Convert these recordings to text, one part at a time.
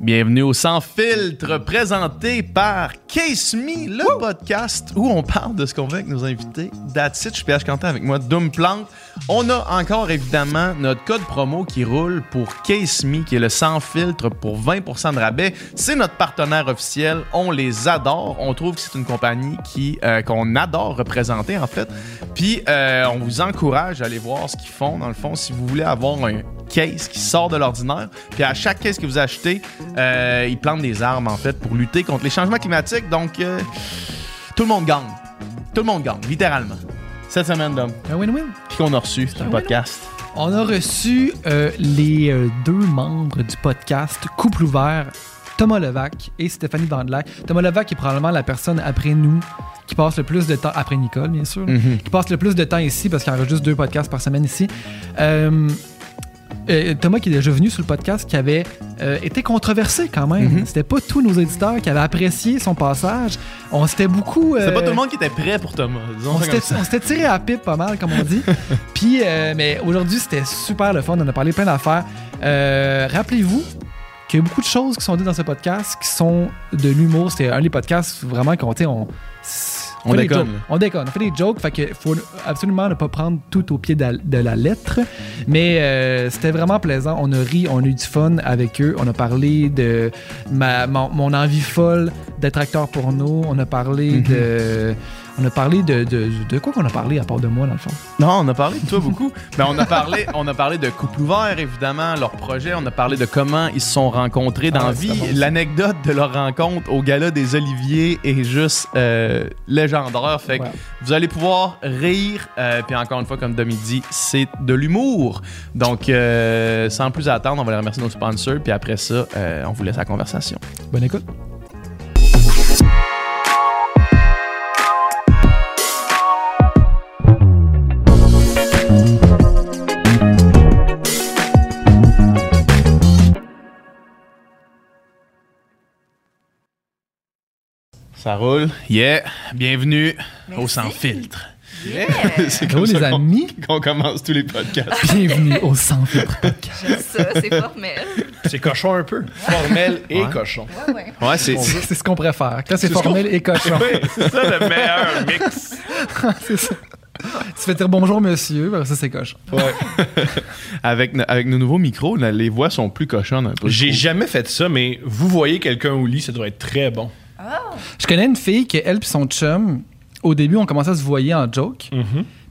Bienvenue au Sans Filtre, présenté par Case Me, le podcast où on parle de ce qu'on veut avec nos invités. That's it, je suis PH Quentin avec moi, Doom Plante. On a encore évidemment notre code promo qui roule pour Case Me, qui est le Sans Filtre pour 20% de rabais. C'est notre partenaire officiel, on les adore. On trouve que c'est une compagnie qui euh, qu'on adore représenter en fait. Puis euh, on vous encourage à aller voir ce qu'ils font dans le fond si vous voulez avoir un case qui sort de l'ordinaire. Puis à chaque case que vous achetez, euh, ils plantent des armes en fait pour lutter contre les changements climatiques. Donc euh, tout le monde gagne. Tout le monde gagne, littéralement. Cette semaine, Dom, Un win-win. qui qu'on a reçu Ah un podcast. On a reçu euh, les euh, deux membres du podcast Couple ouvert, Thomas Levac et Stéphanie Vandelac. Thomas Levac est probablement la personne après nous qui passe le plus de temps, après Nicole bien sûr, Mhm. qui passe le plus de temps ici parce qu'il enregistre deux podcasts par semaine ici. Euh, euh, Thomas qui est déjà venu sur le podcast qui avait euh, été controversé quand même. Mhm. C'était pas tous nos éditeurs qui avaient apprécié son passage. On s'était beaucoup... C'est pas euh, tout le monde qui était prêt pour Thomas. Disons on ça comme s'était ça. on s'était tiré à la pipe pas mal, comme on dit. Puis, euh, mais aujourd'hui, c'était super le fun. On a parlé plein d'affaires. Euh, Rappelez-vous qu'il y a beaucoup de choses qui sont dites dans ce podcast qui sont de l'humour. C'était un des podcasts vraiment qu'on. tu sais, On, On fait des déconne. jokes. On déconne. On fait des jokes. Fait que faut absolument ne pas prendre tout au pied de la, de la lettre. Mais euh, c'était vraiment plaisant. On a ri, on a eu du fun avec eux. On a parlé de ma, mon, mon envie folle d'être acteur porno. On a parlé Mhm. de. On a parlé de. De, de quoi qu'on a parlé à part de moi, dans le fond? Non, on a parlé de toi beaucoup. Mais on a parlé, on a parlé de couple ouvert, évidemment, leur projet. On a parlé de comment ils se sont rencontrés dans Ah la ouais, vie. c'était bon, ça. L'anecdote de leur rencontre au gala des Oliviers est juste euh, légendaire. Fait que Ouais. vous allez pouvoir rire. Euh, Puis encore une fois, comme Domi dit, c'est de l'humour. Donc, euh, sans plus attendre, on va les remercier nos sponsors. Puis après ça, euh, on vous laisse la conversation. Bonne écoute. Ça roule. Yeah. Bienvenue au Merci. Sans Filtre. Yeah! c'est Hello, comme ça les qu'on- amis. qu'on commence tous les podcasts. Bienvenue au Sans Filtre Podcast. J'aime ça, c'est formel. C'est cochon un peu. Formel et Ouais. cochon. Ouais, ouais. Ouais, c'est. C'est ce qu'on préfère. Quand C'est c'est ce qu'on- formel et cochon. c'est ça le meilleur mix. c'est ça. Tu fais dire bonjour, monsieur. ben Ça, c'est cochon. Avec, no- avec nos nouveaux micros, la- les voix sont plus cochonnes un peu. J'ai je trouve. jamais fait ça, mais vous voyez quelqu'un au lit, ça doit être très bon. Je connais une fille qui, elle puis son chum, au début, on commençait à se voyer en joke.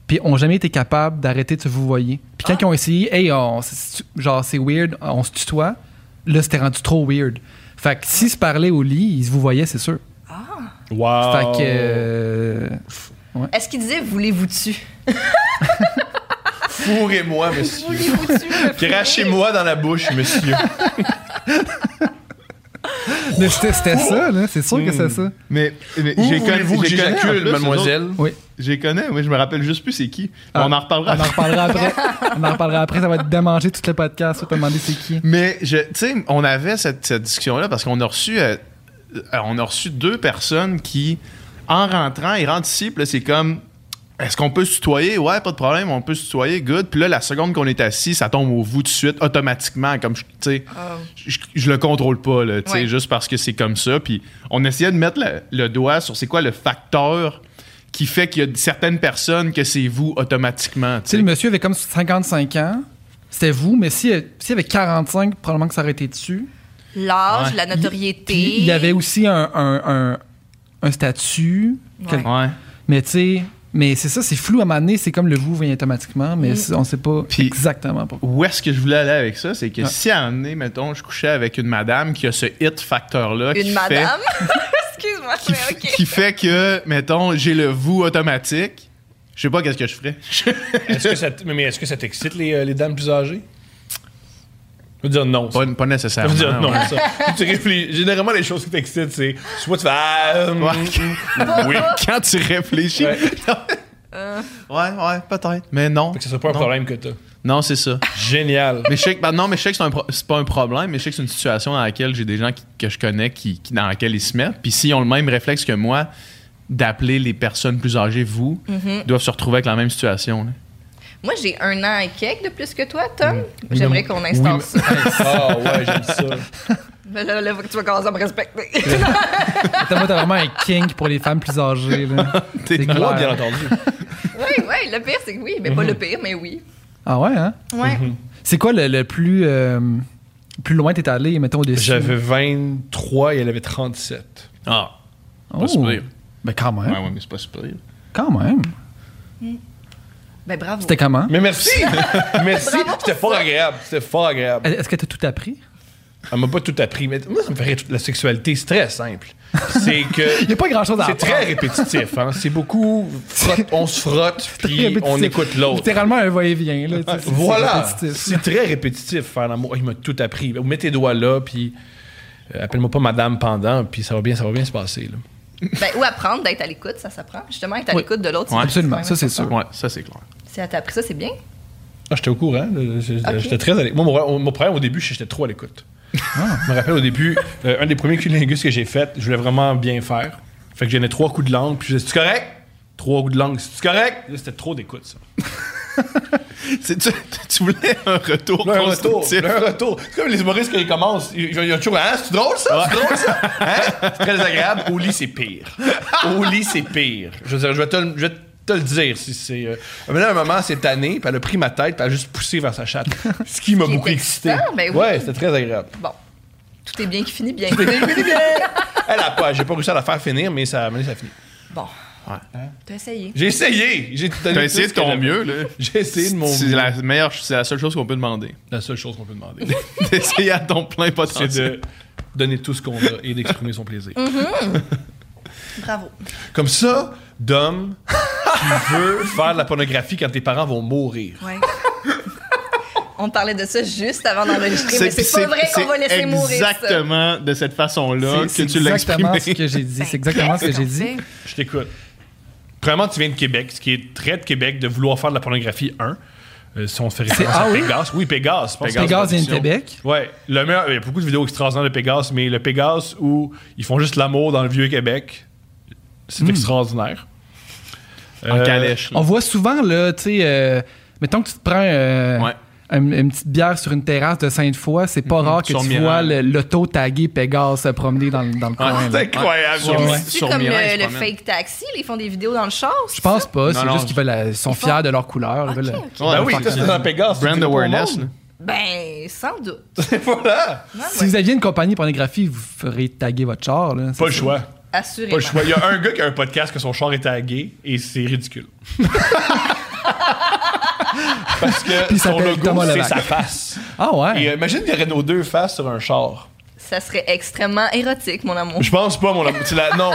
Puis ont jamais été capables d'arrêter de se voyer. Puis quand ils ont essayé, hey, on, c'est- genre, c'est weird, on se tutoie. Là, c'était rendu trop weird. Fait que s'ils se parlaient au lit, ils se voyaient, c'est sûr. Oh. Wow. Fait que. euh, Est-ce qu'il disait voulez-vous tu? Fourrez-moi, monsieur. Voulez-vous tu? Crachez-moi dans la bouche, monsieur. mais c'était c'était ça, là. C'est sûr que c'est ça. Mais, mais Où j'ai connu, voulez-vous que j'ai connu, en j'éjacule, plus, mademoiselle? les Oui. autres, J'ai connais, oui, je me rappelle juste plus c'est qui. Ah. On en On en reparlera. reparlera après. On en reparlera après. Ça va te démanger tout le podcast. Ça va te demander c'est qui. Mais je, tu sais, on avait cette, cette discussion-là parce qu'on a reçu, euh, euh, on a reçu deux personnes qui, en rentrant, ils rentrent ici, puis là, c'est comme, est-ce qu'on peut se tutoyer? Ouais, pas de problème, on peut se tutoyer, good. Puis là, la seconde qu'on est assis, ça tombe au vous tout de suite, automatiquement, comme je, tu sais, Euh, je, je le contrôle pas, là, tu sais, Ouais. juste parce que c'est comme ça. Puis on essayait de mettre le, le doigt sur c'est quoi le facteur qui fait qu'il y a certaines personnes que c'est vous automatiquement, Tu sais, tu le sais. monsieur avait comme 55 ans. C'était vous, mais s'il si, s'il avait 45, probablement que ça aurait été dessus. L'âge, Ouais. la notoriété. Puis, il avait aussi un, un, un, un statut. Ouais. Quel- Ouais. Mais tu sais, mais c'est ça, c'est flou à maner. C'est comme le vous vient automatiquement, mais c'est- on sait pas Puis- exactement pourquoi. où est-ce que je voulais aller avec ça, c'est que Ah. si à un moment donné, mettons, je couchais avec une madame qui a ce hit facteur-là, qui, Une fait, madame. Excuse-moi, qui, mais f- ok. qui fait que, mettons, j'ai le vous automatique, je sais pas qu'est-ce que je ferais. Est-ce que ça t- mais est-ce que ça t'excite, les, euh, les dames plus âgées? Je veux dire non. ça. Pas, pas Je nécessairement. veux dire non, ouais. ça. Tu réfléchis. Généralement, les choses qui t'excitent, c'est soit tu fais. Ah, euh, Ouais. oui. Quand tu réfléchis. Ouais. Euh, Ouais, ouais, peut-être. Mais non. Fait que ce serait pas un Non. problème que t'as. Non, c'est ça. Génial. Mais je sais que, bah, non, mais je sais que c'est, un pro- c'est pas un problème, mais je sais que c'est une situation dans laquelle j'ai des gens qui- que je connais qui, qui- dans laquelle ils se mettent. Puis s'ils ont le même réflexe que moi d'appeler les personnes plus âgées, vous, mhm. doivent se retrouver avec la même situation. là. Moi, j'ai un an et quelques de plus que toi, Tom. J'aimerais qu'on instaure Oui, ça. Ah ouais, j'aime ça. Mais là, là, faut que tu vas commencer à me respecter. T'as moi, t'as vraiment un kink pour les femmes plus âgées. Là. T'es C'est clair. Moi, clair. bien entendu. oui, oui, le pire, c'est que oui. Mais pas le pire, mais oui. Ah ouais, hein? Mm-hmm. Ouais. C'est quoi le, le plus, euh, plus loin t'es allé, mettons, au-dessus? J'avais 23 et elle avait 37. Ah, Oh. pas si pire. Ben quand même, ouais, ouais, mais c'est pas si pire. quand même. Ben bravo. C'était comment? Mais merci! merci! Bravo pour C'était fort ça. agréable. C'était fort agréable. Est-ce que t'as tout appris? Elle m'a pas tout appris. Mais moi, ça me fait rire. La sexualité, c'est très simple. C'est que. Il n'y a pas grand-chose à C'est apprendre. très répétitif, hein? C'est beaucoup. frotte- on se frotte, puis on répétitif. écoute l'autre. Littéralement un va-et-vient. là, tu sais, c'est- Voilà! c'est répétitif. C'est très répétitif, faire l'amour. Il m'a tout appris. Mets tes doigts là, puis euh, appelle-moi pas madame pendant, puis ça va bien, ça va bien se passer. Là. Ben, ou apprendre d'être à l'écoute, ça s'apprend. Justement, être à Oui. l'écoute de l'autre. Ouais. Absolument, ça c'est sûr. Ouais, ça c'est clair. Si elle t'a appris ça, c'est bien. Ah, j'étais au courant. là. J'ai- Ok. J'étais très à l'écoute. Moi, mon, mon problème au début, c'est que j'étais trop à l'écoute. Ah. Je me rappelle au début, euh, un des premiers cunilingus que j'ai fait, je voulais vraiment bien faire. Fait que j'ai donné trois coups de langue, puis je disais, c'est correct? Trois coups de langue, c'est correct? Là, c'était trop d'écoute, ça. C'est- Tu, tu voulais un retour Là, un retour. constructif. là, un retour. C'est comme les humoristes quand ils commencent. Ils, ils ont toujours. Hein, c'est drôle ça? C'est drôle ça? Hein? C'est très agréable. Au lit, c'est pire. Au lit, c'est pire. Je veux dire, je vais te, le- je vais te le dire. Si c'est, euh, Mais là, à un moment, c'est tanné, puis elle a pris ma tête, puis elle a juste poussé vers sa chatte. Ce qui m'a qui est beaucoup excité. excitant, ben oui. Ouais, c'était très agréable. Bon. Tout est bien qui finit bien. Elle a pas. J'ai pas réussi à la faire finir, mais ça a mené, ça a fini. bon. Ouais. T'as essayé. J'ai essayé. J'ai donné T'as tout essayé ce de que ton j'avais. mieux, là. J'ai essayé de mon C'est mieux. la meilleure, c'est la seule chose qu'on peut demander. La seule chose qu'on peut demander, D'essayer à ton plein c'est de potentiel. donner tout ce qu'on a et d'exprimer son plaisir. Bravo. Comme ça, d'homme, tu veux faire de la pornographie quand tes parents vont mourir. Ouais. On parlait de ça juste avant d'enregistrer, mais c'est c'est- pas vrai c'est qu'on va laisser mourir ça. Exactement de cette façon-là C'est- que C'est tu l'as exactement exprimé. ce que j'ai dit. Ben, C'est exactement ce que qu'est-ce j'ai qu'on dit. fait? Je t'écoute. Premièrement, tu viens de Québec, ce qui est très de Québec de vouloir faire de la pornographie 1. Euh, si on fait référence ah à oui? Pégase. Oui, Pégase. je pense que- Pégase vient de Production. Québec. Ouais, le meilleur, il y a beaucoup de vidéos extraordinaires de Pégase, mais le Pégase où ils font juste l'amour dans le vieux Québec, c'est extraordinaire. Hmm. En Euh, calèche. là. On voit souvent, là, tu sais, euh, mettons que tu te prends euh, Ouais. Mhm. un- une petite bière sur une terrasse de Sainte-Foy, c'est pas rare que Sur tu Mirage. vois le- l'auto tagué Pégase se promener dans, le- dans le coin. là. Ah, c'est incroyable. Ouais. Ouais. C'est comme euh, Mireille, le, je le promène. fake taxi, là, ils font des vidéos dans le char. Je pense pas, Non, c'est non, juste qu'ils veulent la- ils sont ils font- fiers de leur couleur. Ok, ils veulent euh, la- ok. Ben Ouais, oui, fuck ça, c'est dans Pégase. Brand awareness. là. Ben, sans doute. voilà. Non, Si Ah, ouais. vous aviez une compagnie pornographique, vous feriez taguer votre char. Là, Pas le choix. Assurément. Pas le choix. Il y a un gars qui a un podcast que son char est tagué et c'est ridicule. Parce que Puis il son s'appelle logo, Thomas c'est Levac. sa face. Ah ouais? Et euh, imagine qu'il y aurait nos deux faces sur un char. Ça serait extrêmement érotique, mon amour. Je pense pas, mon amour. Tu la- Non.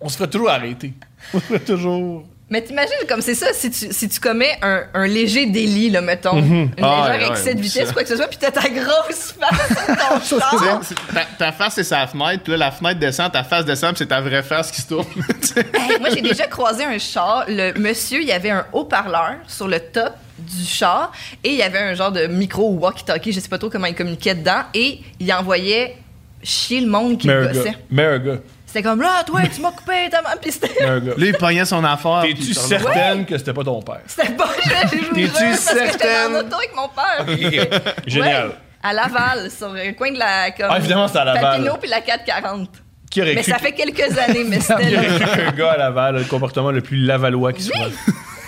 On se ferait toujours arrêter. On se ferait toujours. Mais t'imagines, comme c'est ça, si tu, si tu commets un, un léger délit, là, mettons, une Ah, légère ouais, ouais, excès de oublie vitesse, ça. quoi que ce soit, puis t'as ta grosse face sur ton char. Tu sais, c'est- Ta, ta face, c'est sa fenêtre. Puis là, la fenêtre descend, ta face descend, puis c'est ta vraie face qui se tourne. Tu sais. Hey, moi, j'ai déjà croisé un char. Le monsieur, il y avait un haut-parleur sur le top du char et il y avait un genre de micro ou walkie-talkie, je sais pas trop comment il communiquait dedans, et il envoyait chier le monde qui Mais le un gars. gossait. Mais un gars. C'était comme là, toi, tu m'as coupé ta main, puis c'était. Mais un gars. Là, il pognait son affaire. puis T'es-tu il se certaine que c'était pas ton père? C'était pas je vous T'es-tu jure, parce que j'étais en certaine? auto avec mon père. puis c'était- Génial. Ouais, à Laval, sur le coin de la. Comme, Ah, évidemment, c'est à Laval. Euh, Papineau puis la 440. Qui aurait Mais cru ça fait quelques années, mais c'était qui là. aurait cru qu'un gars à Laval a le comportement le plus lavalois qui soit?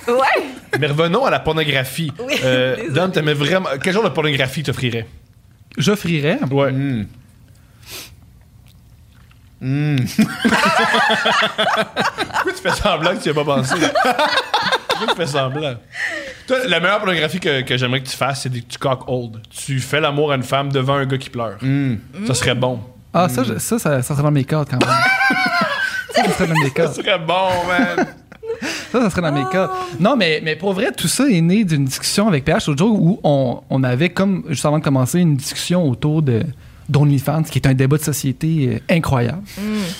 Ouais! Mais revenons à la pornographie. Oui, Euh, désolé. Dom, t'aimais vraiment. Quel genre de pornographie t'offrirais? J'offrirais. Ouais. Hmm. Pourquoi tu fais semblant que tu n'y as pas pensé? Pourquoi tu fais semblant? Toi, la meilleure pornographie que, que j'aimerais que tu fasses, c'est des tu cock hold. Tu fais l'amour à une femme devant un gars qui pleure. Ça serait bon. Ah, ça, je- ça, ça, ça serait dans mes cordes quand même. ça, ça serait dans mes cordes. Ça serait bon, man! Ça, ça serait dans mes cas. Non, mais, mais pour vrai, tout ça est né d'une discussion avec PH l'autre jour où on, on avait, comme juste avant de commencer, une discussion autour de d'OnlyFans, qui est un débat de société euh, incroyable.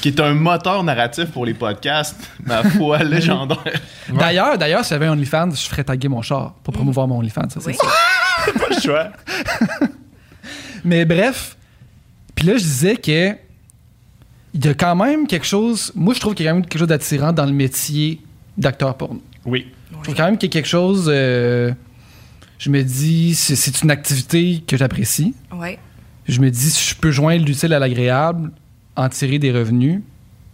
qui est un moteur narratif pour les podcasts, ma foi légendaire. D'ailleurs, d'ailleurs, si j'avais un OnlyFans, je ferais taguer mon char pour promouvoir mon OnlyFans, ça, c'est Oui. sûr. pas le choix. Mais bref, puis là, je disais que il y a quand même quelque chose... Moi, je trouve qu'il y a quand même quelque chose d'attirant dans le métier d'acteur porno. Oui. Je trouve quand même qu'il y a quelque chose. euh, je me dis, c'est- c'est une activité que j'apprécie. Ouais. Je me dis, si je peux joindre l'utile à l'agréable, en tirer des revenus,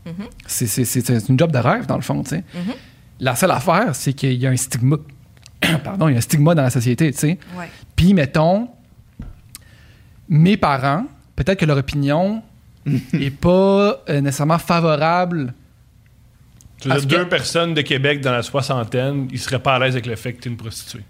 Mm-hmm. c'est- c'est- c'est c'est une job de rêve, dans le fond. tu sais. La seule affaire, c'est qu'il y a un stigma. Pardon, il y a un stigma dans la société. tu sais. Ouais. Puis, mettons, mes parents, peut-être que leur opinion n'est pas euh, nécessairement favorable. Tu veux Parce dire, que- deux personnes de Québec dans la soixantaine, ils seraient pas à l'aise avec le fait que t'es une prostituée.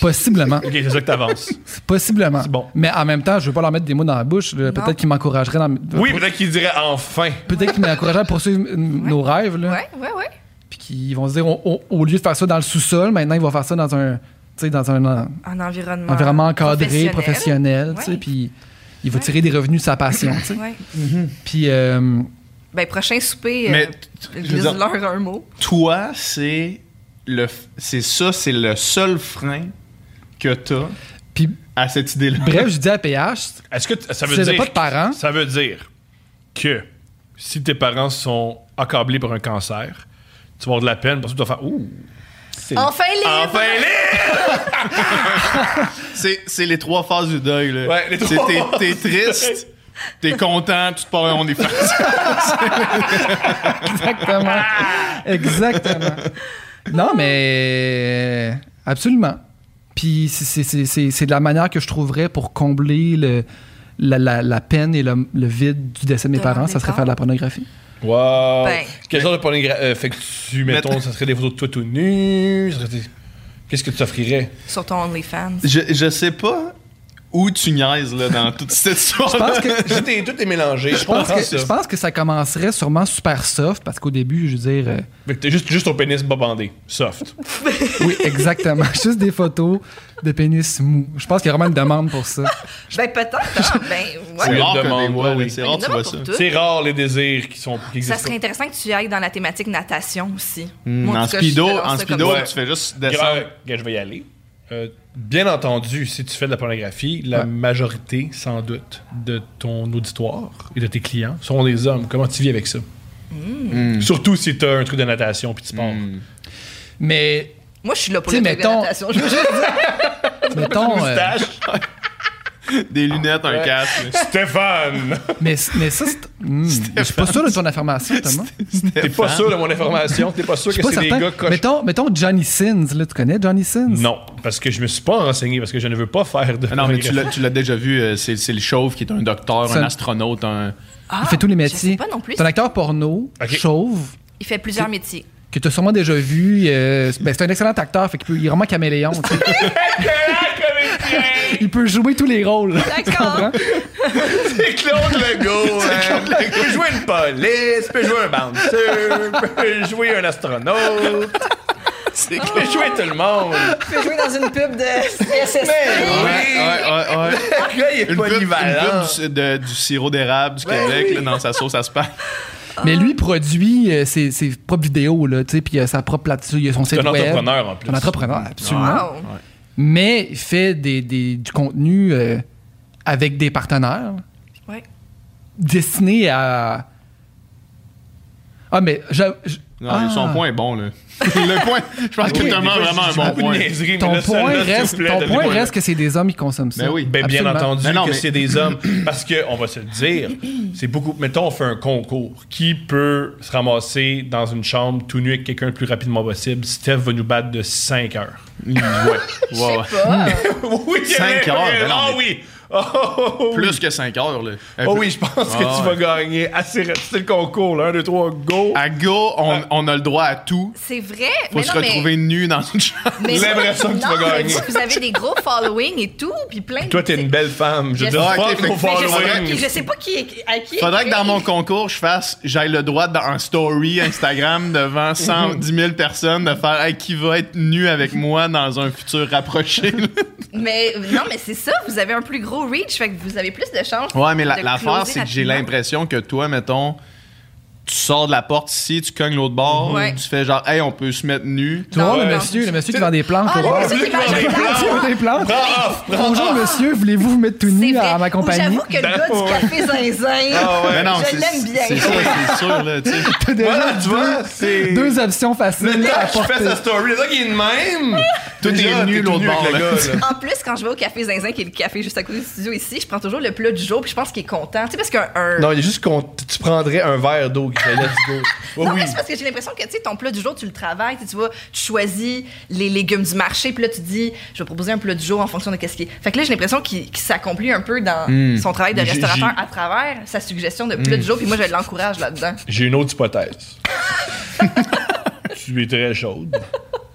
Possiblement. Ok, c'est ça que t'avances. Possiblement. C'est bon. Mais en même temps, je veux pas leur mettre des mots dans la bouche. là. Non. Peut-être qu'ils m'encourageraient dans Oui, peut-être qu'il dirait enfin. Peut-être qu'ils m'encourageraient à poursuivre euh, nos rêves. Là. Ouais, ouais, ouais. Puis qu'ils vont se dire, on- on- au lieu de faire ça dans le sous-sol, maintenant ils vont faire ça dans un, tu sais, dans un euh, Un environnement. environnement encadré, professionnel. professionnel. tu sais, Ouais. Puis il va Ouais. tirer des revenus de sa passion. tu sais. Ouais. Puis euh, Ben, prochain souper, Mais, euh, je veux dire- glisse-leur un mot. Toi, c'est le, f- c'est ça, c'est le seul frein que t'as puis, à cette idée-là. bref, je dis à PH, Est-ce que t- ça si veut j'avais dire pas de parents, Ça veut dire que si tes parents sont accablés par un cancer, tu vas avoir de la peine parce que tu vas faire Ouh! Enfin libre! Enfin, les... C'est, c'est les trois phases du deuil. Là. Ouais, les C'est trois t'es, phases t'es triste, t'es content, tu te pars, on est parti. Exactement. Ah! Exactement. Non, mais absolument. Puis c'est- c'est- c'est c'est- c'est de la manière que je trouverais pour combler le, la, la- la peine et le, le vide du décès de mes De parents, leur ça serait départ. faire de la pornographie. Wow! Ben. Quel genre de pornographie? euh, fait que tu, mettons, ça serait des photos de toi tout nu. ça serait des- Qu'est-ce que tu t'offrirais? Sur ton OnlyFans. Je, je sais pas où tu niaises là, dans toute cette histoire. Je pense que, tout, est, tout est mélangé. Je je pense comprends Ah, que, ça. je pense que ça commencerait sûrement super soft parce qu'au début, je veux dire. euh, Fait que t'es juste, juste ton pénis pas bandé, soft. oui, exactement. Juste des photos de pénis mou. Je pense qu'il y a vraiment une demande pour ça. Ben, peut-être. hein. ben, c'est ouais. rare que demande, des voix, oui. là, c'est Mais rare que il tu y en a vois pour ça. tout. C'est rare les désirs qui sont qui Ça existent. serait intéressant que tu ailles dans la thématique natation aussi. Mm, Moi, en tout cas, je speedo, te lance en ça comme speedo ça. tu fais juste pas. descendre. Gars, gars, je vais y aller. Euh, bien entendu, si tu fais de la pornographie, la Ouais. majorité, sans doute, de ton auditoire et de tes clients seront des hommes. Comment tu vis avec ça? Hmm. Surtout si t'as un truc de natation puis tu pars. Mais, Moi, je suis là pour Tu sais, le truc de mettons- natation. Je veux juste dire. mettons. euh, Des lunettes, un casque. là. Stéphane! mais, mais ça, c'est. Hmm, je suis pas sûr de ton affirmation, Thomas. T'es pas sûr de mon information? T'es pas sûr Je que suis c'est pas des certain. gars cochons? Mettons, mettons Johnny Sins, là, tu connais Johnny Sins? Non, parce que je me suis pas renseigné, parce que je ne veux pas faire de. Ah Non, mais tu l'as, tu l'as déjà vu, euh, c'est, c'est le chauve qui est un docteur, C'est un un- astronaute, un. Ah, Il fait tous les Je sais métiers. pas non plus. C'est un acteur porno, Ok. chauve, Il fait plusieurs métiers. que tu as sûrement déjà vu. euh, ben, c'est un excellent acteur, fait qu'il peut- il est vraiment caméléon. tu sais. il peut jouer tous les rôles. Tu comprends? D'accord. C'est Claude Legault. hein. Tu peux jouer une police, tu peux jouer un bouncer, tu peux jouer un astronaute. Tu peux jouer tout le monde. Tu peux jouer dans une pub de Mais Ouais, oui! ouais, ouais, ouais. Le gars, il est Une pub, une polyvalent. pub du, de- du sirop d'érable du Québec oui. là, dans sa sauce à spag. Mais lui, il produit euh, ses, ses propres vidéos, là, tu sais, puis il a sa propre plateforme, il a son site un web. entrepreneur en plus. C'est un entrepreneur, absolument. Wow. Mais il fait des, des- du contenu euh, avec des partenaires. Ouais. destiné à. Ah, mais j'a- j- Non, Ah. Son point est bon, là. le point, je pense que Oui, tu demandes des fois, vraiment j'ai un du bon beaucoup de point. niaiseries, mais ton là, celle-là, point s'il reste, vous plaît, ton donnez-moi point le- reste que c'est des hommes qui consomment ça. Ben oui. Ben, bien Absolument. entendu Mais non, que mais- c'est des hommes. Parce que, on va se le dire, c'est beaucoup. Mettons, on fait un concours. Qui peut se ramasser dans une chambre tout nu avec quelqu'un le plus rapidement possible? Steph va nous battre de 5 heures. Ouais. Ouais, ouais. oui, Cinq elle- heures, elle- ben non, Ah mais- oui! Oh, oh, oh, oui. Plus que 5 heures, là. Euh, Oh plus- oui, je pense que Ah, tu vas gagner assez rapide. C'est le concours, là. 1, 2, 3, go! À go, on, on a le droit à tout. C'est vrai. Faut mais se non, mais- retrouver nu dans une chambre. mais- l'impression que tu vas Non, mais gagner. Vous avez des gros following et tout, puis plein de. Toi, t'es une belle femme. Je Je te sais. Ah, ok, fuck fait nos que- Mais je sais pas followings. qui- Je sais pas qui est- à qui. Faudrait que dans écrire. mon concours, je fasse, j'aille le droit dans un story Instagram devant 110 000 personnes de faire Hey, qui va être nu avec moi dans un futur rapproché. là? Mais non, mais c'est ça. Vous avez un plus gros reach, fait que vous avez plus de chance. Ouais, mais la- de l'affaire, closer c'est que j'ai rapidement. l'impression que toi, mettons, tu sors de la porte ici, tu cognes l'autre bord, Ouais. tu fais genre, hey, on peut se mettre nu. Tu vois, Non, le non. monsieur, le monsieur qui vend des plantes Ah, au le bar. monsieur qui vend des plantes. qui vend des plantes. Prends off, prends Bonjour, monsieur, voulez-vous vous mettre tout C'est nu vrai. à ma compagnie? J'avoue que Ben le gars du café zinzin, Ah Mais non, je c'est- l'aime bien. C'est ça, c'est sûr, là, tu sais. T'as déjà Voilà, tu vois, c'est. deux options faciles Le à gars qui fait porter. sa story, le gars qui est de même. Tout Déjà, est t'es nu, tout l'autre bord, avec le là. gars, là. En plus, quand je vais au café Zinzin, qui est le café juste à côté du studio ici, je prends toujours le plat du jour, puis je pense qu'il est content. Tu sais, parce qu'un. un- Non, il est juste qu'on. Tu prendrais un verre d'eau qui fait let's go. Oh, Non, oui. mais c'est parce que j'ai l'impression que tu sais, ton plat du jour, tu le travailles, tu sais, tu vois, tu choisis les légumes du marché, puis là tu dis, je vais proposer un plat du jour en fonction de qu'est-ce qui est. Fait que là, j'ai l'impression qu'il qu'il s'accomplit un peu dans son travail de Hmm. J'ai- Hmm. restaurateur à travers sa suggestion de plat du jour, puis moi je l'encourage là-dedans. J'ai une autre hypothèse. tu es très chaude.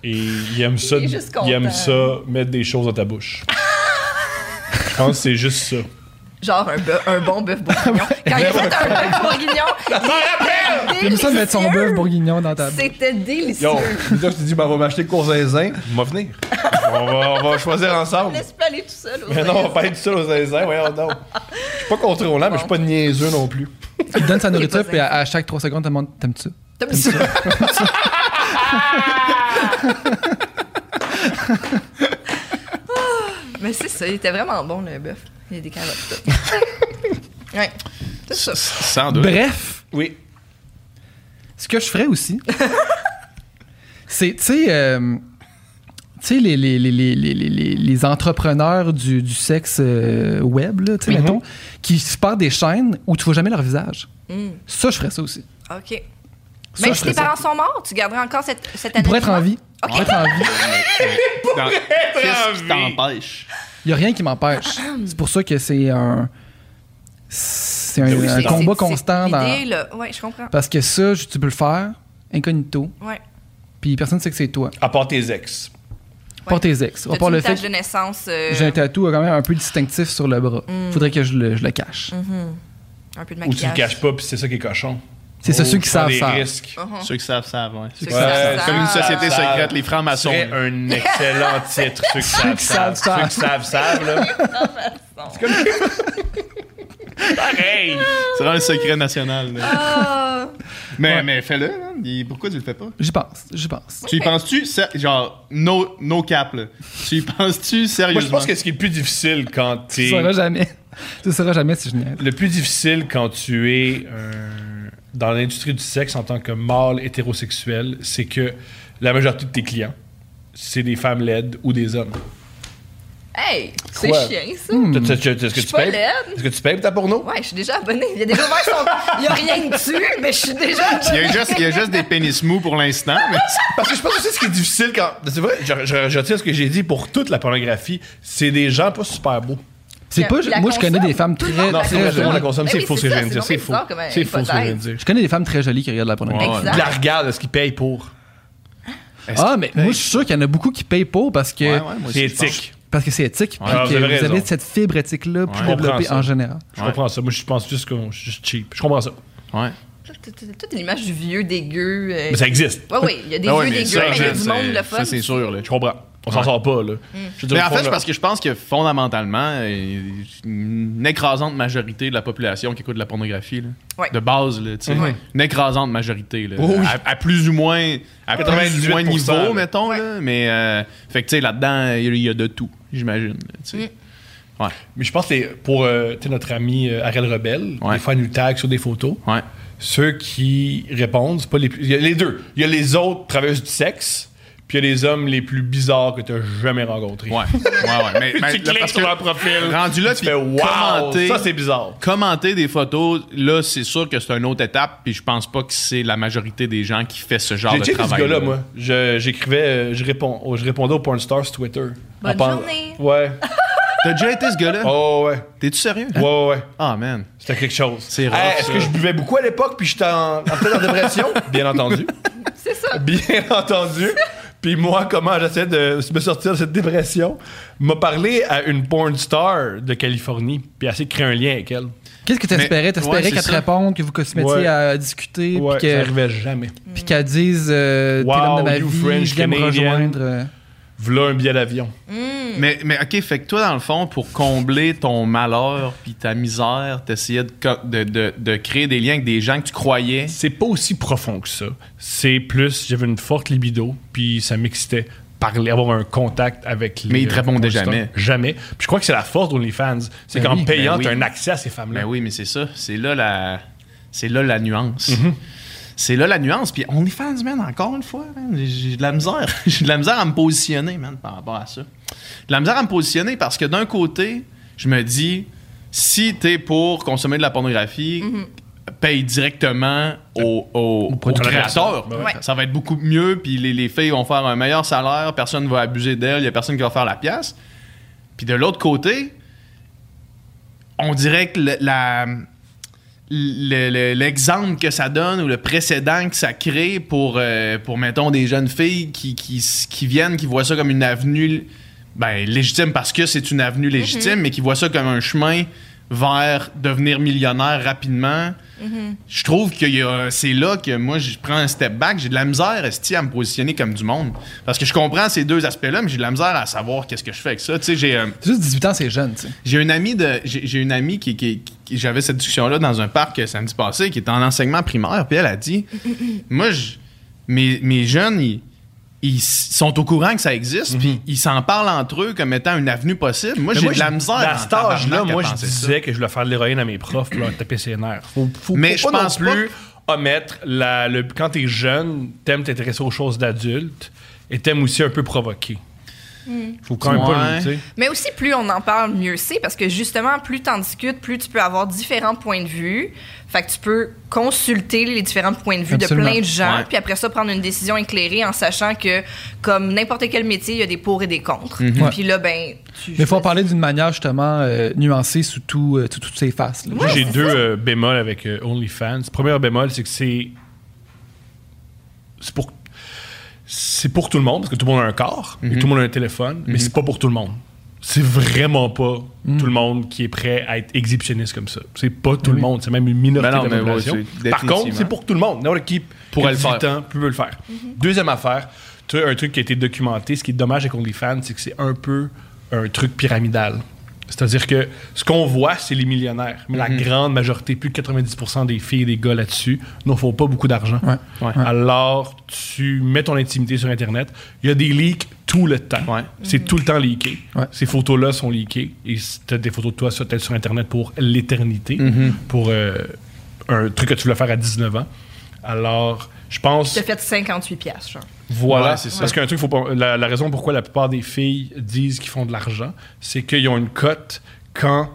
Et il aime ça, Il est juste il aime content. ça mettre des choses dans ta bouche. Je pense que c'est juste ça. Genre un, bœuf- un bon bœuf bourguignon. Quand il a fait un bœuf bourguignon, il Il aime ça mettre son délicieux. bœuf bourguignon dans ta bouche. C'était délicieux. Yo, le gars, tu dis, ben, on va m'acheter cours zinzin. Va venir. On va, on va choisir ensemble. Laisse pas aller tout seul. au Mais non, on va Zinzin. pas être seul aux zinzins, voyons donc. Je suis pas contrôlant, mais je suis pas niaiseux non plus. Il donne sa est nourriture, pas puis à, à chaque 3 secondes, elle demande T'aimes-tu ça? T'as mis ça. Mais c'est ça, il était vraiment bon le bœuf. Il y a des carottes. tout. ouais. C'est ça. Sans doute. Bref, Oui. ce que je ferais aussi, c'est, tu sais, euh, tu sais, les, les, les, les, les, les- les- les entrepreneurs du, du sexe euh, web, là, Mm-hmm. tu sais, mettons, qui se partent des chaînes où tu vois jamais leur visage. Mm. Ça, je ferais ça aussi. OK. Ça, Même je si ferais tes ça. parents sont morts, tu garderais encore cette, cette Ils année. pourraient être en vie. Ok. Ils pourraient être en vie. Dans- Qu'est-ce qui t'empêche? Il n'y a rien qui m'empêche. C'est pour ça que c'est un. C'est Ben un, Oui, un c'est- Euh, combat c'est- c'est constant. l'idée, dans- là. Ouais, je comprends. Parce que ça, je- tu peux le faire incognito, Ouais. puis personne ne sait que c'est toi. À part tes ex. Pas tes ex. À T'as-tu part le une fait tache de Mm. naissance euh, que j'ai un tatou euh, quand même un peu distinctif sur le bras. Faudrait que je le, je le cache. Mm-hmm. un peu de Ou tu le maquillage. caches pas, puis c'est ça qui est cochon. C'est ça, Oh, ceux qui tu savent prends des ça. risques. Mhm. Ceux qui savent, savent, ouais. Ceux qui Ouais, savent, c'est comme une savent. société Savent. secrète, les francs-maçons. serait un excellent titre. Ceux qui savent, savent. Ceux qui savent, savent, là. Pareil! C'est vraiment un secret national. là. Ah. Mais, mais fais-le. là. Il- Pourquoi tu le fais pas? J'y pense, j'y pense. Tu y mais- penses-tu? sé- Genre, no, no cap, là. Tu y penses-tu Moi, je sérieusement? pense que ce qui est le plus difficile quand Tu t'es. sauras jamais. Tu sauras jamais si je niaise. Le plus difficile quand tu es euh, dans l'industrie du sexe en tant que mâle hétérosexuel, c'est que la majorité de tes clients, c'est des femmes laides ou des hommes. Hey, c'est Quoi? chiant, ça. Hmm. T'as- t'as- t'as- Est-ce que, Je suis tu pas payes- laide. est-ce que tu payes pour ta porno? Ouais, je suis déjà abonnée. Il y a déjà ouvert son... Il y a rien dessus, mais je suis déjà Il y, abonnée. a juste, il y a juste des pénis mous pour l'instant, mais Parce que je pense aussi que ce qui est difficile quand. C'est vrai, je, je, je retiens ce que j'ai dit pour toute la pornographie. C'est des gens pas super beaux. C'est pas. La Moi, je connais consomme, des femmes tout le très, monde la très C'est vrai, tout le monde la jolies. consomme. Mais C'est oui, faux ce c'est que je ça, viens de dire. c'est C'est donc faux. bizarre comme, euh, C'est faux ce que je viens de hypothèse. dire. Je connais des femmes très jolies qui regardent la pornographie. Exact. La regarde, est-ce qu'ils payent pour? Ah, mais moi, je suis sûr qu'il y en a beaucoup qui payent pas parce que. Ouais, ouais, moi aussi, C'est je pense. éthique. Parce que c'est éthique, puis Ah, vous que avez vous avez raison. cette fibre éthique-là plus Ouais. développée Comprends ça. en général. Je Ouais. comprends ça. Moi, je pense juste que je suis juste cheap. Je comprends ça. Ouais. Tout- tout- Tout est l'image du vieux dégueu. euh, Mais ça existe. Ouais, ouais, il y a des Ah ouais, vieux mais dégueux, mais il y a du ça, monde le fun. Ça, c'est sûr, là. Euh, Je comprends. On s'en sort pas, là. Je veux dire, Mais en fait, au fond, c'est là- parce que je pense que fondamentalement, euh, une écrasante majorité de la population qui écoute de la pornographie, là, Ouais. de base, là, tu sais, Ouais. une écrasante majorité, là, Oh oui. à, à plus ou moins, à plus ou moins 98%, niveau, là. mettons. là, mais euh, fait que, tu sais, là-dedans, il y a de tout, j'imagine. là, tu sais. Mais je pense que c'est pour euh, tu sais, notre ami euh, Ariel Rebelle, Ouais. des fois, il nous tag sur des photos. Ouais. Ceux qui répondent, c'est pas les plus. Il y a les deux. Il y a les autres travailleuses du sexe, puis il y a les hommes les plus bizarres que tu as jamais rencontrés. Ouais, ouais, ouais. Mais, mais tu Ben, là, cliques parce sur que leur profil. rendu là, tu puis fais wow, commenter- ça c'est bizarre. commenter des photos, là, c'est sûr que c'est une autre étape, puis je pense pas que c'est la majorité des gens qui fait ce genre J'ai de checké travail. ce gars-là, moi. Je- J'écrivais, euh, je, réponds, oh, je répondais au Pornstar sur Twitter. Bonne En pen- journée. Ouais. T'as déjà été ce gars-là? Oh, ouais. T'es-tu sérieux? Ouais, ouais, ouais. Ah, man. C'était quelque chose. C'est rare, Eh, Est-ce ça. que je buvais beaucoup à l'époque, puis j'étais en, en- peut-être en dépression? Bien entendu. C'est ça. Bien entendu. Puis moi, comment j'essaie de me sortir de cette dépression, m'a parlé à une porn star de Californie, puis essayé de créer un lien avec elle. Qu'est-ce que t'espérais? T'espérais ouais, c'est qu'elle te ça. réponde, que vous se mettiez Ouais. à discuter, Ouais, puis ça que- arrivait jamais. puis qu'elle dise euh, T'es l'homme de Wow, ma you vie, French je viens me Canadian. rejoindre. euh. V'là un billet d'avion. Mm. Mais, mais OK, fait que toi, dans le fond, pour combler ton malheur puis ta misère, t'essayais de, co- de, de, de créer des liens avec des gens que tu croyais. C'est pas aussi profond que ça. C'est plus, j'avais une forte libido, puis ça m'excitait parler, avoir un contact avec les. Mais ils te répondaient consultants. jamais. Jamais. Puis je crois que c'est la force d'OnlyFans. C'est Ben qu'en oui, payant, ben t'as oui. un accès à ces femmes-là. Ben oui, mais c'est ça. C'est là la, c'est là la nuance. C'est là la nuance. Puis on est fans, man, encore une fois. man. J'ai- J'ai de la misère. J'ai de la misère à me positionner, man, par rapport à ça. De la misère à me positionner parce que d'un côté, je me dis, si t'es pour consommer de la pornographie, paye directement au, au, au producteur. créateur. Ben ouais. Ça va être beaucoup mieux. Puis les, les filles vont faire un meilleur salaire. Personne ne va abuser d'elles. Il n'y a personne qui va faire la pièce. Puis de l'autre côté, on dirait que le- la- le- le- l'exemple que ça donne ou le précédent que ça crée pour, euh, pour mettons, des jeunes filles qui, qui, s- qui viennent, qui voient ça comme une avenue ben, légitime parce que c'est une avenue légitime, mais qui voient ça comme un chemin vers devenir millionnaire rapidement. Je trouve que y a- c'est là que moi, je prends un step back. J'ai de la misère esti, à me positionner comme du monde. Parce que je comprends ces deux aspects-là, mais j'ai de la misère à savoir qu'est-ce que je fais avec ça. Tu sais, j'ai... euh, C'est juste 18 ans, c'est jeune, tu sais. j'ai une amie de j'ai j'ai une amie qui, qui- qui- j'avais cette discussion là dans un parc euh, samedi passé qui était en enseignement primaire puis elle a dit moi je- mes, mes jeunes ils, ils sont au courant que ça existe puis ils s'en parlent entre eux comme étant une avenue possible. Moi Mhm. Mais j'ai de la je- misère À en cet tabarnak âge-là, à moi, je penser ça. disais que je voulais faire de l'héroïne à mes profs pour leur taper ses nerfs. Faut, faut- Mais faut je pas non pense plus omettre la, le, quand t'es jeune, t'aimes t'intéresser aux choses d'adultes et t'aimes aussi un peu provoquer. Faut quand même pas Ouais. le tu sais. Mais aussi, plus on en parle, mieux c'est, parce que justement, plus t'en discutes, plus tu peux avoir différents points de vue. Fait que tu peux consulter les différents points de vue Absolument. de plein de gens, Ouais. puis après ça, prendre une décision éclairée en sachant que, comme n'importe quel métier, il y a des pour et des contre. Mhm. Ouais. Puis là, ben, tu. Mais il faut en parler d'une manière justement euh, nuancée sous tout, euh, sous toutes ces faces. là. Moi, j'ai deux euh, bémols avec euh, OnlyFans. Premier bémol, c'est que c'est. C'est pour. C'est pour tout le monde, parce que tout le monde a un corps Mm-hmm. et tout le monde a un téléphone, mais c'est pas pour tout le monde. C'est vraiment pas Mm. tout le monde qui est prêt à être exhibitionniste comme ça. C'est pas tout le monde, c'est même une minorité Ah Ben non, de la mais ouais, population. c'est Par contre, définitivement. c'est pour tout le monde. N'importe qui Pourrait le qui a 18 faire. ans peut le faire. Deuxième affaire, tu as un truc qui a été documenté. Ce qui est dommage avec OnlyFans, c'est que c'est un peu un truc pyramidal. C'est-à-dire que ce qu'on voit, c'est les millionnaires. Mais Mhm. la grande majorité, plus de 90% des filles et des gars là-dessus, n'en font pas beaucoup d'argent. Ouais. Ouais. Alors, tu mets ton intimité sur Internet. Il y a des leaks tout le temps. Ouais. C'est tout le temps leaké. Ouais. Ces photos-là sont leakées. Et tu as des photos de toi sur, peut-être sur Internet pour l'éternité, Mm-hmm. pour euh, un truc que tu voulais faire à 19 ans. Alors, je pense. Tu as fait 58 piastres, genre. Voilà, Ouais, c'est ça. Parce qu'un truc, faut pas- la, la raison pourquoi la plupart des filles disent qu'ils font de l'argent, c'est qu'ils ont une cote quand.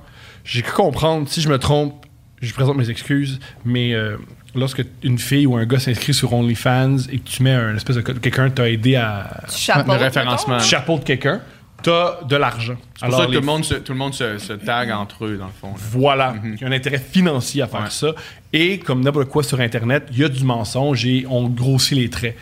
J'ai cru comprendre, si je me trompe, je présente mes excuses, mais euh, lorsque une fille ou un gars s'inscrit sur OnlyFans et que tu mets un espèce de code, quelqu'un t'a aidé à Tu chapeautes, le référencement. mettons. chapeau de quelqu'un, t'as de l'argent. C'est pour ça que les tout le monde se, tout le monde se, se tag entre eux dans le fond. là. voilà, il y a un intérêt financier à faire Ouais. ça. Et comme n'importe quoi sur Internet, il y a du mensonge et on grossit les traits.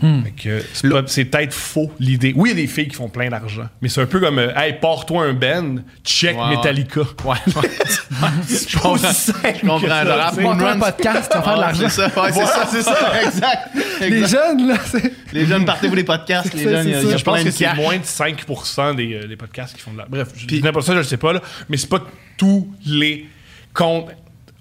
Hmm. Fait que c'est pas- C'est peut-être faux l'idée. Oui, il y a des filles qui font plein d'argent, mais c'est un peu comme euh, Hey, porte-toi un Ben, check Ouais, ouais. Metallica. Ouais, ouais. je comprends. Je comprends. que ça, Genre, tu sais. Home Monter un Runs. podcast, tu vas faire Ah, de Ouais, l'argent. c'est ça, ouais, c'est ça, c'est ça, exact. Les Exact. jeunes, là, c'est. Les jeunes, partez-vous des podcasts, les C'est ça, jeunes, il y a- c'est il y ça. a Je pense plein de que c'est cash. moins de 5% des, euh, des podcasts qui font de la. Bref, je Puis- dis n'importe ça, je le sais pas, là, mais c'est pas tous les comptes Mais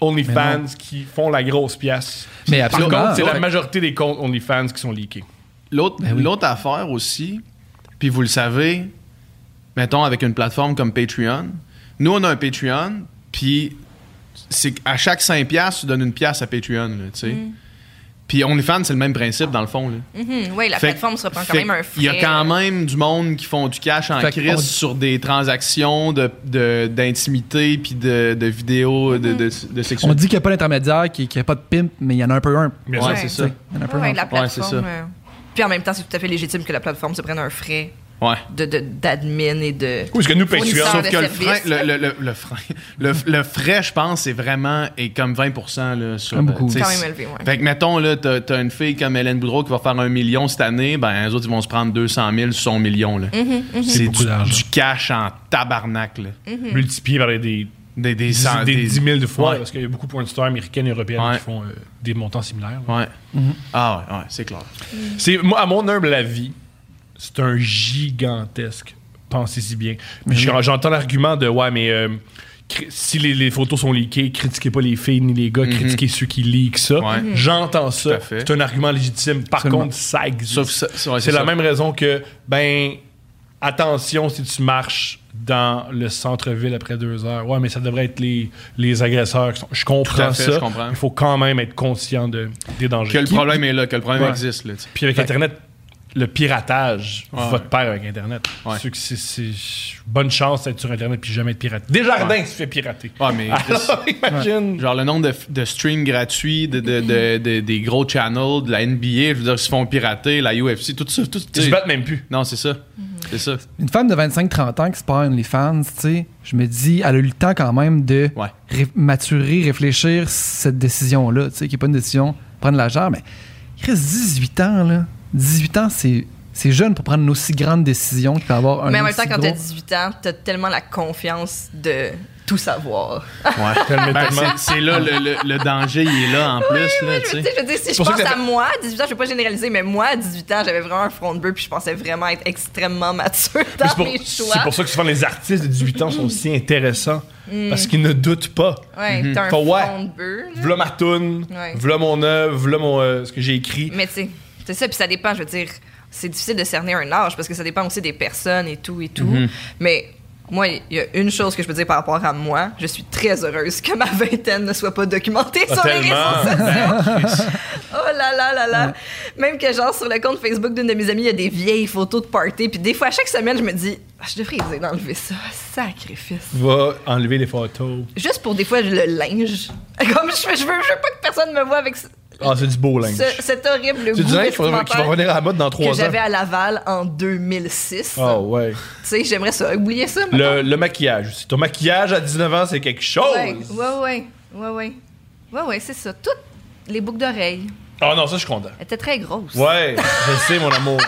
non. OnlyFans qui font la grosse pièce. Mais Par absolument. contre, c'est la Ouais. majorité des comptes OnlyFans qui sont leakés. L'autre Ben oui. l'autre affaire aussi, puis vous le savez, mettons avec une plateforme comme Patreon, nous on a un Patreon, puis c'est à chaque 5 piastres, tu donnes une pièce à Patreon, là, tu sais. Puis OnlyFans, c'est le même principe dans le fond. Là. Mhm, Oui, la Fait que- plateforme se prend quand fait même un Il y a frais. quand même du monde qui font du cash en Fait qu'on- crise sur des transactions de- de- d'intimité, puis de, de vidéos, Mm-hmm. de, de, de On sexualité. dit qu'il n'y a pas d'intermédiaire, qu'il n'y a pas de pimp, mais il y en a un peu un. Bien Ouais, sûr. c'est Ouais. ça. Tu sais, Il y en a un peu Ouais, un. la Ouais, c'est ça. plateforme. euh, Puis en même temps, c'est tout à fait légitime que la plateforme se prenne un frais Ouais. de- de- d'admin et de. Oui, parce que nous, Fournisseur. Patreon, Sauf de que le frein, service. le, le, le, le frein, le, le frais, je pense, c'est vraiment est comme 20 là, sur. Comme beaucoup. euh, tu sais, Quand même élevé, ouais. Fait que mettons, là, t'as, t'as une fille comme Hélène Boudreau qui va faire un million cette année, ben, les autres, ils vont se prendre 200 000 sur son million, là. Mm-hmm, C'est, beaucoup du, d'argent. du cash en tabarnak, là. multiplié par les- des, Des, des, dix- cent- des, des- 10 000 de fois, Ouais. parce qu'il y a beaucoup de pornstars américaines et européennes Ouais. qui font euh, des montants similaires. là. Ouais. Ah ouais, ouais, c'est clair. C'est, moi, à mon humble avis, c'est un gigantesque pensez si bien. Ben Puis j'en- J'entends l'argument de ouais, mais euh, cri- si les, les photos sont leakées, critiquez pas les filles ni les gars, critiquez ceux qui leakent ça. Mhm. Ouais. Mhm. J'entends ça. à fait. C'est un argument légitime. Par Absolument. contre, ça existe. Sauf ça- ça, ouais, c'est c'est la ça. même raison que ben attention si tu marches dans le centre-ville après deux heures. Ouais, mais ça devrait être les, les agresseurs. qui sont- Je Tout à comprends fait, ça. je comprends. Il faut quand même être conscient de, des dangers. Que le problème est là, que le problème Ouais. existe. Là, tu sais. Puis avec Internet, le piratage Ouais. va de pair avec Internet. Ouais. Ceux qui- c'est- c'est- bonne chance d'être sur Internet puis jamais être pirate. Desjardins se fait pirater. Ouais, mais Alors, imagine. genre le nombre de, de streams gratuits, de, de- de- de- des gros channels, de la NBA, je veux dire, ils se font pirater, la UFC, tout ça. Tout, tu Ils sais. se battent même plus. non, c'est ça. C'est ça. Une femme de 25-30 ans qui se perd les fans, tu sais, je me dis, elle a eu le temps quand même de Ouais. ré- maturer, réfléchir cette décision-là, tu sais, qui n'est pas une décision prendre la gère, mais il reste 18 ans, là. 18 ans, c'est. C'est jeune pour prendre une aussi grande décision que d'avoir un Mais en même aussi temps, quand gros- t'as 18 ans, t'as tellement la confiance de tout savoir. Tellement, Ben, tellement. c'est- c'est là, le, le- le danger, il est là en plus. là, Oui, tu sais. mais tu sais, je veux dire, si je pour ça que pense ça à fait- moi, 18 ans, je vais pas généraliser, mais moi, à 18 ans, j'avais vraiment un front de bœuf puis je pensais vraiment être extrêmement mature Mais dans c'est pour, mes choix. c'est pour ça que souvent les artistes de 18 ans sont si intéressants parce qu'ils ne doutent pas. Mm. Ouais, Mhm. t'as un Faut- ouais. front de bœuf. là. V'là ma toune, Ouais. Mm. v'là mon œuvre, v'là mon, euh, ce que j'ai écrit. Mais tu sais, c'est ça, puis ça dépend, je veux dire, c'est difficile de cerner un âge parce que ça dépend aussi des personnes et tout et tout. Mhm. Mais moi, il y a une chose que je peux dire par rapport à moi, je suis très heureuse que ma vingtaine ne soit pas documentée Ah, sur les réseaux sociaux. Ben, Oh là là là là! Même que genre sur le compte Facebook d'une de mes amies, il y a des vieilles photos de party, puis des fois, à chaque semaine, je me dis, Ah, je devrais les enlever ça, sacrifice. va enlever les photos. Juste pour des fois, le linge. Comme je, je, veux, je veux pas que personne me voit avec ce, Ah, c'est du beau linge. ce- cet horrible C'est goût du linge qui va- qui va vestimentaire revenir à la mode dans que 3 ans. j'avais à Laval en 2006. Ah ouais. Tu sais, j'aimerais ça. Oubliez ça, mettons. Le, Oh! le maquillage aussi. Ton maquillage à 19 ans, c'est quelque chose. Ouais, ouais, ouais, ouais, ouais. Ouais, ouais, c'est ça. Toutes les boucles d'oreilles Ah non, ça, je suis content. elles étaient très grosses. Ouais, je sais, mon amour.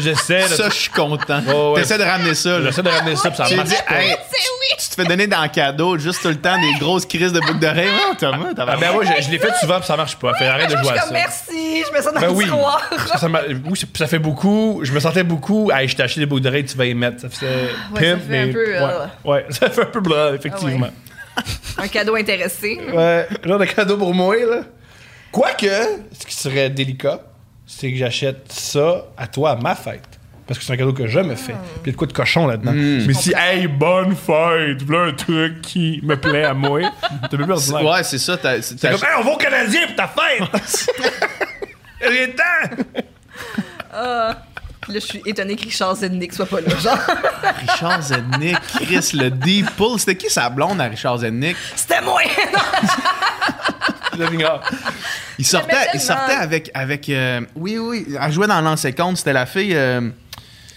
J'essaie de, Ça, je suis content. Ouais, ouais. T'essaies de ramener ça. là. j'essaie de ramener ça, puis ça J'ai marche dit, pas. hey, C'est oui! tu te fais donner dans le cadeau juste tout le temps des grosses crises de boucles d'oreilles. Ouais, Thomas, t'as Ah ben ouais, je, je l'ai fait souvent, puis ça marche pas. Fait, arrête de Genre, je suis jouer à comme, ça. merci, je mets ça dans Ben le oui. tiroir. Ça, ça m'a- oui, c'est- ça fait beaucoup. Je me sentais beaucoup. Hey, je t'ai acheté des boucles d'oreilles, tu vas y mettre. Ça faisait Ah, ouais, ça pimp, fait un mais. peu, ouais. euh, Ah ouais, ça fait un peu blanc, effectivement. Un cadeau intéressé. Ouais, genre de cadeau pour moi, là. Quoique, ce qui serait délicat, c'est que j'achète ça à toi à ma fête. Parce que c'est un cadeau que je me fais. Ah. Puis il y a de quoi de cochon là-dedans. Mais si, hey, bonne fête, voilà un truc qui me plaît à moi. T'as plus ordinaire. Ouais, c'est ça. t'as- C'est t'as- comme, hey, on va au Canadien pour ta fête! Il est temps! Là, je suis étonnée que Richard Zednick soit pas là. Genre, Richard Zednick, Chris le Deep Pull. C'était qui sa blonde à Richard Zednick? c'était moi! Je l'ignore. Il sortait, Mais il tellement. sortait avec. avec euh, oui, oui, elle jouait dans l'ancien compte. C'était la fille. euh,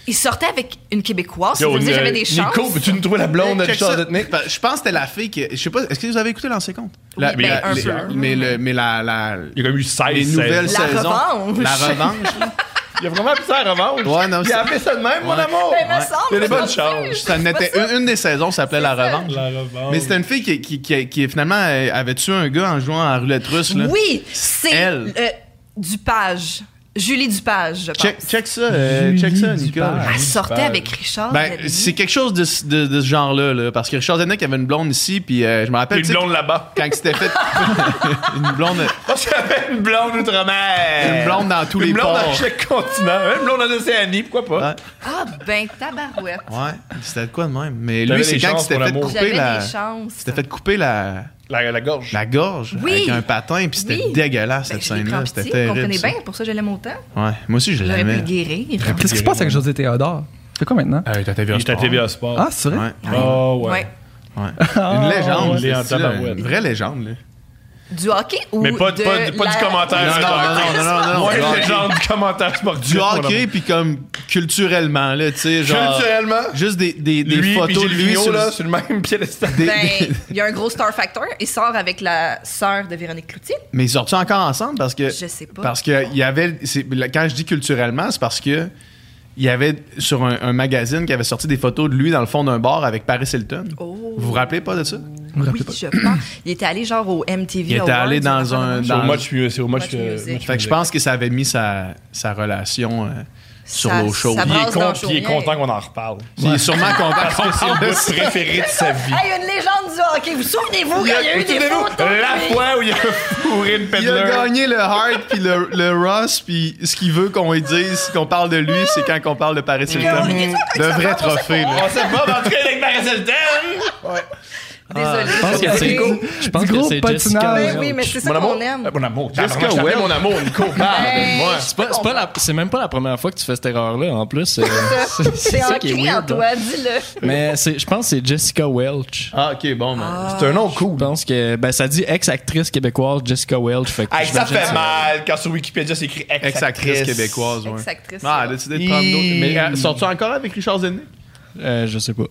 Il sortait avec une Québécoise, Yo, c'est-à-dire euh, j'avais des chances. Nico, peux-tu nous trouver la blonde de check Richard ça. Zetnik? Parce- Je pense que c'était la fille qui. Je sais pas, est-ce que vous avez écouté l'ancien compte? Oui, La- ben, la- un les- peu. mais, le, mais la. la Il y a comme eu 16 les nouvelles La saisons. revanche. La revanche. Il a vraiment appelé ça à revanche. Ouais, non, il c'est- a appelé ça de même, mon Ouais. amour. Ben, il me semble, Il y a des bonnes ça me chances. Ça en était une, une des saisons, ça s'appelait La Revanche. La revanche. Mais c'était une fille qui, qui, qui, qui, finalement euh, avait tué un gars en jouant à roulette russe. Là. Oui, c'est Elle. euh, Dupage. Julie Dupage, je pense. Check, check ça, euh, Julie check ça, Dupage. Nicolas. Elle Julie sortait Dupage. avec Richard Ben, Zednick. c'est quelque chose de, ce- de, de ce genre-là, là, parce que Richard Zednick avait une blonde ici, puis euh, je me rappelle Une tu sais, blonde là-bas. quand il s'était fait une blonde, Parce qu'il y avait une blonde outre-mer. une blonde dans tous Une les blonde dans ports. chaque continent. Une blonde en Océanie, pourquoi pas? Ouais. Ah ben, tabarouette. Ouais, c'était de quoi de même. Mais T'avais lui, c'est des quand il chances, s'était mon fait amour. couper J'avais la, des chances. Ben, s'était fait couper la, La, la gorge. la gorge Oui. avec un patin, puis c'était Oui. dégueulasse Ben, cette je l'ai pris scène-là, en pitié, c'était je terrible. comprenais ça. bien, pour ça je l'aime autant. Ouais, moi aussi je J'aurais pu le l'aimais. guérir. Qu'est-ce qui se passe avec José Théodore? C'est quoi maintenant? Ah, il était Il était à TVA Euh, Sport. Ah, c'est vrai? Ouais. Oh, ouais. Ouais. Ouais. Une légende. ouais. c'est Il est Ah, en ça, là, tabarouette. Une vraie légende. Là. Du hockey ou Mais pas, de pas, pas la- du commentaire. Non, sur non, le non, hockey. non, non, non, non, Moins du hockey. légende Ah, du commentaire sportif. Du mon amour. hockey, puis comme culturellement, là, tu sais, genre... Culturellement, Juste des, des, des lui et photos de Gilles lui Vigneault, sur... là, sur le même piédestal. des- Ben, des- il y a un gros star factor. Il sort avec la sœur de Véronique Cloutier. Mais ils sortent encore ensemble parce que... Je sais pas. Euh, Parce que il y avait... c'est- là, Quand je dis culturellement, c'est parce que... Il y avait sur un, un magazine qui avait sorti des photos de lui dans le fond d'un bar avec Paris Hilton. Oh. Vous vous rappelez pas de ça? Oui, je pense. Il était allé genre au MTV. Il était Awards, allé dans genre, un- genre, C'est au euh, dans- match, c'est au match, Match music. Fait que je pense que ça avait mis sa, sa relation euh, sur Ça- l'eau chaude. ça Il est, brasse dans con- puis il est Chaurière. content qu'on en reparle. Il est sûrement content parce que c'est le bout préféré de sa vie. Hey, une légende du hockey. Vous souvenez-vous quand il y a eu des photos? de La lui? fois où il a fourré une Il a peddler. gagné le Hart puis le, le Ross puis ce qu'il veut qu'on lui dise, qu'on parle de lui, c'est quand on parle de Paris Hilton. Mais on- Le vrai trophée. là. On sait pas, mais en tout cas, avec Paris Hilton! Ah, Désolé. Je pense que c'est je pense que Ah, gros c'est Jessica. patinage. Ben Ah, oui, mais c'est ça Mon qu'on amour. aime. Ben, Mon amour. Ah, Jusqu'à tabarnak, je ouais, t'appelle mon amour, Nico, parle avec moi. C'est pas- c'est pas la- c'est même pas la première fois que tu fais cette erreur-là, en plus. euh, C'est c'est C'est ça un qui est cri en weird. hein. toi, dis-le. Mais c'est- je pense que c'est Jessica Welch. Ah, ok, bon, ben, man. C'est un nom cool. Je pense que ben, ça dit ex-actrice québécoise Jessica Welch. Fait que Ah, Hey, ça j'imagine fait ça- mal quand sur Wikipédia c'est écrit Ex-actrice ex-actrice québécoise, ouais. Ex-actrice. Ah, elle a décidé de prendre d'autres. Mais euh, sors-tu encore avec Richard Zenney? Euh, je sais pas.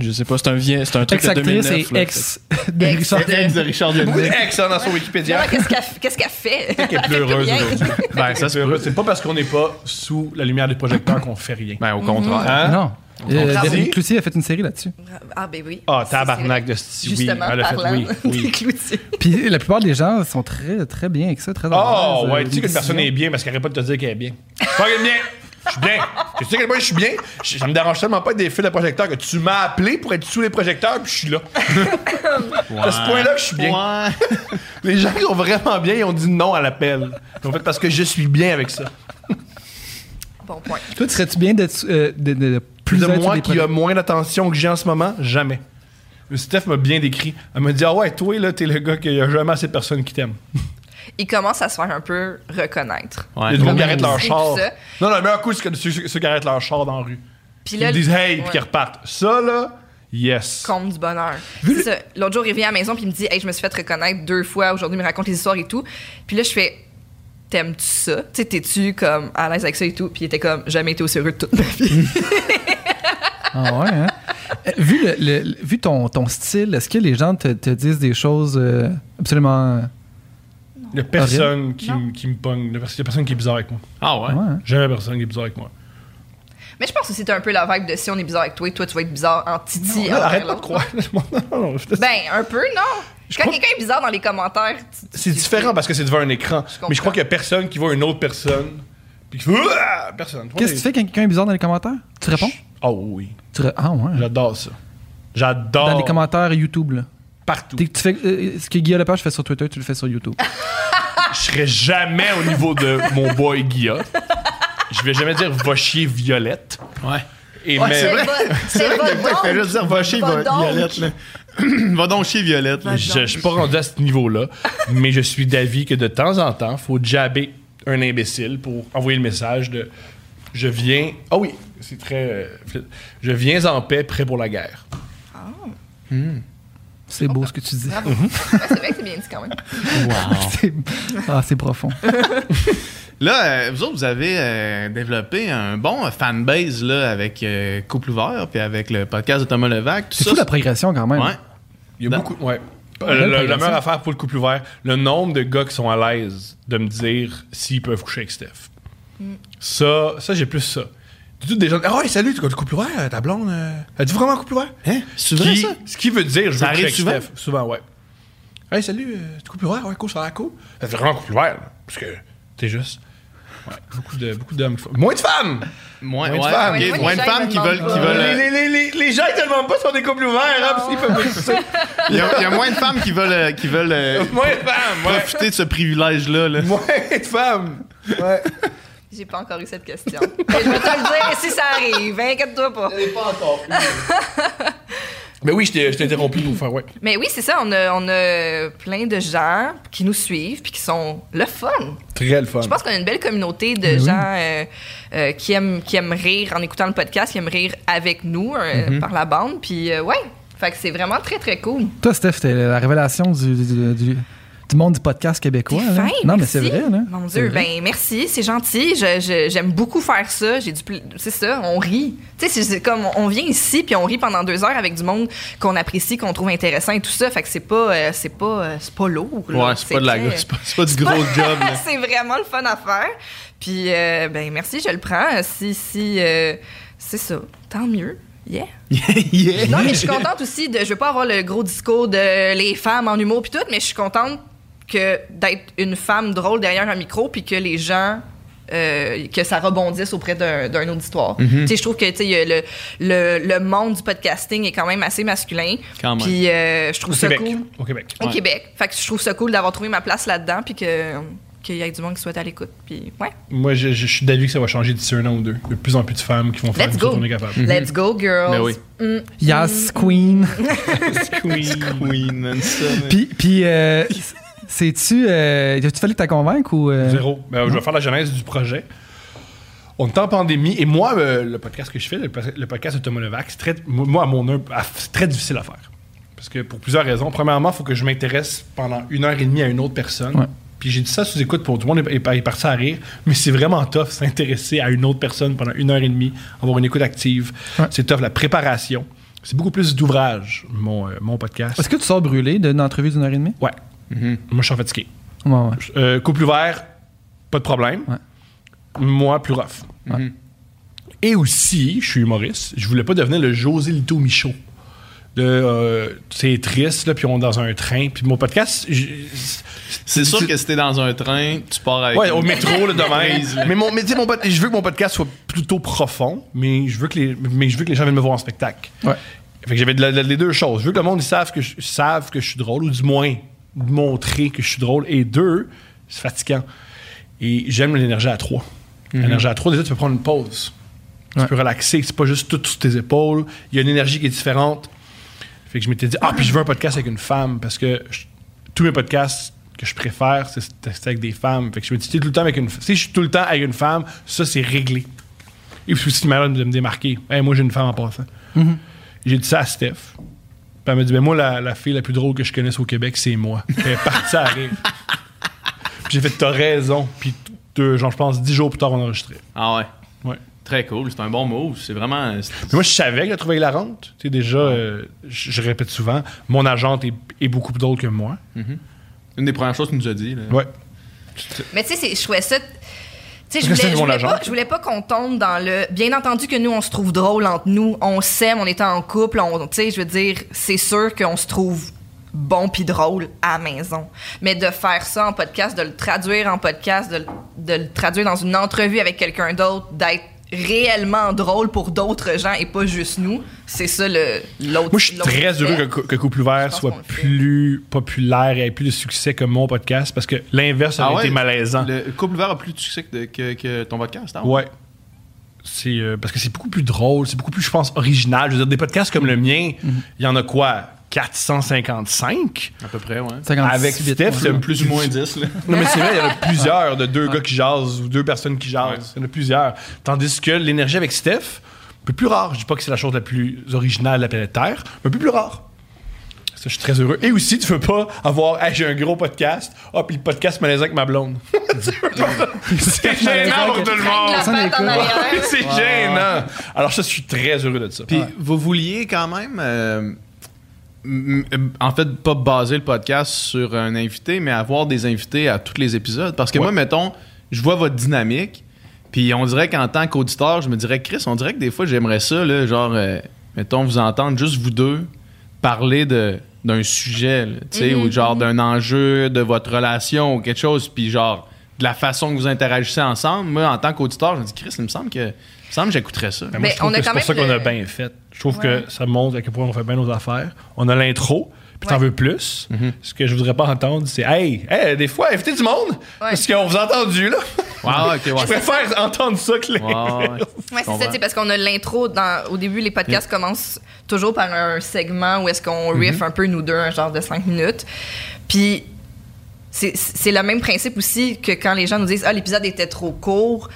Je sais pas, c'est un vieil, c'est un truc de Ex-actrice 2009. et là, ex de Richard. Ex de Richard Oui, Zenney. ex hein, dans son Wikipédia. Qu'est-ce qu'elle f- qu'est-ce qu'elle fait? Elle est fait plus pleureuse rien. aujourd'hui. Ben, ça se peut. C'est pas parce qu'on n'est pas sous la lumière des projecteurs qu'on fait rien. Ben, au contraire. Hein? Non. Euh, Bravo. Véronique Cloutier a fait une série là-dessus. Ah, ben oui. Ah, Ça, tabarnak de c'est- Stevie. Justement, Elle a fait parlant oui, des oui. cloutiers. Puis la plupart des gens sont très, très bien avec ça, très à Oh, l'aise, euh, ouais, tu sais les qu'une personne est décisions. bien parce qu'elle arrête pas de te dire qu'elle est bien. Pas qu'elle est bien! Je suis bien! Tu sais à quel point je suis bien? Je- Ça me dérange tellement pas des fils de projecteurs que tu m'as appelé pour être sous les projecteurs, puis je suis là. À Ah. ce point-là que je suis bien. Ouais. Les gens qui sont vraiment bien, ils ont dit non à l'appel. En fait, parce que je suis bien avec ça. Bon point. Toi, tu serais-tu bien d'être euh, de, de- de plus de être sur moi des qui a moins d'attention que j'ai en ce moment, jamais. Le Steph m'a bien décrit. Elle m'a dit Ah ouais, toi, là, t'es le gars qu'il y a jamais assez de personnes qui t'aiment. Ils commencent à se faire un peu reconnaître. Il y a des gens qui Ouais. arrêtent leur C'est char. ça. Non, non, le meilleur coup, c'est que ceux, ceux qui arrêtent leur char dans la rue. Puis Ils là, me disent Hey, ouais. puis qu'ils repartent. Ça, là, yes. comble du bonheur. C'est ça. L'autre jour, il vient à la maison puis il me dit Hey, je me suis fait reconnaître deux fois. Aujourd'hui, il me raconte les histoires et tout. Puis là, je fais T'aimes-tu ça Tu sais, t'es-tu comme à l'aise avec ça et tout Puis il était comme Jamais été aussi heureux de toute ma vie. Ah ouais, hein? Euh, Vu, le- le- le- vu ton, ton style, est-ce que les gens te, te disent des choses euh, absolument. Il y a personne qui, m- qui me pogne. là, parce qu'il y a personne qui est bizarre avec moi. Ah ouais. Ouais, hein? Jamais personne qui est bizarre avec moi. Mais je pense que c'était un peu la vibe de si on est bizarre avec toi, toi, tu vas être bizarre en Titi. Non, envers arrête pas de l'autre. croire. Non, non, non, je te- ah, Ben, un peu, non. Quand crois- quelqu'un est bizarre dans les commentaires, tu- C'est différent parce que c'est devant un écran. mais je crois qu'il y a personne qui voit une autre personne. Puis qui fait Ouah! Personne. Qu'est-ce que tu fais quand quelqu'un est bizarre dans les commentaires Tu réponds Oh oui. Tu ré- Ah ouais. J'adore ça. J'adore. Dans les commentaires YouTube, là. Partout. T'es- Tu fais, euh, ce que Guillaume Lepage fait sur Twitter, tu le fais sur YouTube. Je serai jamais au niveau de mon boy Guilla. Je vais jamais dire va chier Violette. Ouais. Et Ouais, mais- c'est vrai. C'est C'est vrai que le gars, il fait donc. juste dire va chier Va va- donc. Violette. là. Va donc chier Violette. là. Je, je suis pas rendu à ce niveau-là, mais je suis d'avis que de temps en temps, faut jabber un imbécile pour envoyer le message de je viens. Ah oui, c'est très. euh, fl- je viens en paix, prêt pour la guerre. C'est beau ce que tu dis. Bravo. Ouais, c'est vrai que c'est bien dit quand même. C'est- ah, c'est profond. Là, euh, vous autres, vous avez euh, développé un bon euh, fanbase là, avec euh, Couple Ouvert puis avec le podcast de Thomas Levac. Tout C'est ça, fou la progression quand même. Ouais. Il y a Non. beaucoup. Ouais. Belle Euh, le- la progression. meilleure affaire pour le couple ouvert, le nombre de gars qui sont à l'aise de me dire s'ils peuvent coucher avec Steph. Ça, ça j'ai plus ça. Du tout des gens. Ah ouais, salut, tu as le couple ouvert, euh, ta blonde. euh, As-tu vraiment couple ouvert? Hein? C'est vrai, Qui- ça? Ce qui veut dire, je Ça veux arrive coucher avec souvent? Steph. Souvent, ouais. Hey, salut, euh, tu couple ouvert? Ouais, cool, ça a l'air cool. T'as vraiment couple ouvert, là, parce que t'es juste. Ouais, beaucoup de- beaucoup d'hommes. qui font- Moins de femmes! Moins, Moins de ouais, femmes. ok, Moins de moins de gens, femmes ils qui me veulent. demandent Qui pas. veulent les, euh, les- les- les- les gens, ils te demandent pas si on est couple ouvert, hein, parce qu'ils peuvent coucher. il, y a, il y a moins de femmes qui veulent, euh, qui veulent euh, Moins de femmes, ouais. profiter de ce privilège-là. là. Moins de femmes! Ouais. J'ai pas encore eu cette question. Mais je vais te le dire si ça arrive. Inquiète-toi pas. Mais oui, je t'ai- je t'ai interrompu pour faire ouais. Mais oui, c'est ça. On a, on a plein de gens qui nous suivent puis qui sont le fun. Très le fun. Je pense qu'on a une belle communauté de gens euh, euh, qui, aiment, qui aiment rire en écoutant le podcast, qui aiment rire avec nous euh, par la bande. Puis, euh, ouais. Fait que c'est vraiment très, très cool. Toi, Steph, t'es la révélation du, du, du- du monde du podcast québécois. T'es là. fin, hein? non, mais merci. c'est vrai. Là. Mon C'est Dieu, vrai. ben merci, c'est gentil. Je- je- J'aime beaucoup faire ça. J'ai du, pla- c'est ça, on rit. Tu sais, c'est- c'est comme on vient ici puis on rit pendant deux heures avec du monde qu'on apprécie, qu'on trouve intéressant et tout ça. Fait que c'est pas, euh, c'est pas, euh, c'est pas lourd. là. Ouais, c'est pas de la très- c'est pas, c'est pas du gros job. là. c'est vraiment le fun à faire. Puis euh, ben merci, je le prends. Si si euh, c'est ça, tant mieux. Yeah. Yeah. Non, mais je suis contente aussi de. Je veux pas avoir le gros discours de les femmes en humour puis tout, mais je suis contente que d'être une femme drôle derrière un micro puis que les gens euh, que ça rebondisse auprès d'un d'un auditoire. Mhm. Tu sais, je trouve que tu sais, il y a le, le, le monde du podcasting est quand même assez masculin. Quand même. Puis euh, je trouve Au ça Québec. cool. Au Québec. Au Ouais. Québec. Fait que je trouve ça cool d'avoir trouvé ma place là-dedans, puis que qu'il y ait du monde qui soit à l'écoute. Puis ouais, Moi, je, je- je suis d'avis que ça va changer d'ici un an ou deux. De plus en plus de femmes qui vont faire Let's nous autres, go. on est capable. let's go girls. Mhm. Ben oui. Mm. Yas Queen. Queen, man, ça, man. Puis, puis euh, sais-tu, euh, tu fallu que t'as convaincre ou. euh, Zéro. Ben, je vais faire la genèse du projet. On est en pandémie et moi, euh, le podcast que je fais, le, po- le podcast de Thomas Levac, c'est très, moi, à mon humble- à- c'est très difficile à faire. Parce que pour plusieurs raisons. Premièrement, il faut que je m'intéresse pendant une heure et demie à une autre personne. Ouais. Puis j'ai dit ça sous écoute pour tout le monde, il est parti à rire. Mais c'est vraiment tough s'intéresser à une autre personne pendant une heure et demie, avoir une écoute active. Ouais. C'est tough, la préparation. C'est beaucoup plus d'ouvrage, mon, euh, mon podcast. Est-ce que tu sors brûlé d'une entrevue d'une heure et demie? Ouais. Mm-hmm. Moi, je suis fatigué. Ouais, ouais. Euh, couple ouvert, pas de problème. Ouais. Moi, plus rough. Ouais. Et aussi, je suis humoriste, je voulais pas devenir le José Lito Michaud. De, euh, c'est triste, là, puis on est dans un train. Puis mon podcast, j- C'est sûr que si t'es dans un train, tu pars avec. ouais, une- au métro, le Brise, demain. là. mais mon, mais tu sais, mon pod- je veux que mon podcast soit plutôt profond, mais je veux que les, mais je veux que les gens viennent me voir en spectacle. Ouais. Fait que j'avais de la- de- les deux choses. Je veux que le monde ils savent que je, savent que je suis drôle, ou du moins montrer que je suis drôle. Et deux, c'est fatigant. Et j'aime l'énergie à trois. L'énergie à trois, déjà, tu peux prendre une pause. Mhm. Ouais. Tu peux relaxer. C'est pas juste tout sur tes épaules. Il y a une énergie qui est différente. Fait que je m'étais dit, ah, puis je veux un podcast avec une femme parce que je- tous mes podcasts que je préfère, c'est c'est avec des femmes. Fait que je me dis, si t'es tout le temps avec une, si je suis tout le temps avec une femme, ça, c'est réglé. Et puis aussi, malade de me démarquer. Hey, moi, j'ai une femme en passant. J'ai dit ça à Steph. Puis elle m'a dit, ben moi, la, la fille la plus drôle que je connaisse au Québec, c'est moi. Puis Elle est partie à rire. Puis j'ai fait, t'as raison. Puis deux, genre, je pense, dix jours plus tard, on enregistrait. Ah ouais. Ouais. Très cool, c'est un bon move. C'est vraiment. c'est- Mais moi, je savais qu'elle trouvait la rente. Tu sais, déjà, euh, je je répète souvent, mon agente est, est beaucoup plus drôle que moi. Une des premières choses qu'il nous a dit. là. Ouais. Mais tu sais, c'est- je trouvais ça. Tu sais, je Parce que voulais, c'est je mon voulais agent. pas, je voulais pas qu'on tombe dans le. Bien entendu que nous, on se trouve drôle entre nous, on s'aime, on est en couple, on, tu sais, je veux dire, c'est sûr qu'on se trouve bon puis drôle à la maison. Mais de faire ça en podcast, de le traduire en podcast, de, le- de le traduire dans une entrevue avec quelqu'un d'autre, d'être réellement drôle pour d'autres gens et pas juste nous, c'est ça le l'autre. Moi, je suis l'autre très heureux fait. que, que Couple Ouvert Je pense qu'on soit le fait. plus populaire et ait plus de succès que mon podcast parce que l'inverse aurait été malaisant. Ah Le couple ouvert a plus de succès que, que- que ton podcast, hein? Ouais. C'est euh, parce que c'est beaucoup plus drôle, c'est beaucoup plus, je pense, original. Je veux dire, des podcasts comme le mien, il y en a quoi 455 À peu près, ouais. 56 Avec bits, Steph, ouais. le- Plus ou moins 10, là. Non, mais c'est vrai, il y en a plusieurs de deux gars qui jasent ou deux personnes qui jasent. Il y en a plusieurs. Tandis que l'énergie avec Steph, un peu plus rare. Je dis pas que c'est la chose la plus originale de la planète Terre, mais un peu plus rare. Ça, je suis très heureux. Et aussi, tu veux pas avoir, hey, j'ai un gros podcast, ah, puis le podcast malaisant avec ma blonde. Tu veux pas- c'est gênant pour tout le monde. La Personne patte en n'écoute. arrière. C'est gênant. Alors ça, je suis très heureux de ça. Puis vous vouliez quand même, euh, m- m- en fait, pas baser le podcast sur un invité, mais avoir des invités à tous les épisodes. Parce que Ouais. moi, mettons, je vois votre dynamique, puis on dirait qu'en tant qu'auditeur, je me dirais, Chris, on dirait que des fois, j'aimerais ça, là, genre, euh, mettons, vous entendre juste vous deux parler de d'un sujet, là, tu sais, ou genre d'un enjeu, de votre relation ou quelque chose, puis genre de la façon que vous interagissez ensemble. Moi, en tant qu'auditeur, je me dis, Chris, il me semble que, il me semble que j'écouterais ça. Mais moi, Ben, je trouve on a que c'est quand pour ça même qu'on a le- bien fait. Je trouve Ouais. que ça montre à quel point on fait bien nos affaires. On a l'intro, puis t'en Ouais. veux plus. Mhm. Ce que je voudrais pas entendre, c'est Hey, hey, des fois, invitez du monde! Parce qu'on vous a entendu, là. Ouais, ok, ouais. Je préfère entendre ça que les. Ouais, ouais. Ouais, c'est Comprends. ça, tu sais, parce qu'on a l'intro. dans- Au début, les podcasts commencent toujours par un segment où est-ce qu'on riff un peu, nous deux, un genre de cinq minutes. Puis, c'est- c'est le même principe aussi que quand les gens nous disent Ah, l'épisode était trop court.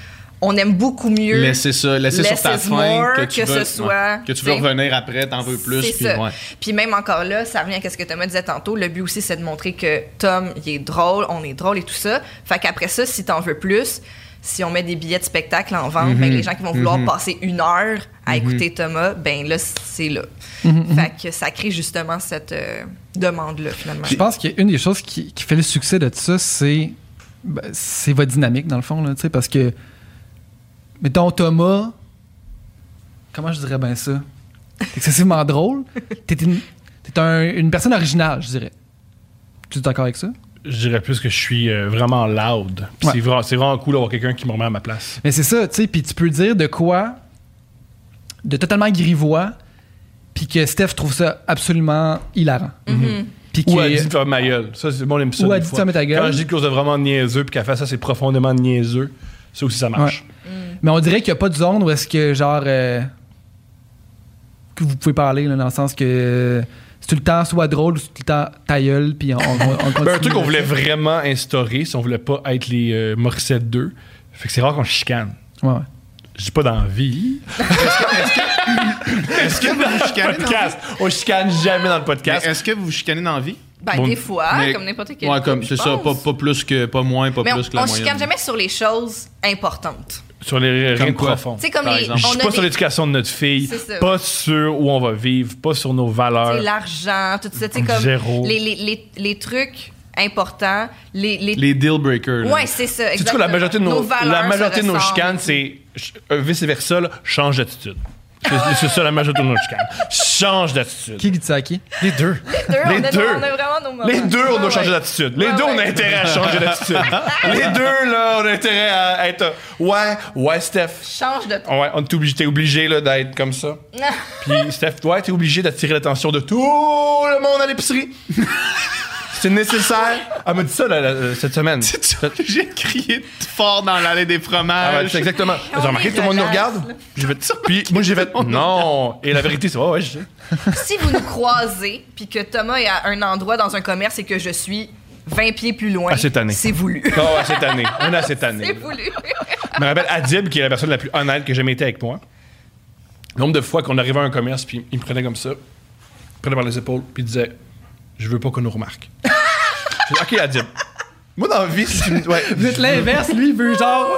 On aime beaucoup mieux. Laissez ça, laissez sur ta Laissez fin more, que tu que veux, ce soit, que tu veux tu sais. revenir après, t'en veux plus. C'est puis ça. ouais. Puis même encore là, ça revient à ce que Thomas disait tantôt. Le but aussi, c'est de montrer que Tom, il est drôle, on est drôle et tout ça. Fait qu'après ça, si t'en veux plus, si on met des billets de spectacle en vente, Mhm. ben, les gens qui vont vouloir passer une heure à écouter Thomas, ben là, c'est là. Mhm. Fait que ça crée justement cette euh, demande-là, finalement. Je pense qu'une des choses qui, qui fait le succès de ça, c'est ben, c'est votre dynamique, dans le fond. Là, tu sais, parce que, mettons, Thomas, comment je dirais bien ça? T'es excessivement drôle. T'es une, t'es un- une personne originale, je dirais. Tu es d'accord avec ça? je dirais plus que je suis euh, vraiment loud. Puis Ouais. C'est vra- c'est vraiment cool d'avoir quelqu'un qui me remet à ma place. Mais c'est ça, tu sais, puis tu peux dire de quoi de totalement grivois, puis que Steph trouve ça absolument hilarant. Puis Ou que- elle dit de faire ma gueule. Ça, c'est bon, l'émission. Ou elle dit de fermer ta gueule. Quand je dis que c'est vraiment niaiseux, puis qu'elle fait ça, c'est profondément niaiseux. Ça aussi, ça marche. Mais on dirait qu'il n'y a pas de zone où est-ce que, genre, euh, que vous pouvez parler, là, dans le sens que euh, c'est tout le temps soit drôle ou c'est tout le temps ta gueule, puis on, on, on Ah, continue. Ben, un truc qu'on voulait vraiment instaurer, si on voulait pas être les euh, Morissette 2, fait que c'est rare qu'on chicane. Ouais, ouais. Je dis pas dans la vie. Est-ce que vous vous chicanez dans la vie? Podcast. On chicane jamais dans le Mais podcast. Est-ce que vous vous chicanez dans la vie? Ben, Bon, des fois, mais- comme n'importe quel. Ouais, comme couple, c'est je ça, pas, pense. pas plus que pas moins, pas Mais on, plus que la on se moyenne. chicane jamais sur les choses importantes. euh, Sur les Comme rien quoi? profonds. Tu sais, comme Par les. exemple. Je on suis a pas des- sur l'éducation de notre fille, C'est ça. pas sur où on va vivre, pas sur nos tu sais, valeurs. l'argent, tout ça, tu sais, comme Zéro. les, les, les, les trucs importants, les... les... Les deal breakers. là. ouais, c'est ça, C'est tout la majorité de nos, la valeurs majorité se de nos ressemblent. chicanes, c'est ch- euh, vice versa, là, change d'attitude. C'est c'est ça la majorité de nos chicanes. Change d'attitude. Qui dit ça à qui? Les deux. Les deux, Les on, a, deux. on a vraiment nos moments. Les deux, on Ouais, doit changer Ah ouais. d'attitude. Les Ouais, deux, on a ouais. intérêt à changer d'attitude. Les deux, là, on a intérêt à être. euh, Ouais, ouais, Steph. Change de ton. Ouais, on est obligé, t'es obligé là, d'être comme ça. Puis, Steph, ouais, t'es obligé d'attirer l'attention de tout le monde à l'épicerie. C'est nécessaire. Elle m'a dit ça là, là, cette semaine. J'ai crié fort dans l'allée des Ah ouais, fromages. c'est exactement. J'ai remarqué que tout le monde nous dégueulasse, regarde. J'ai fait ça. Puis moi, j'ai fait non. Et la vérité, c'est ouais, ouais, je sais. si vous nous croisez, puis que Thomas est à un endroit dans un commerce et que je suis 20 pieds plus loin, Ah, c'est tanné. c'est voulu. Non, ouais, cette année. On est à cette c'est année. voulu. Je me rappelle Adib, qui est la personne la plus honnête que j'ai jamais été avec moi. Le nombre de fois qu'on arrivait à un commerce, puis il me prenait comme ça, il me prenait par les épaules, puis il disait Je veux pas qu'on nous remarque. J'ai dit, ok, Adib. Moi, dans la vie, si tu me- ouais, Vous êtes l'inverse, lui, il veut genre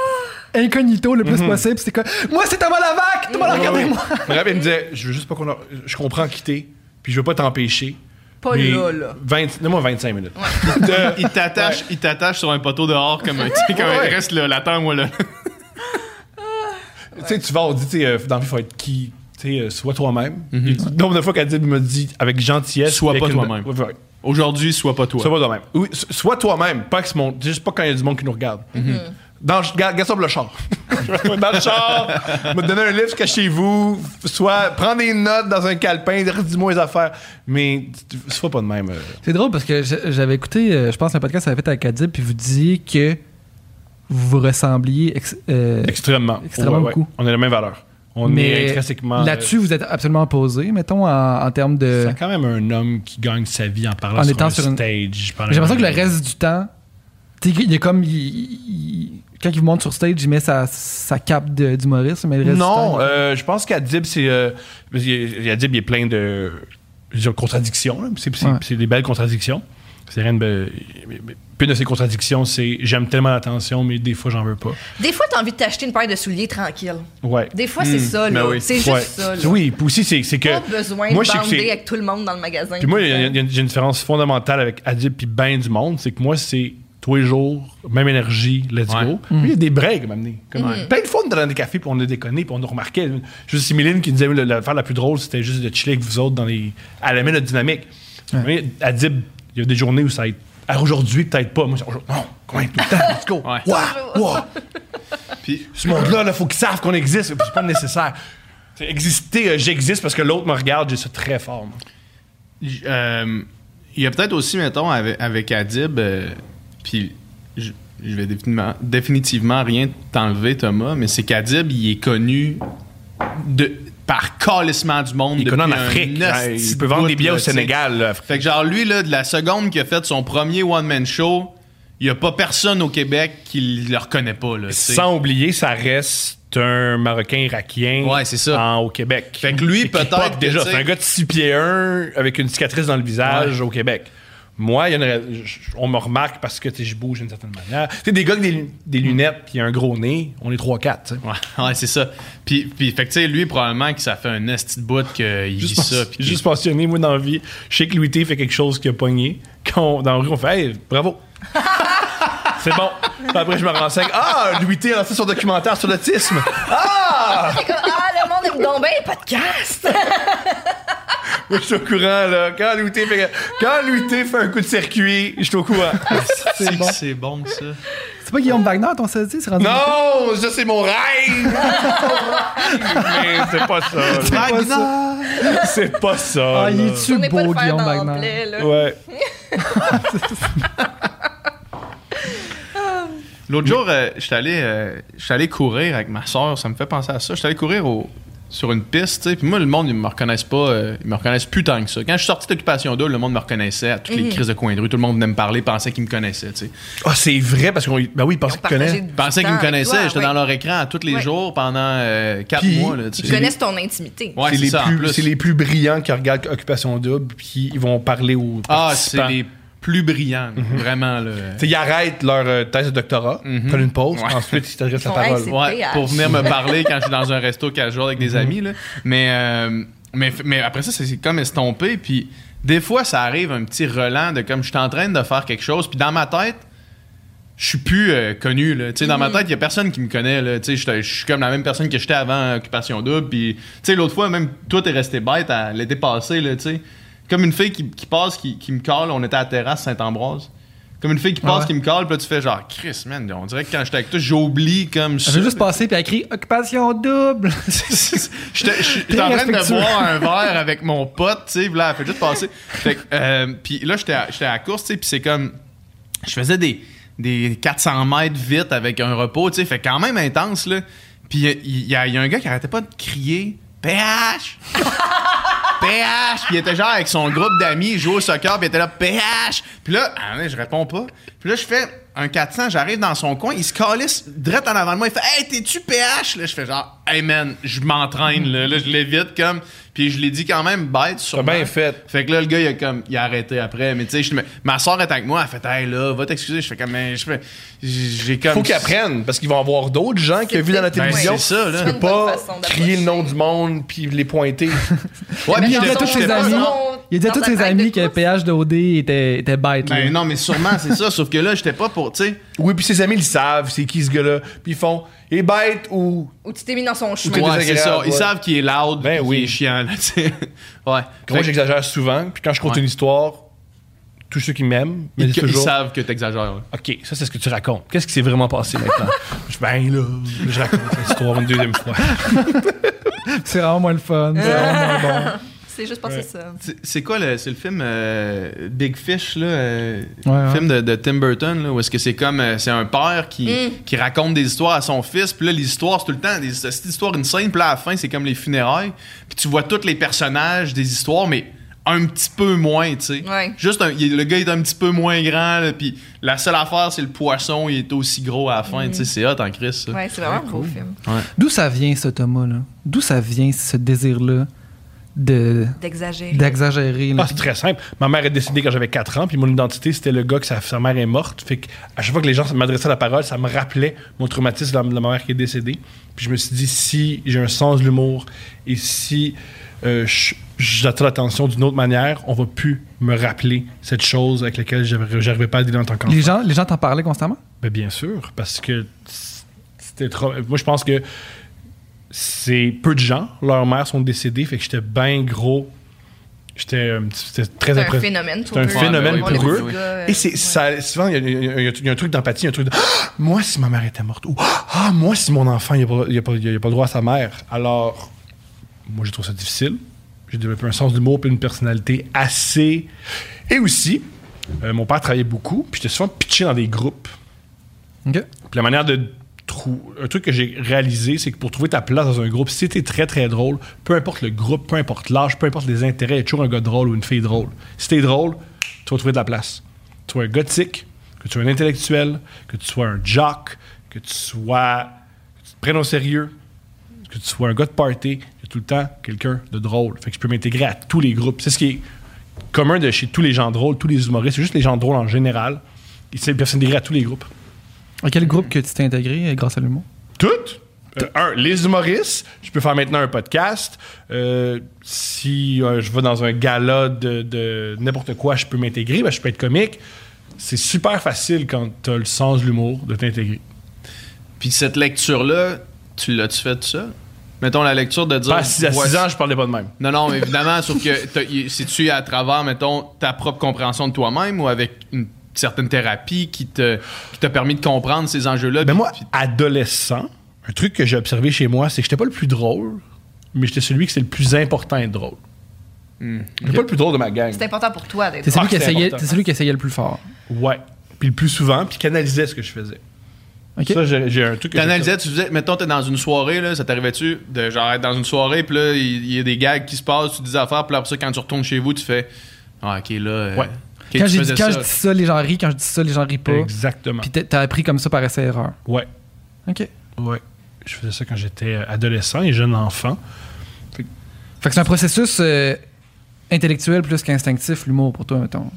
incognito le plus possible. C'est quoi? Moi, c'est Thomas Lavac! Thomas, Ouais, Mhm. ouais. regardez-moi! Je me rappelle, il me disait Je veux juste pas qu'on. en- Je comprends quitter, puis je veux pas t'empêcher. Pas mais là, là. 20 Donne-moi 25 minutes. De- il t'attache, il t'attache sur un poteau dehors comme un, tu sais, comme un- Ouais. reste là, l'attends-moi là. Tu sais, tu vas, on dit, tu sais, euh, dans la vie, faut être qui? Tu sais, euh, sois toi-même. Il dit- Nombre de fois qu'Adib me dit avec gentillesse. Sois avec pas une- toi-même. Ouais, ouais. Aujourd'hui, sois pas toi. Sois pas toi-même. Oui, so- sois toi-même. Pas que c'est mon- juste pas quand il y a du monde qui nous regarde. Dans, garde, garde ça pour le char. dans le char, me donner un livre jusqu'à chez vous. Soit prends des notes dans un calepin, dis-moi les affaires. Mais tu- tu- sois pas de même. euh. C'est drôle parce que je- j'avais écouté, euh, je pense, un podcast que ça avait fait avec Adib, puis vous disiez que vous vous ressembliez. ex- euh, Extrêmement. Extrêmement beaucoup. On a la même valeur. On est mais intrinsèquement. euh, là-dessus, vous êtes absolument opposés, mettons, en, en termes de. C'est quand même un homme qui gagne sa vie en parlant En sur étant un sur une- stage. pendant J'ai l'impression que une- le reste du temps, tu sais, il est comme. il- il- il- quand il vous monte sur stage, il met sa, sa cape de- d'humoriste, mais le reste du Non, temps. euh, je pense qu'Adib, c'est. euh, parce que Adib, il y a plein de je veux dire, contradictions. là. C'est c'est- Ouais. c'est des belles contradictions. C'est rien de. be- Puis une de ces contradictions, c'est j'aime tellement l'attention, mais des fois, j'en veux pas. Des fois, t'as envie de t'acheter une paire de souliers tranquille. Ouais. Hmm. Des fois, c'est ça, ben là. oui. C'est juste Ouais. ça, là. Oui, puis aussi, c'est c'est que. Pas besoin moi, de je sais que bander c'est- avec tout le monde dans le magasin. Puis moi, il y a- il y a- il y a une- j'ai une différence fondamentale avec Adib puis ben du monde, c'est que moi, c'est tous les jours, même énergie, let's Ouais. go. Puis il y a des breaks à m'amener. Comme, Plein de fois, on était dans des cafés, puis on a déconné, puis on nous remarquait. Je sais, Miline qui disait la- l'affaire la plus drôle, c'était juste de chiller avec vous autres dans les. Elle aimait notre dynamique. Mais Adib, il y a des journées où ça va être. Alors aujourd'hui, peut-être pas. Moi, c'est aujourd'hui- non, quand même, tout le temps, let's go. Ouais. Ouah, ouah. Puis- Ce monde-là, il faut qu'ils savent qu'on existe. C'est pas nécessaire. C'est Exister, euh, j'existe parce que l'autre me regarde, j'ai ça très fort. moi. J- euh, il y a peut-être aussi, mettons, avec, avec Adib, euh, puis je, je vais définitivement, définitivement rien t'enlever, Thomas, mais c'est qu'Adib, il est connu de, par calissement du monde. Il est connu en depuis un Afrique. hostie Ouais, de il peut vendre bout, des billets là, au tu sais. Sénégal. là. Fait que genre, lui, là, de la seconde qu'il a fait son premier one-man show, il y a pas personne au Québec qui le reconnaît pas, là, tu sais. Sans oublier, ça reste un Marocain irakien Ouais, c'est ça. en- au Québec. Fait que lui, Et qui peut-être pop que, déjà. tu sais- C'est un gars de 6 pieds 1 avec une cicatrice dans le visage au Québec. Moi, il y a une ra- je- on me remarque parce que tu sais, je bouge d'une certaine manière. Tu sais, des gars avec des, lu- des lunettes puis un gros nez, on est 3-4. tu sais. Ouais, ouais, c'est ça. Puis, puis fait que, tu sais, lui, probablement que ça fait un esti de bout qu'il vit Juste, pens- ça. puis qu'il- juste passionné, moi, dans la vie. Je sais que Louis T fait quelque chose qui a pogné. Quand on- dans la rue, on fait Hey, bravo! C'est bon. Puis Après, je me renseigne. Ah, Louis T a lancé son documentaire sur l'autisme. C'est comme, ah, le monde aime donc bien les podcasts. Moi, je suis au courant, là. Quand Louté fait, quand Louté fait un coup de circuit, je suis au courant. C'est bon. C'est bon, ça. C'est pas Guillaume Wagner, ton dit c'est rendu. Non, ça, c'est mon rêve! Mais c'est pas ça. là. pas ça. C'est pas ça. Ah, il là. est-tu n'est pas beau, le faire Guillaume dans le Wagner? blé, là. Ouais. L'autre jour, euh, j'étais allé, euh, j'étais allé courir avec ma soeur, ça me fait penser à ça. J'étais allé courir au- sur une piste, tu sais, puis moi, le monde, ils me reconnaissent pas, euh, ils me reconnaissent plus tant que ça. Quand je suis sorti d'Occupation Double, le monde me reconnaissait à Mhm. toutes les crises de coin de rue, tout le monde venait me parler, pensait qu'ils me connaissaient, tu sais. Ah, c'est vrai, parce qu'on. Ben oui, parce Ils ont qu'il connaît. partagé du Pensaient temps qu'ils me avec connaissaient, toi, j'étais ouais. dans leur écran à tous les Ouais. jours pendant euh, quatre Puis, mois, là, tu Ils sais. connaissent ton intimité. Ouais, c'est c'est les, ça, en plus- plus. c'est les plus brillants qui regardent Occupation Double, puis ils vont parler aux Ah, c'est participants. Mhm. les plus brillants, là, vraiment, là. T'sais, ils arrêtent leur euh, thèse de doctorat, prennent une pause, Ouais. ensuite ils t'adressent la Ils font, parole. Hey, c'est Ouais, TH. pour venir me parler quand je suis dans un resto casual avec des amis. Là. Mais, euh, mais, mais après ça, c'est c'est comme estompé. Puis des fois, ça arrive un petit relent de comme je suis en train de faire quelque chose. Puis dans ma tête, je suis plus euh, connu. Là. Tu sais, Dans ma tête, il n'y a personne qui me connaît. là. Tu sais, Je je suis comme la même personne que j'étais avant Occupation Double. Puis tu sais, l'autre fois, même toi, t'es resté bête à l'été passé. Là, tu sais. comme une fille qui, qui passe, qui, qui me colle, on était à la terrasse Saint-Ambroise. Comme une fille qui passe, ouais. qui me colle, puis là, tu fais genre, Chris, man, on dirait que quand j'étais avec toi, j'oublie comme ça. J'ai juste passé puis elle crie Occupation double. J'étais j'étais en train de respectueux. boire un verre avec mon pote, tu sais, puis là, elle fait juste passer. Fait que, euh, puis là, j'étais à, j'étais à la course, tu sais, puis c'est comme. Je faisais des, des 400 mètres vite avec un repos, tu sais, fait quand même intense, là. Puis il y a- il y, a- il y a un gars qui arrêtait pas de crier PH! PH! Puis il était genre avec son groupe d'amis, il jouait au soccer, puis il était là, PH! Puis là, ah ouais, je réponds pas. Puis là, je fais un 400, j'arrive dans son coin, il se calisse direct en avant de moi, il fait Hey, t'es-tu PH? Là, je fais genre, Hey man, je m'entraîne, là, là je l'évite comme. Puis je l'ai dit quand même bête sur T'as bien fait. fait que là, le gars, il a comme, il a arrêté après. Mais tu sais, je- ma soeur est avec moi, elle fait, hey là, va t'excuser. Je fais comme, mais je fais- j'ai comme. Faut qu'ils apprennent, parce qu'ils vont avoir d'autres gens qui ont vu dans la Ben, télévision. c'est ça, là. Tu peux Une bonne pas façon d'approcher. crier le nom du monde puis les pointer. Ouais, puis il dit j'étais- à tous son- j'étais ses pas- amis, son- il dit à dans tous sa ses vague de amis que le course. pH d'OD était, était bête. là. Ben non, mais sûrement, c'est ça. Sauf que là, j'étais pas pour, tu sais. oui, puis ses amis le savent, c'est qui ce gars-là. Puis ils font, il est bête ou. Ou tu t'es mis dans son chemin. t'es Ouais, c'est ça. désagréable, Ils ouais. savent qu'il est loud, Ben ben oui. oui. est chiant, là, tu sais. Ouais. Moi, Fait que- j'exagère souvent, puis quand je compte Ouais. une histoire, tous ceux qui m'aiment me ils, disent ils toujours. savent que t'exagères. là. Ok, ça c'est ce que tu racontes. Qu'est-ce qui s'est vraiment passé maintenant? Je ben là, je raconte cette histoire une deuxième fois. C'est vraiment moins le fun. Euh. C'est vraiment moins C'est juste passé ça. C'est- C'est quoi le, c'est le film euh, Big Fish là, euh, Ouais, ouais. film de, de Tim Burton là, où est-ce que c'est comme euh, c'est un père qui, Mm. qui raconte des histoires à son fils, puis là les histoires c'est tout le temps des cette histoire une scène, puis là à la fin c'est comme les funérailles, puis tu vois tous les personnages des histoires mais un petit peu moins, tu sais. Ouais. Juste un- il- le gars est un petit peu moins grand, là, puis la seule affaire c'est le poisson, il est aussi gros à la fin, tu sais, c'est hot en Christ. ça. Mm. Ouais, c'est vraiment un gros film. bon. D'où ça vient ce Thomas là D'où ça vient ce désir là de D'exagérer. d'exagérer là? Ah, c'est très simple. Ma mère est décédée quand j'avais 4 ans, puis mon identité, c'était le gars que sa, sa mère est morte. Fait que à chaque fois que les gens m'adressaient la parole, ça me rappelait mon traumatisme de la- de la mère qui est décédée. Puis je me suis dit, si j'ai un sens de l'humour et si euh, je- j'attire l'attention d'une autre manière, on va plus me rappeler cette chose avec laquelle j'avais- j'arrivais pas à dealer en tant qu'enfant. les gens les gens t'en parlaient constamment Ben, bien sûr, parce que c'était trop. Moi, je pense que c'est peu de gens, leurs mères sont décédées, fait que j'étais bien gros. J'étais euh, c'était très C'est un impressionnant. phénomène pour C'est un eux. phénomène Voir le pour petit eux. gars, euh, Et c'est ça, souvent, il y, a- il y a- il y a- il y a un truc d'empathie, il y a un truc de Ah, Moi, si ma mère était morte, ou Ah, moi, si mon enfant, il n'a pas, il a pas, il a pas le droit à sa mère. Alors, moi, je trouve ça difficile. J'ai développé un sens d'humour et une personnalité assez. Et aussi, euh, mon père travaillait beaucoup, puis j'étais souvent pitché dans des groupes. Ok. Puis la manière de trouver. Un truc que j'ai réalisé, c'est que pour trouver ta place dans un groupe, si t'es très très drôle, peu importe le groupe, peu importe l'âge, peu importe les intérêts, il y a toujours un gars drôle ou une fille drôle. Si t'es drôle, tu vas trouver de la place. Que Tu sois un gothique, que tu sois un intellectuel, que tu sois un jock, que tu sois. que tu te prennes au sérieux, que tu sois un gars de party, il y a tout le temps quelqu'un de drôle. Fait que je peux m'intégrer à tous les groupes. C'est ce qui est commun de chez tous les gens drôles, tous les humoristes, c'est juste les gens drôles en général. Ils peuvent s'intégrer à tous les groupes. à quel groupe que tu t'es intégré euh, grâce à l'humour Toutes. Euh, un, les humoristes. Je peux faire maintenant un podcast. Euh, si euh, je vais dans un gala de, de n'importe quoi, je peux m'intégrer. Ben, je peux être comique. C'est super facile quand tu as le sens de l'humour de t'intégrer. Puis cette lecture là, tu l'as tu fait tout seul mettons, la lecture de dire. Pas à 6 voici- ans, je parlais pas de même. Non, non, mais évidemment, sauf que t'as- y- si tu es à travers, mettons, ta propre compréhension de toi-même ou avec une certaine thérapie qui te qui t'a permis de comprendre ces enjeux-là. Ben Euh, puis- moi, adolescent, un truc que j'ai observé chez moi, c'est que j'étais pas le plus drôle, mais j'étais celui qui c'est le plus important et drôle. J'étais pas le plus drôle de ma gang. C'est important pour toi d'être. C'est celui, Ah, qui c'est essayait- important. c'est celui qui essayait le plus fort. Ouais. Puis le plus souvent, puis canalisait ce que je faisais. OK? Ça, j'ai j'ai un truc que T'analysais, tu faisais, mettons, t'es dans une soirée, là, ça t'arrivait-tu de genre être dans une soirée, puis là, il il y, a des gags qui se passent, tu dis des affaires, puis là, après ça, quand tu retournes chez vous, tu fais Ah, ok, là. euh, Ouais. ok, tu quand j'ai dit- faisais quand ça. je dis ça, les gens rient. Quand je dis ça, les gens rient j'ai fait. pas. Exactement. Puis t'as t'as appris comme ça par essai-erreur. Ouais. OK. Ouais. Je faisais ça quand j'étais euh, adolescent et jeune enfant. Fait que c'est un processus euh, intellectuel plus qu'instinctif, l'humour, pour toi, mettons.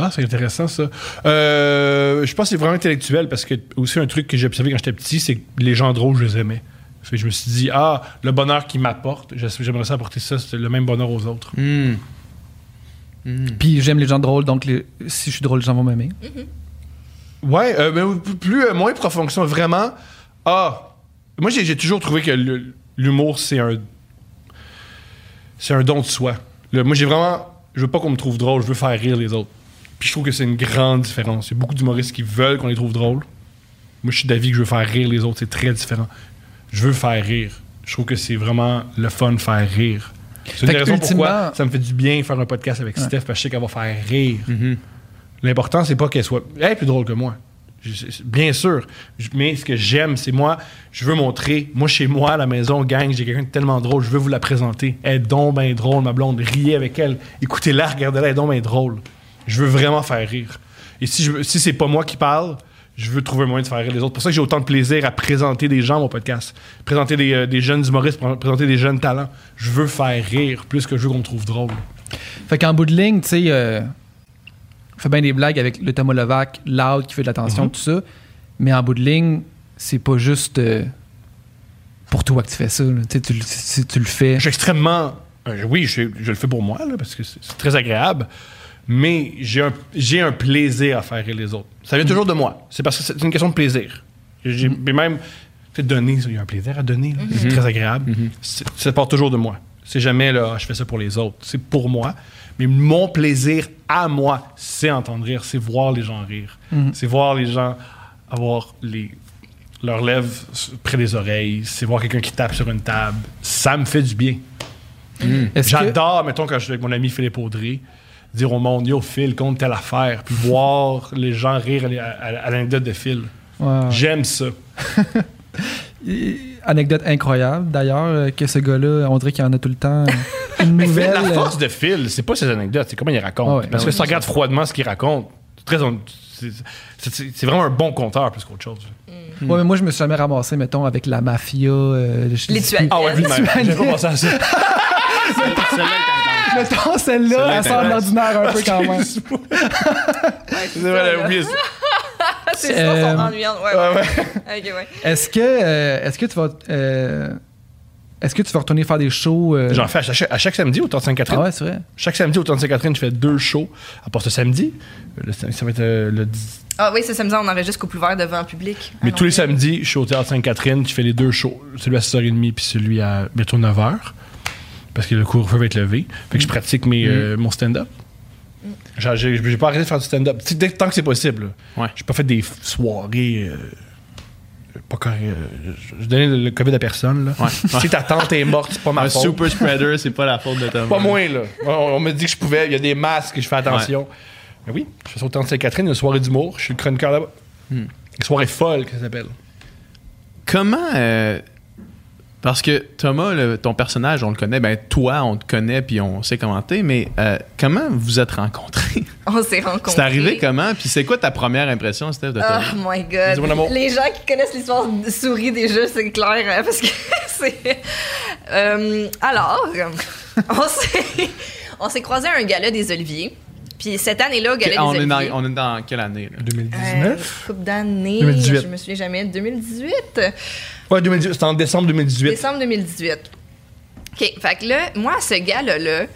Ah, c'est intéressant ça. Euh, je pense que c'est vraiment intellectuel parce que aussi un truc que j'ai observé quand j'étais petit, c'est que les gens drôles, je les aimais. Fait que je me suis dit, ah, le bonheur qu'ils m'apportent, j'ass- j'aimerais ça apporter ça, c'est le même bonheur aux autres. Hmm. Hmm. Puis j'aime les gens drôles, donc les- si je suis drôle, les gens vont m'aimer. Ouais, euh, mais p- plus, euh, moins profond que ça, vraiment. Ah, moi j'ai j'ai toujours trouvé que le- l'humour c'est un, c'est un don de soi. Le- moi j'ai vraiment, je veux pas qu'on me trouve drôle, je veux faire rire les autres. Puis je trouve que c'est une grande différence. Il y a beaucoup d'humoristes qui veulent qu'on les trouve drôles. Moi je suis d'avis que je veux faire rire les autres, c'est très différent. Je veux faire rire. Je trouve que c'est vraiment le fun de faire rire. C'est une Fait des que raisons pourquoi ultimement- ça me fait du bien faire un podcast avec Ouais. Steph parce que je sais qu'elle va faire rire. L'important, c'est pas qu'elle soit elle est plus drôle que moi. Je- je- Bien sûr. Je- Mais ce que j'aime, c'est moi, je veux montrer. Moi, chez moi, à la maison, gang, j'ai quelqu'un de tellement drôle, je veux vous la présenter. Elle est donc bien drôle, ma blonde. Riez avec elle. Écoutez-la, regardez-la, elle est donc bien drôle. Je veux vraiment faire rire. Et si, je, si c'est pas moi qui parle, je veux trouver un moyen de faire rire les autres. C'est pour ça que j'ai autant de plaisir à présenter des gens à mon podcast, présenter des, euh, des jeunes humoristes, pr- présenter des jeunes talents. Je veux faire rire plus que je veux qu'on me trouve drôle. Fait qu'en bout de ligne, tu sais, euh, on fait bien des blagues avec le Thomas Levac, Loud qui fait de l'attention, Mhm. tout ça. Mais en bout de ligne, c'est pas juste euh, pour toi que tu fais ça. là. Tu sais, tu le- si tu le fais. Je suis extrêmement. euh, oui, je, je le fais pour moi, là, parce que c'est c'est très agréable, mais j'ai un, j'ai un plaisir à faire rire les autres. Ça vient toujours de moi. C'est parce que c'est une question de plaisir. J'ai, mais même, fait donner, ça, il y a un plaisir à donner, là. c'est très agréable. C'est- ça part toujours de moi. C'est jamais, là, je fais ça pour les autres. C'est pour moi. Mais mon plaisir à moi, c'est entendre rire, c'est voir les gens rire. C'est voir les gens avoir les leurs lèvres s- près des oreilles, c'est voir quelqu'un qui tape sur une table. Ça me fait du bien. Est-ce que- J'adore, mettons, quand je suis avec mon ami Philippe Audrey, dire au monde, yo, Phil, compte telle affaire, puis voir les gens rire à, à- à l'anecdote de Phil. Ouais. J'aime ça. Et- Anecdote incroyable, d'ailleurs, euh, que ce gars-là, on dirait qu'il en a tout le temps. euh, Une Mais nouvelle. la force de Phil, c'est pas ses anecdotes, c'est comment il raconte. Ah ouais, Parce ben que oui. si tu regardes froidement ce qu'il raconte, c'est très on- c'est- c'est c'est vraiment un bon conteur plus qu'autre chose. euh, Ouais, mais moi, je me suis jamais ramassé, mettons, avec la mafia. euh, je- Les tuailles. Ah ouais, vu de même. J'avais pas pensé à ça. Mettons, celle-là, elle sort de l'ordinaire un peu quand même. C'est vrai, j'avais oublié ça. C'est ça, Euh, sont ennuyantes. Ouais, ouais. Ok, ouais. Est-ce que, euh, est-ce que tu vas. euh, est-ce que tu vas retourner faire des shows. euh, J'en fais à chaque, à chaque samedi au temps de Sainte-Catherine. Ah ouais, c'est vrai. Chaque samedi au Temps de Sainte-Catherine, je fais deux shows. À part ce samedi, euh, le sam- ça va être euh, le 10. Ah oui, c'est samedi, on enregistre au plus ouvert devant public. Mais Ah, tous les non. samedis, je suis au Théâtre Sainte-Catherine, je fais les deux shows. Celui à 6h30 puis celui à bientôt 9h. Parce que le couvre-feu va être levé. Fait que Mm. je pratique mes, euh, mon stand-up. Genre, J'ai j'ai pas arrêté de faire du stand-up. Tu sais, dès- Tant que c'est possible. là. Ouais. J'ai pas fait des f- soirées. euh, pas correct, euh, je- je donnais le, le COVID à personne. Là. Si ta tante est morte, c'est pas ma Un faute. super spreader, c'est pas la faute de Thomas. Pas moins, là. On, on me dit que je pouvais. Il y a des masques, je fais attention. Mais oui, je suis au Temps de Sainte-Catherine, une soirée d'humour. Je suis le chroniqueur là-bas. Hmm. Une soirée folle, que ça s'appelle. Comment. euh, parce que Thomas, le- ton personnage, on le connaît, ben toi, on te connaît puis on sait comment t'es, mais euh, comment vous êtes rencontrés? On s'est rencontrés. C'est arrivé comment? Puis c'est quoi ta première impression, Steph, Ah, de Thomas? Oh my Dis-moi, mon amour. god. Les gens qui connaissent l'histoire de souris déjà, c'est clair, hein, parce que c'est. Euh, alors, on s'est, on s'est croisé à un gala des Oliviers. Puis cette année-là, au gala Que- Ah, on, des est dans, Oliviers. on est dans quelle année? là? 2019? euh, coupe d'année. 2018. Je me souviens jamais. 2018. Ouais, 2018. C'était en décembre 2018. Décembre 2018. OK. Fait que là, moi, à ce gars-là,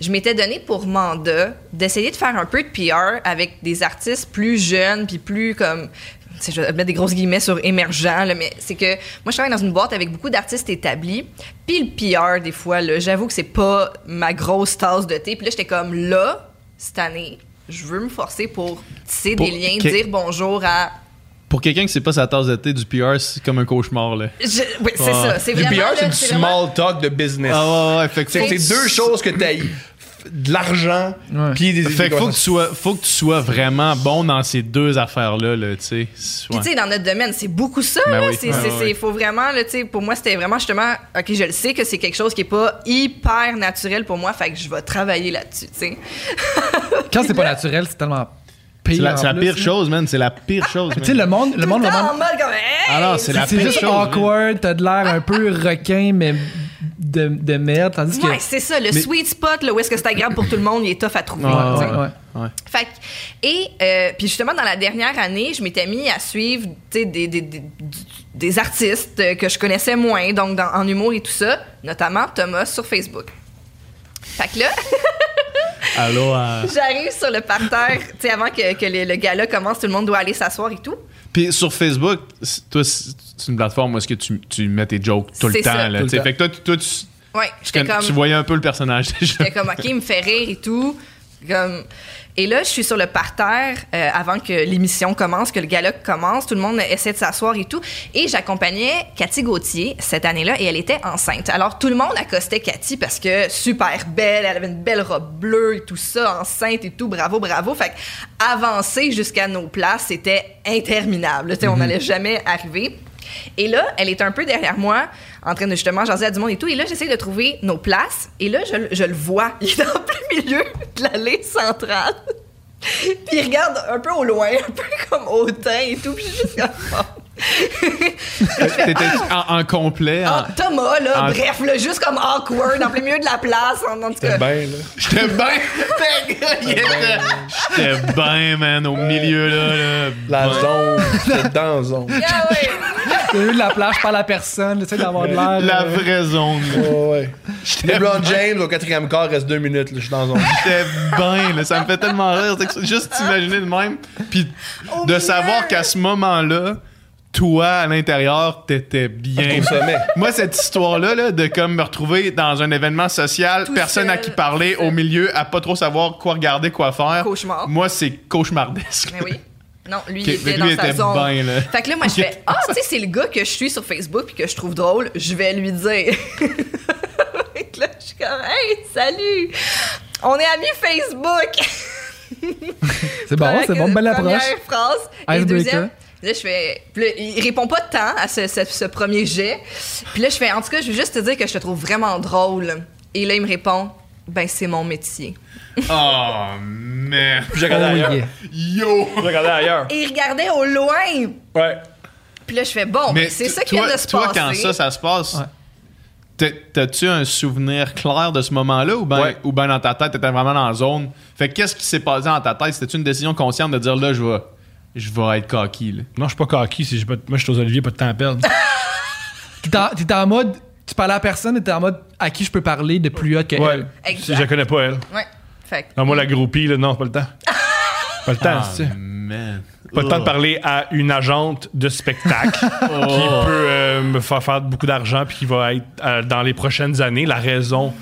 je m'étais donné pour mandat d'essayer de faire un peu de PR avec des artistes plus jeunes puis plus comme. tu sais, je vais mettre des grosses guillemets sur émergent, là, mais c'est que moi, je travaille dans une boîte avec beaucoup d'artistes établis. Puis le PR, des fois, là, j'avoue que c'est pas ma grosse tasse de thé. Puis là, j'étais comme là, cette année, je veux me forcer pour tisser Pour- des liens, que- dire bonjour à. Pour quelqu'un qui sait pas sa tasse de thé du PR, c'est comme un cauchemar, là. Je- Oui, c'est ça. C'est Du vraiment. PR, là, c'est du c'est vraiment- small talk de business. Ah ouais, ouais, fait que C'est faut- que c'est deux choses que t'as de l'argent Ouais. puis des Fait des que faut que, tu conversations. sois, faut que tu sois vraiment bon dans ces deux affaires-là, là, tu sais. Puis, tu sais, dans notre domaine, c'est beaucoup ça. Ben là. oui. C'est, Ouais, c'est- ouais, c'est- ouais. faut vraiment, là, tu sais, pour moi, c'était vraiment justement, OK, je le sais que c'est quelque chose qui est pas hyper naturel pour moi, fait que je vais travailler là-dessus, tu sais. Quand c'est pas naturel, c'est tellement pire. C'est la, en c'est la plus, pire là. Ah, chose, man. C'est la pire chose, Tu sais, man. le monde, le Tout monde, le le temps en monde. mode comme, hey! Alors, Ah, c'est la C'est pire juste chose. hein. man. awkward, t'as de l'air un peu requin, mais de, de merde. Tandis que. Ouais, c'est ça, le sweet spot, là, où est-ce que c'est agréable pour tout le monde, il est tough à trouver. Ouais, Ah, tu sais. ouais, ouais. Fait que- et euh, puis justement dans la dernière année, je m'étais mis à suivre tu sais, des, des, des, des artistes euh, que je connaissais moins, donc dans- en humour et tout ça, notamment Thomas sur Facebook. Fait que là, Allô, euh, j'arrive sur le parterre, tu sais, avant que, que le, le gala commence, tout le monde doit aller s'asseoir et tout. Puis sur Facebook, c'est- toi, c'est c'est une plateforme où est-ce que tu, tu mets tes jokes tout le C'est temps, ça. là, Tout le tu sais. temps. Fait que toi, tu- toi, tu, Ouais, tu, j'étais connais- comme, tu voyais un peu le personnage déjà. j'étais comme, ok, il me fait rire et tout. Comme, et là, je suis sur le parterre euh, avant que l'émission commence, que le gala commence. Tout le monde essaie de s'asseoir et tout. Et j'accompagnais Cathy Gauthier cette année-là et elle était enceinte. Alors, tout le monde accostait Cathy parce que super belle, elle avait une belle robe bleue et tout ça, enceinte et tout. Bravo, bravo. Fait que avancer jusqu'à nos places, c'était interminable. Tu Mhm. sais, On n'allait jamais arriver. Et là, elle est un peu derrière moi, en train de justement jaser à du monde et tout. Et là, j'essaie de trouver nos places. Et là, je, le- je le vois. Il est en plein milieu de l'allée centrale. Puis il regarde un peu au loin, un peu comme hautain et tout. Puis je suis juste comme... oh. T'étais en, en complet. en- Ah, Thomas, là, Ah. bref, là, juste comme awkward, en plein milieu de la place, en, en tout cas. Ben, là. J'étais bien. J'étais bien, man, au milieu, là. là. La zone, c'est dans la zone. Ah ouais. Le milieu de la plage, pas la personne, essaie d'avoir de l'air. La euh, vraie zone. là. Ouais, ouais. LeBron James, au quatrième quart, reste deux minutes, là, je suis dans la zone. J'étais bien, là. Ça me fait tellement rire. C'est que Juste t'imaginer le même. Puis de Au milieu. savoir qu'à ce moment-là, toi, à l'intérieur, t'étais bien. Au sommet. Moi, cette histoire-là, là, de comme me retrouver dans un événement social, Tout personne à seul. qui parler, au milieu, à pas trop savoir quoi regarder, quoi faire. Cauchemar. Moi, c'est cauchemardesque. Mais oui. Non, lui, Ok, il était mais lui, dans il sa était zone. bien, là. Fait que là, moi, je fais Ah, tu sais, c'est le gars que je suis sur Facebook puis que je trouve drôle, je vais lui dire. Fait que là, je suis comme Hey, salut! On est amis Facebook! C'est bon, Première- c'est bon, belle approche. Première phrase. Et Icebreaker. deuxième. Là, je fais. puis là, il répond pas tant à ce, ce- ce premier jet. Puis là, je fais. En tout cas, je veux juste te dire que je te trouve vraiment drôle. Et là, il me répond. Ben, c'est mon métier. Oh, man. Puis j'ai Oh regardé ailleurs. yeah. Yo! J'ai regardé ailleurs. Et il regardait au loin. Ouais. Puis là, je fais. Bon, ben, c'est t- ça qui vient toi- de se toi, passer. quand ça, ça se passe, Ouais. t'as- t'as-tu un souvenir clair de ce moment-là ou bien Ouais. ou ben dans ta tête, t'étais vraiment dans la zone? Fait que qu'est-ce qui s'est passé dans ta tête? C'était-tu une décision consciente de dire là, je vais, je vais être coquille? là? Non, je suis pas cocky. si j'ai pas- Moi, je suis aux Olivier, pas de temps à perdre. T'es en- T'es en mode. Tu parles à personne et t'es en mode à qui je peux parler de plus haut que Ouais. elle. Exact. Si je la connais pas, elle. Ouais. Fait que- Ah, Non, moi, la groupie, là, non, pas le temps. Pas le temps, Ah, c'est ça. man. Pas le temps Ah. Oh. de parler à une agente de spectacle qui peut euh, me faire faire beaucoup d'argent puis qui va être euh, dans les prochaines années la raison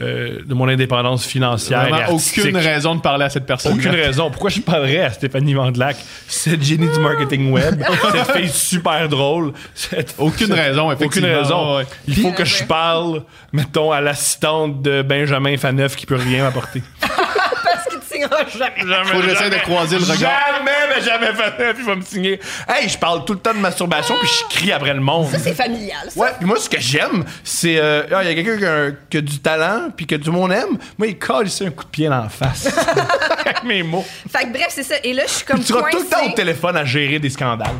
euh, de mon indépendance financière. et Vraiment, artistique. aucune raison de parler à cette personne. Aucune raison. Pourquoi je parlerais à Stéphanie Vandelac, cette génie Ah. du marketing web, cette fille super drôle, cette Aucune raison, aucune effectivement. raison. Ouais, ouais. Il faut que je parle, mettons, à l'assistante de Benjamin Faneuf qui peut rien m'apporter. Parce qu'il te signera jamais. Jamais, Faut que j'essaie de croiser le regard. Jamais Benjamin Faneuf, il va me signer. Hey, je parle tout le temps de masturbation puis je crie après le monde. Ça, c'est familial. Ça. Ouais, puis moi, ce que j'aime, c'est. euh, ah, Il y a quelqu'un qui a, un- qui a du talent, puis que tout le monde aime. Moi, il colle ici un coup de pied dans la face. Avec mes mots. Fait que bref, c'est ça. Et là, je suis comme. Tu seras tout le temps au coincée. téléphone à gérer des scandales.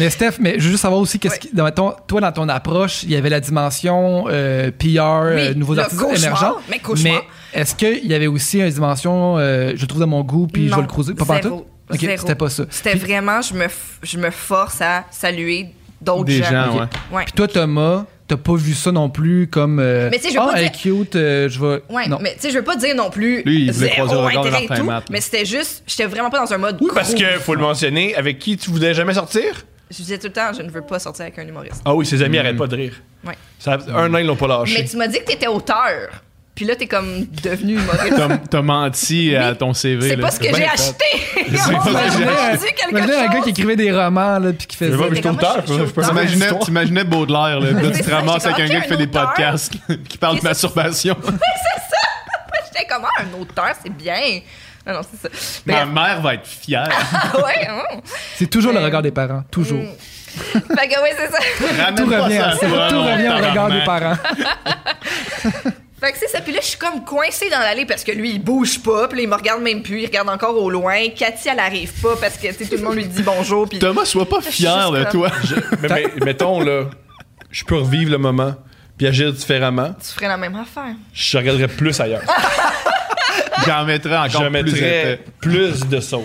Mais Steph, mais je veux juste savoir aussi qu'est-ce qui. dans ton- toi, dans ton approche, il y avait la dimension euh, PR, euh, nouveaux le artistes cauchemar, émergents. mais cauchemar. est-ce qu'il y avait aussi une dimension, euh, je le trouve de mon goût, puis je Non, vais le creuser? Pas partout? zéro, Ok, zéro. c'était pas ça. C'était Puis- vraiment, je me, f- je me force à saluer d'autres Des gens. gens, Ok. ouais. Puis toi, Thomas, t'as pas vu ça non plus comme. euh, Mais tu sais, je veux Ah, pas elle est cute, euh, je vais. Ouais, non. mais tu sais, je veux pas dire non plus. Lui, il voulait zéro croiser le regard intérêt vers et Martin tout, Matt, là. Mais c'était juste, j'étais vraiment pas dans un mode. Oui, parce gros. que, faut le mentionner, avec qui tu voulais jamais sortir? Je disais tout le temps, je ne veux pas sortir avec un humoriste. Ah oui, ses amis arrêtent pas de rire. Ouais. Ça, un an, ils l'ont pas Ah, lâché. Mais tu m'as dit que t'étais auteur. Puis là, t'es comme devenu humoriste. T'as t'as menti à ton CV. C'est là. pas ce que Ben, j'ai fait. acheté. On pas ce m'a que j'ai vendu quelque Imaginez un gars qui chose. écrivait des romans, là, puis qui faisait. Je vois, mais je suis Comme moi, auteur, je suis- je suis je peux auteur. imaginer. T'imaginais, t'imaginais Baudelaire, là, puis là, tu C'est te ça, ramasses j'ai avec un rentré gars qui fait un des auteur. podcasts, qui parle de Qu'est-ce masturbation. J'étais comme Ah, un auteur, c'est bien. Non, non, c'est ça. Ah, Ma Bref. mère va être fière. Ah ouais, hein. C'est toujours le regard des parents, toujours. Fait que ouais, c'est ça. Tout Ramène pas revient, ça à à- tout toi, non, revient au regard tabarnak. des parents. Fait que c'est ça. Puis là, je suis comme coincée dans l'allée parce que lui, il bouge pas. Puis là, il me regarde même plus. Il regarde encore au loin. Cathy, elle arrive pas parce que, tu sais, tout le monde lui dit bonjour. Puis Thomas, sois pas suis fier juste de comme- toi. Mais, mais- mettons, là, je peux revivre le moment, puis agir différemment, tu ferais la même affaire. je regarderais plus ailleurs. Ah! J'en mettrais je encore plus. mettrais épais. plus de sauce.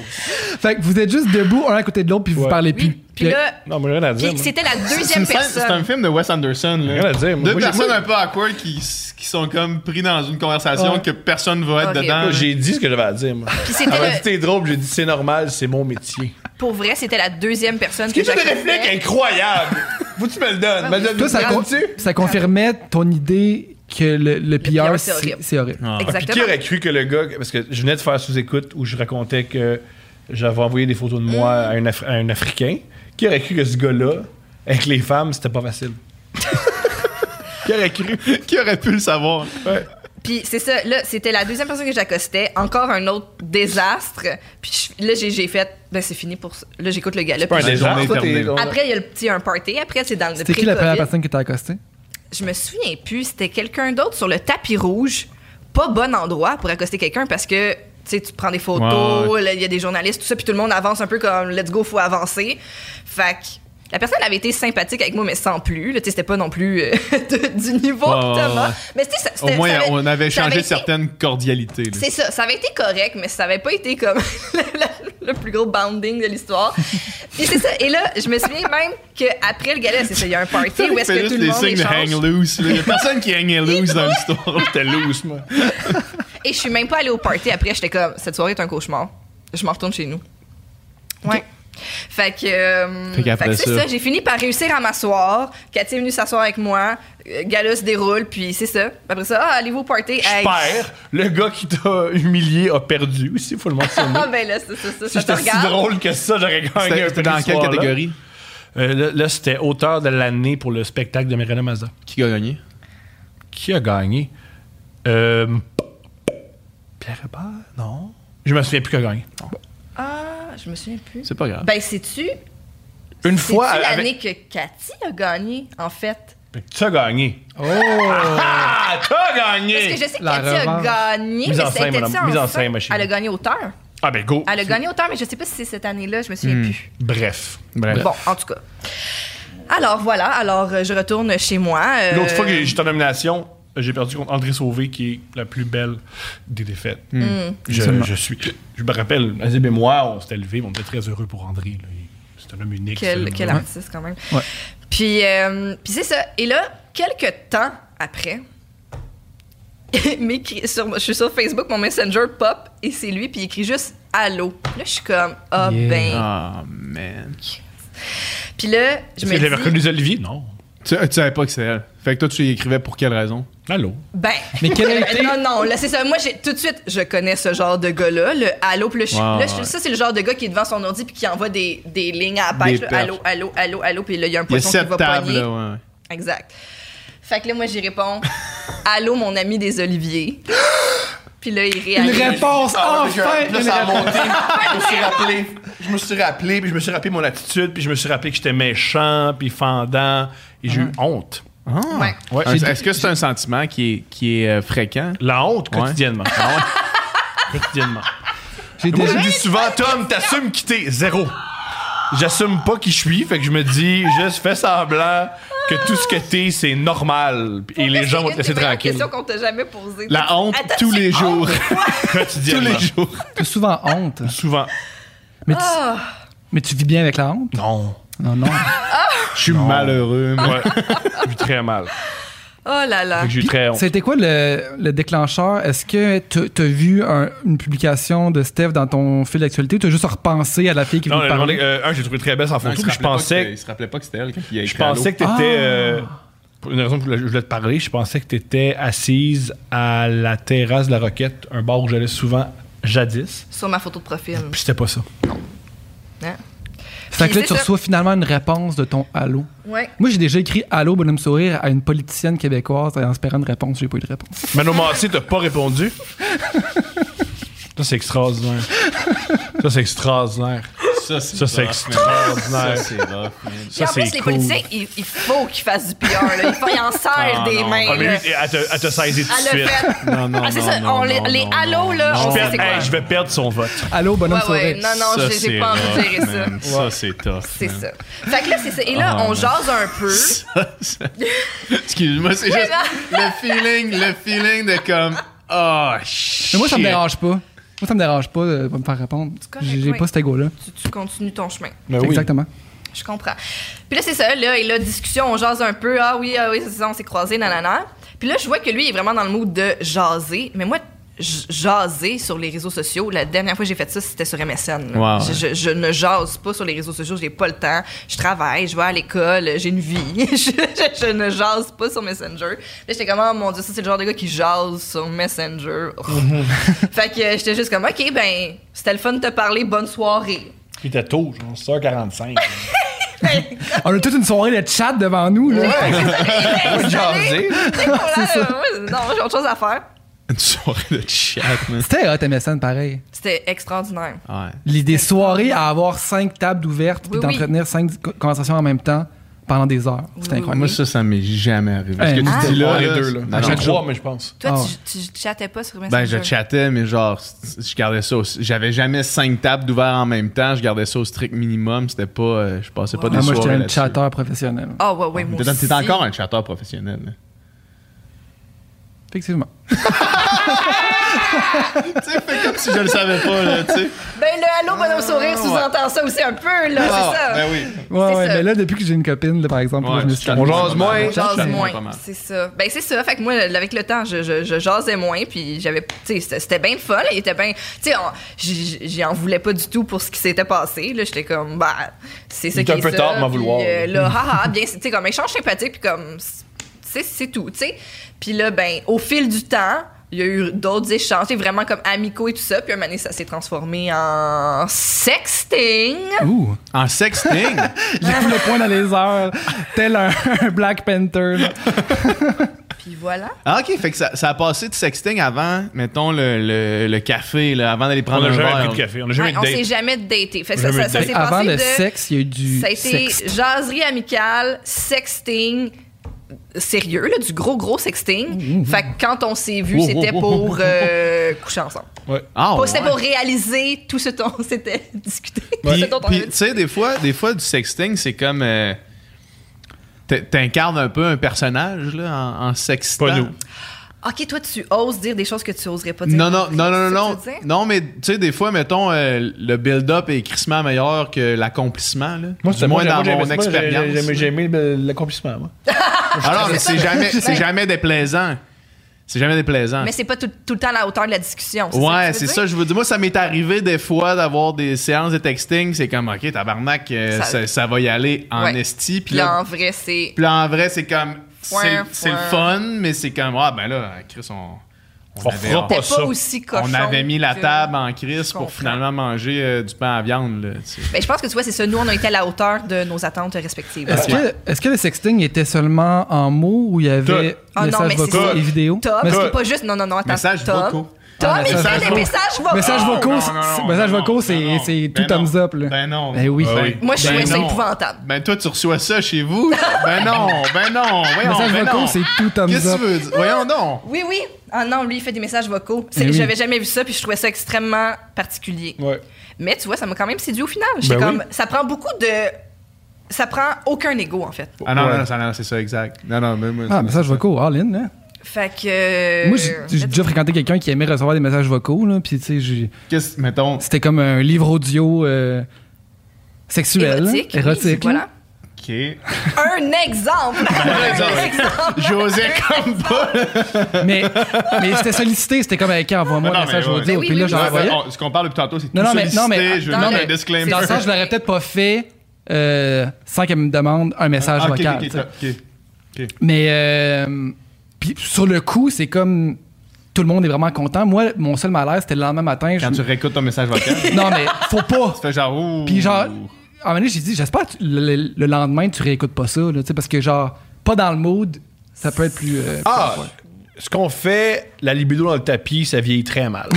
Fait que vous êtes juste debout, un à côté de l'autre, puis euh, vous Ouais. parlez plus. Oui. Puis là, Non, mais rien à dire. puis moi. c'était la C'est une deuxième scène- c'est un personne. film de Wes Anderson. là. Rien à dire. Moi, Deux j'ai- personnes moi, un peu awkward qui, s- qui sont comme pris dans une conversation Ouais. que personne va être Horrible. dedans. Ah, j'ai- J'ai dit ce que j'avais à dire, moi. Puis c'était Elle m'a dit, le- t'es drôle, j'ai dit, c'est normal, c'est mon métier. Pour vrai, c'était la deuxième personne que J'ai des j'acceptais. réflexions incroyables. Faut que tu me le donnes. Me le donnes- Toi, ça, con- Comprends-tu? ça confirmait ton idée que le, le PR, PR, c'est c'est horrible. c'est horrible. Ah, Puis qui Exactement. aurait cru que le gars. Parce que je venais de faire sous-écoute où je racontais que j'avais envoyé des photos de moi Mm. à, un Afri- à un Africain. Qui aurait cru que ce gars-là, avec les femmes, c'était pas facile? qui aurait cru? Qui aurait pu le savoir? Puis c'est ça, là, c'était la deuxième personne que j'accostais. Encore un autre désastre. Puis je- là, j'ai j'ai fait, ben c'est fini pour ça. Là, j'écoute le gars. là, Pas un puis- désastre, journée toi, terminée. t'es- on- Après, il y a le petit un party. Après, c'est dans le C'était qui la première pré-COVID. personne que t'as accostée? je me souviens plus, c'était quelqu'un d'autre sur le tapis rouge. Pas bon endroit pour accoster quelqu'un parce que tu sais, tu prends des photos, Ouais, là, il y a des journalistes, tout ça, puis tout le monde avance un peu comme let's go, faut avancer. Fait que la personne avait été sympathique avec moi, mais sans plus. là, tu sais, C'était pas non plus euh, de- du niveau Ouais, de Thomas. ouais, ouais. Mais tu sais, ça- c'était- Au ça moins, avait- on avait ça changé été- certaines cordialités. là. C'est ça, ça avait été correct, mais ça avait pas été comme le, le- le plus gros bounding de l'histoire. Puis c'est ça, et là, je me souviens même qu'après le gala, c'est ça, il y a un party où Il est-ce que fait juste tout le des monde signes de échange. hang loose. là. Il y a personne qui hang loose dans l'histoire. J'étais loose, moi. Et je suis même pas allée au party après. J'étais comme, cette soirée est un cauchemar. Je m'en retourne chez nous. Ouais. Fait que. euh, Fait qu'après que c'est ça- ça. J'ai fini par réussir à m'asseoir. Cathy est venue s'asseoir avec moi. Euh, Gala se déroule, puis c'est ça. Après ça, ah, allez-vous au party? Hey. J'espère. Le gars qui t'a humilié a perdu aussi, faut le mentionner. Ah, ben là, ça, ça, ça, si ça te j'étais si regarde. drôle que ça, j'aurais gagné un C'était prix dans ce quelle soir-là. catégorie Euh, là, là, c'était auteur de l'année pour le spectacle de Mirena Mazda. qui a gagné? Qui a gagné? Euh, Pierre Hébert? Non. Je me souviens plus qui a gagné. Ah, je me souviens plus. C'est pas grave. Ben, sais-tu? Une C'est-tu fois. l'année que Cathy a gagné, en fait? avec- Tu as gagné. Oh! Ah, t'as Parce gagné! que je sais que La Cathy a revanche. gagné, Mise mais en ça scène, était madame. Mise en scène, ma chérie. Elle a gagné auteur. Ah, ben go. Elle a gagné auteur, mais je sais pas si c'est cette année-là, je me Hmm. souviens plus. Bref. Bon, en tout cas. Alors voilà, alors euh, je retourne chez moi. euh, L'autre fois que j'étais en nomination, j'ai perdu contre André Sauvé, qui est la plus belle des défaites. Hmm. Je, Hmm. Absolument. je suis. Je me rappelle, Azib et moi, on s'était levés, mais on était très heureux pour André. là. Il- C'est un homme unique. Quel, ce quel gars. artiste quand même. Ouais. Puis, euh, puis c'est ça. Et là, quelques temps après, mes cri- sur- je suis sur Facebook, mon messenger pop et c'est lui, puis il écrit juste Allô. Là, je suis comme Ah Yeah. ben. Ah, man. Puis là, je Est-ce me que j'avais dis reconnu les Olivier? Non. Tu, tu savais pas que c'était elle. Fait que toi, tu y écrivais pour quelle raison? Allô? Ben. Mais quelle a été- Non, non, là, c'est ça. Moi, j'ai tout de suite, je connais ce genre de gars-là, le allô, puis là, je suis- Ouais, là, je suis- ouais. ça, c'est le genre de gars qui est devant son ordi puis qui envoie des, des lignes à la Des pêche, là, perches. allô, allô, allô, allô, puis là, il y a un Il y a poisson qui sept va tables, pogner. là, ouais. Exact. Fait que là, moi, j'y réponds, allô, mon ami des Oliviers. puis là, il Une réagit. réponse, Ah, puis enfin! que- puis là, une ça a réponse. monté. je me suis rappelé. Je me suis rappelé, puis je me suis rappelé mon attitude, puis je me suis rappelé que j'étais méchant, puis fendant, et j'ai eu honte. Ah, Ouais. Ouais, un- Est-ce que c'est un sentiment qui est, qui est euh, fréquent? La honte Ouais. quotidiennement. quotidiennement. J'ai Moi, déjà je dis souvent, Tom, t'assumes quitter. Zéro. J'assume pas qui je suis, fait que je me dis, juste fais semblant que tout ce que t'es, c'est normal. Et les gens vont te laisser C'est tranquille. une des meilleures questions qu'on t'a jamais posée. La honte Attends, tous c'est- Ah, les jours. tous Quotidiennement. les jours. t'as souvent honte. Souvent. Mais tu, Ah! mais tu vis bien avec la honte? Non. Non, non. Je suis malheureux. Ouais. Je suis très mal. Oh là là. Fait que j'ai eu très honte. C'était quoi le, le déclencheur? Est-ce que t'as- t'as vu un- une publication de Steph dans ton fil d'actualité? T'as juste repensé à la fille qui Non, venait le- de parler? euh, un, j'ai trouvé très belle sa Non, il photo. se puis je rappelait pas pensais que- il se rappelait pas que c'était elle qui a Je écrit pensais que t'étais. Ah. euh, pour une raison pour laquelle je voulais te parler, je pensais que t'étais assise à la terrasse de la Roquette, un bar où j'allais souvent jadis. Sur ma photo de profil. Puis c'était pas ça. Hein? fait que là, c'est tu ça. reçois finalement une réponse de ton allô. Ouais. Moi, j'ai déjà écrit allô, bonhomme sourire à une politicienne québécoise en espérant une réponse. J'ai pas eu de réponse. Manon Massé, t'as pas répondu. Ça, c'est extraordinaire. Ça, c'est extraordinaire. Ça, c'est Ça, c'est rough, extraordinaire. man. Ça, c'est rough, man. Puis en c'est plus, les cool. politiciens, il, il faut qu'ils fassent du PR. Là. Il faut qu'ils en serrent Ah, des non. mains. Ah, mais lui, là. elle te- elle t'a saisi tout de Elle le suite. fait. Non, non, Ah, c'est non, ça. non, on, les non, les non, halos, là, non. on Je, sait perds- c'est quoi. hey, je vais perdre son vote. Allô, bonhomme Ouais, ouais. sourire. Non, non, Ça, j'ai- c'est j'ai pas envie de rough, gérer ça. man. Ça, c'est tough. C'est man. ça. Fait que là, c'est ça. Et là, Ah, on man. jase un peu. Excuse-moi, c'est juste le feeling, le feeling de comme. Oh, Mais moi, ça me shit. dérange pas. Moi, ça me dérange pas de pas me faire répondre. correct, J'ai j'ai oui. pas cet ego-là. Tu, tu continues ton chemin. Exactement. Je comprends. Puis là, c'est ça, là, et là, discussion, on jase un peu. Ah oui, ah oui, c'est ça, on s'est croisés, nanana. Puis là, je vois que lui, il est vraiment dans le mood de jaser. Mais moi, j- jaser sur les réseaux sociaux, la dernière fois que j'ai fait ça, c'était sur MSN. là. Wow. Je, je- je ne jase pas sur les réseaux sociaux, j'ai pas le temps. Je travaille, je vais à l'école, j'ai une vie. je, je- je ne jase pas sur Messenger. Là, j'étais comme, oh mon Dieu, ça, c'est le genre de gars qui jase sur Messenger. fait que euh, j'étais juste comme, OK, ben, c'était le fun de te parler, bonne soirée. Puis t'es tôt, genre 7h45. On a toute une soirée de chat devant nous. Là. jaser. Non, j'ai autre chose à faire. Une soirée de chat, man. C'était hot, MSN, pareil. C'était extraordinaire. Ouais. Les, des soirées à avoir cinq tables ouvertes puis Oui, oui. d'entretenir cinq di- co- conversations en même temps pendant des heures. C'était oui, incroyable. Moi, ça, ça m'est jamais arrivé. Hey, Ce que moi, tu dis Là, là, les Ah, là, deux, là. non, J'en ai non. trois, mais je pense. Toi, Ah tu, tu chattais pas sur Messenger? Ben, je chattais, mais genre, c- je gardais ça au- J'avais jamais cinq tables d'ouvert en même temps. Je gardais ça au strict minimum. C'était pas. euh, je passais pas Wow. des Ah, moi, j'étais soirées. un là-dessus. chatteur professionnel. Ah ouais, ouais, moi T'es aussi. t'es encore un chatteur professionnel. là. Effectivement. tu sais, fait comme si je le savais pas, là, tu sais. Ben, le Allô, bonhomme sourire sous-entend ça aussi un peu, là, c'est ça. Ben oui. Ouais, C'est ouais, ça. mais là, depuis que j'ai une copine, là, par exemple, là, Ouais, je me tu suis chattes calmé. moins. jase moins. Ouais, Jase chatte pas moins, mal. c'est ça. Ben c'est ça. Fait que moi, avec le temps, je, je, je jasais moins, puis j'avais, tu sais, c'était- c'était bien le fun. Il était bien, tu sais, on- j'y j'y en voulais pas du tout pour ce qui s'était passé. Là, j'étais comme, bah, c'est ça Il qui était est un peu ça, tard de m'en puis, vouloir. euh, là, haha, bien, c'est- tu sais, comme échange sympathique, puis comme, c'est- c'est c'est tout, tu sais. Puis là, ben, au fil du temps. Il y a eu d'autres échanges, tu sais, vraiment comme amicaux et tout ça. Puis un moment donné, ça s'est transformé en sexting. Ouh. En sexting. Il fout le point dans les heures, tel un, un Black Panther. là. Puis voilà. Ah, ok, fait que ça, ça a passé de sexting avant, mettons, le, le, le café, là, avant d'aller On prendre n'a un jamais verre. pris de café. On n'a jamais Ouais, on eu de s'est date. jamais daté. Fait que ça, Jamais ça, ça daté. s'est Avant passé le de... sexe, il y a eu du Ça a été sexe. jaserie amicale, sexting sérieux, là, du gros, gros Mm-hmm. sexting. Fait que quand on s'est vu, Wow, c'était wow, wow, pour euh, coucher ensemble. oh, Ah, Pas- c'était ouais. pour réaliser tout ce dont on s'était discuté. tout Puis, ce dont on puis, avait tu dit. sais, des fois, des fois, du sexting, c'est comme. euh, t'in- T'incarnes un peu un personnage, là, en, en sextant. Pas nous. OK, toi, tu oses dire des choses que tu oserais pas dire. Non, non, non, non, non, non. C'est ça que tu veux dire? Non, mais tu sais, des fois, mettons, euh, le build-up est crissement meilleur que l'accomplissement, là. Du moins dans mon expérience. J'ai aimé l'accomplissement, moi. Ah Alors, mais c'est jamais, c'est jamais déplaisant. C'est jamais déplaisant. Mais c'est pas tout, tout le temps à la hauteur de la discussion. Ouais, c'est ça. ça, que tu veux dire? je veux dire. Moi, ça m'est arrivé des fois d'avoir des séances de texting. C'est comme, OK, tabarnak, euh, Ça- ça, ça va y aller en Ouais. esti. Puis Puis là, là, en vrai, c'est. puis là, en vrai, c'est comme, c'est Foin, c'est le foin. fun, mais c'est comme, ah, ben là, Chris, on, on, On avait, fera on- pas T'es ça. pas aussi cochon. on avait mis la que- table en crise je pour comprends. finalement manger euh, du pain à viande. Là, tu sais. Ben, je pense que tu vois, c'est ça. Nous, on a été à la hauteur de nos attentes respectives. Est-ce que, est-ce que le sexting était seulement en mots ou il y avait Tout. Ah non, messages mais c'est vocaux ça. et vidéos? Top, Mais- c'est pas juste. Non, non, non, attends. Message Tom. vocaux. Tom, Ah, il message fait des vocaux. messages vocaux. Messages vocaux, c'est- c'est- messages vocaux, c'est- ben non, c'est ben tout thumbs non. up, là. Ben non. Ben oui. Ben oui. Moi, je Ben trouvais ça non. épouvantable. Ben toi, tu reçois ça chez vous? ben non, ben non, voyons, Messages ben vocaux, non. c'est tout thumbs Qu'est-ce que up. tu veux dire? Voyons donc. Oui, oui. Ah non, lui, il fait des messages vocaux. C'est- Eh oui. J'avais jamais vu ça, puis je trouvais ça extrêmement particulier. Ouais. Mais tu vois, ça m'a quand même séduit au final. J'étais Ben oui. comme, ça prend beaucoup de. Ça prend aucun ego, en fait. Ah non, Ouais. non, non, ça, non, c'est ça, exact. Non, non, mais moi, Ah, messages vocaux, all in, hein? Fait que. euh, Moi, j'ai j'ai déjà fréquenté quelqu'un qui aimait recevoir des messages vocaux, là, puis tu sais, j'ai- Qu'est-ce, mettons, c'était comme un livre audio euh, sexuel. Érotique. oui, érotique, là. Voilà. OK. Un exemple! Un exemple! J'osais comme pas. Mais, mais c'était sollicité, c'était comme avec envoie-moi un Ah Non, message mais ouais. audio. Mais oui, Puis là, oui, j'en oui. envoyais. On- Ce qu'on parle depuis tantôt, c'est tout Non, non, mais, sollicité. non, mais, je veux dans mettre le- un disclaimer. dans le sens, je l'aurais peut-être pas fait euh, sans qu'elle me demande un message Ah, ok, vocal. ok, tu sais. ok. Mais euh, puis sur le coup, c'est comme tout le monde est vraiment content. Moi, mon seul malaise, c'était le lendemain matin. je- Quand tu réécoutes ton message vocal, tu Non, mais faut pas. fais genre ouh. Puis genre, à un moment donné, j'ai dit, j'espère que tu- le, le- le lendemain, tu réécoutes pas ça, là, tu sais, parce que genre, pas dans le mood, ça peut être plus. euh, Ah! Ce qu'on fait, la libido dans le tapis, ça vieillit très mal.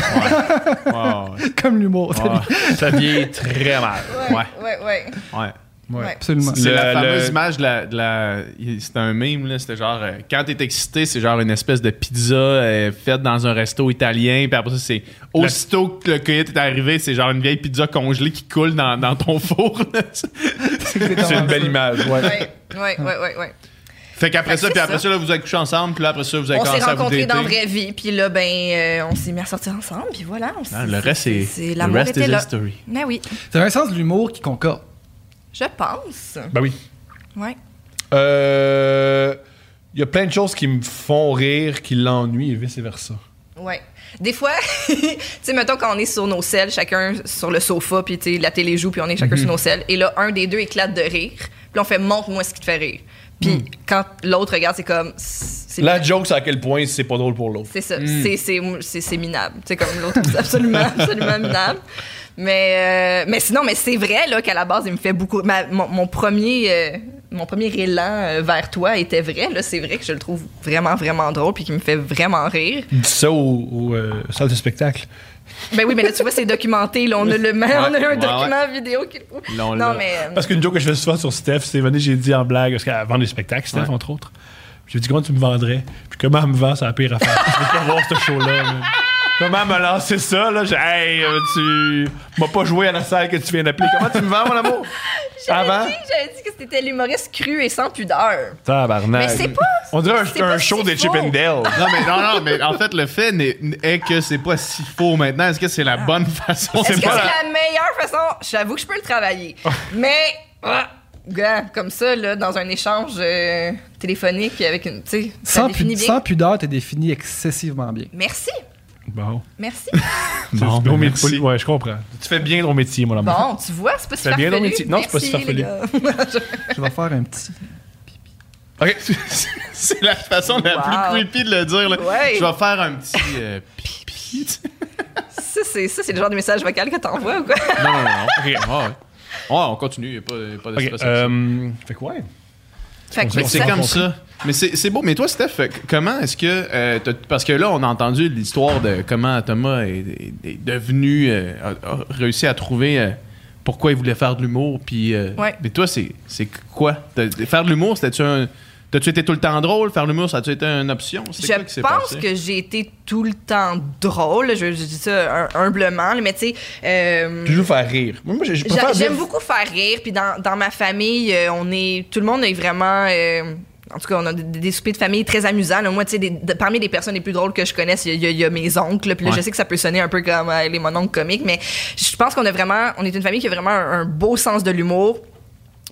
Wow, ouais. comme l'humour. Ah. ça vieillit très mal. Ouais. Ouais, ouais. Ouais. ouais. Absolument. C'est Le- la fameuse le- image de la. de la- il- C'était un meme, là. C'était genre. euh, quand t'es excité, c'est genre une espèce de pizza euh, faite dans un resto italien. Puis après ça, c'est. Aussitôt que le cueillette est arrivé, c'est genre une vieille pizza congelée qui coule dans, dans ton four. là. C'est une belle image. Ouais. Ouais, ouais, ouais, ouais, ouais. fait qu'après Fait que ça, c'est puis après ça. ça, là, vous êtes couché ensemble. Puis là, après ça, vous avez On s'est commencé à vous rencontrés dater. dans la vraie vie, puis là, ben, euh, on s'est mis à sortir ensemble, puis voilà. on s'est- Ah, le reste, c'est. c'est- Le l'amour reste était is là. history. Mais oui, C'est un sens de l'humour qui concorde. je pense. Ben oui. Ouais. Euh, Il y a plein de choses qui me font rire, qui l'ennuient et vice-versa. Ouais. Des fois, tu sais, mettons quand on est sur nos selles, chacun sur le sofa, puis tu sais, la télé joue, puis on est chacun sur nos selles, et là, un des deux éclate de rire, puis on fait montre-moi ce qui te fait rire. Puis quand l'autre regarde, c'est comme. C'est La joke, c'est à quel point c'est pas drôle pour l'autre. C'est ça. C'est- C'est, c'est, c'est minable. C'est comme l'autre, c'est absolument, absolument minable. Mais, euh, mais sinon, mais c'est vrai là, qu'à la base, il me fait beaucoup. ma- mon, mon premier, euh, mon premier élan euh, vers toi était vrai. Là. C'est vrai que je le trouve vraiment, vraiment drôle puis qu'il me fait vraiment rire. Dis ça aux au, salles de spectacle. Ben oui, mais là, tu vois, c'est documenté. Là, on, a le, on a un Ouais, ouais, document vidéo qui le prouve. Là, on non, l'a. mais. euh, Parce qu'une joke que je fais souvent sur Steph, c'est venez, j'ai dit en blague, parce qu'elle vend des spectacles, Steph, Ouais. entre autres. Puis J'ai dit comment tu me vendrais Puis comment elle me vend, c'est la pire affaire. je veux pas voir ce show-là. man. Comment elle m'a lancé ça, là? J'ai, hey, euh, tu m'as pas joué à la salle que tu viens d'appeler. Comment tu me vends, mon amour? j'avais, Avant? dit, j'avais dit que c'était l'humoriste cru et sans pudeur. Tabarnak. Mais c'est pas. On dirait c'est un, pas un show si des faux. Chip and Dale. Non, mais non, non, mais en fait, le fait n'est- est que c'est pas si faux maintenant. Est-ce que c'est la bonne façon? Ah. Est-ce que pas la- c'est la meilleure façon? J'avoue que je peux le travailler. Mais, ah, gars, comme ça, là, dans un échange euh, téléphonique avec une. Tu sais, ça Sans, définit pu- bien. sans pudeur, t'es défini excessivement bien. Merci, Bon. merci. Bon, C'est- ben, métier. merci. Ouais, je comprends. Tu fais bien ton métier, mon amour. Bon, tu vois, c'est pas si C'est farfelu. bien dans le métier. Non, c'est pas si Merci, les gars. Je vais faire un petit. Ok. c'est la façon la Wow. plus creepy de le dire. Là. Ouais. Je vais faire un petit euh, pipi. ça, c'est, ça, c'est le genre de message vocal que t'envoies ou quoi? non, non, non. Ok. Ah, ouais. Ah, on continue. Il n'y a pas, y a pas de Ok, stress avec ça. euh, fait quoi? Fait Mais oui, c'est ça- comme ça. Mais c'est c'est beau. Mais toi, Steph, euh, comment est-ce que. euh, t'as- parce que là, on a entendu l'histoire de comment Thomas est, est- est devenu. euh, a, a réussi à trouver euh, pourquoi il voulait faire de l'humour. Puis. euh, Ouais. Mais toi, c'est c'est quoi T'as- Faire de l'humour, c'était-tu un. T'as-tu été tout le temps drôle? Faire de l'humour, ça a-tu été une option? C'est quoi qui Je s'est pense passé? que j'ai été tout le temps drôle. Je, je dis ça hum- humblement, là, mais tu sais. euh, Toujours faire rire. Moi, moi, je, je J'a- préfère J'aime bien- beaucoup faire rire. Puis dans, dans ma famille, euh, on est, tout le monde est vraiment. euh, en tout cas, on a des, des soupers de famille très amusants. là. Moi, tu sais, des- de- parmi les personnes les plus drôles que je connaisse, il y a- il y, a- il y a mes oncles. là. Puis là, Ouais. je sais que ça peut sonner un peu comme euh, les mononcles comiques, mais je pense qu'on a vraiment, on est une famille qui a vraiment un, un beau sens de l'humour.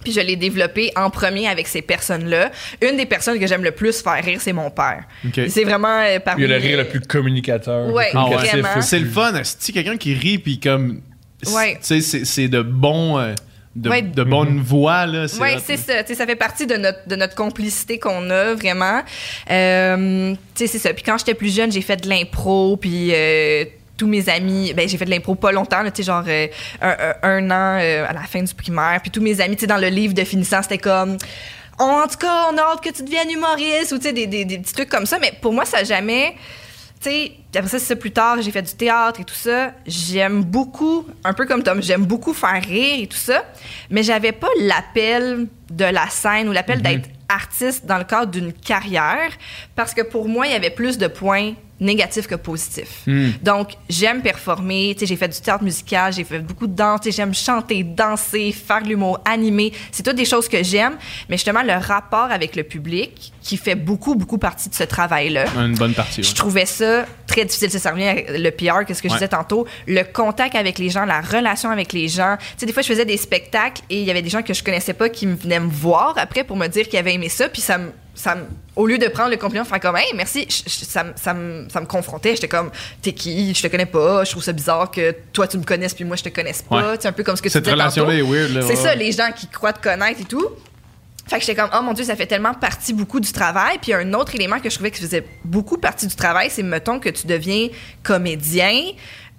Puis je l'ai développé en premier avec ces personnes-là. Une des personnes que j'aime le plus faire rire, c'est mon père. Ok. C'est vraiment euh, Il parmi y a le rire le plus communicateur. le Ouais, Ah plus communicatif, vraiment. le C'est le plus- fun, si quelqu'un qui rit puis comme c- Ouais. tu sais c'est c'est de bon euh, de, Ouais. de bonne Mhm. voix là, c'est Oui, hot. c'est ça. Tu sais, ça fait partie de notre, de notre complicité qu'on a vraiment. Euh, tu sais, c'est ça. Puis quand j'étais plus jeune, j'ai fait de l'impro, puis euh, tous mes amis, ben j'ai fait de l'impro pas longtemps, là, tu sais, genre euh, un, un- un an euh, à la fin du primaire. Puis tous mes amis, tu sais, dans le livre de finissant, c'était comme. On- en tout cas, on a hâte que tu deviennes humoriste ou tu sais, des, des- des petits trucs comme ça. Mais pour moi, ça a jamais. Tu sais, puis après ça, c'est ça, plus tard, j'ai fait du théâtre et tout ça. J'aime beaucoup, un peu comme Tom, j'aime beaucoup faire rire et tout ça. Mais j'avais pas l'appel de la scène ou l'appel d'être artiste dans le cadre d'une carrière parce que pour moi, il y avait plus de points négatif que positif. Donc, j'aime performer. Tu sais, j'ai fait du théâtre musical, j'ai fait beaucoup de danse. Tu sais, j'aime chanter, danser, faire de l'humour, animer. C'est toutes des choses que j'aime. Mais justement, le rapport avec le public, qui fait beaucoup, beaucoup partie de ce travail-là. Une bonne partie. ouais. Je trouvais ça très difficile. Ça, ça revient à le PR, que ce que je Ouais. disais tantôt. Le contact avec les gens, la relation avec les gens. Tu sais, des fois, je faisais des spectacles et il y avait des gens que je connaissais pas qui me venaient me voir après pour me dire qu'ils avaient aimé ça. Puis ça me. Ça me- au lieu de prendre le compliment, faire comme, hey, merci, je- je- ça, me- ça, me- ça me confrontait. J'étais comme, t'es qui? Je te connais pas. Je trouve ça bizarre que toi, tu me connaisses, puis moi, je te connaisse pas. Ouais. C'est un peu comme ce que Cette tu disais relation-là tantôt. est weird, là, C'est ouais, ça, ouais. les gens qui croient te connaître et tout. Fait que j'étais comme, oh mon Dieu, ça fait tellement partie beaucoup du travail. Puis un autre élément que je trouvais qui faisait beaucoup partie du travail, c'est mettons que tu deviens comédien.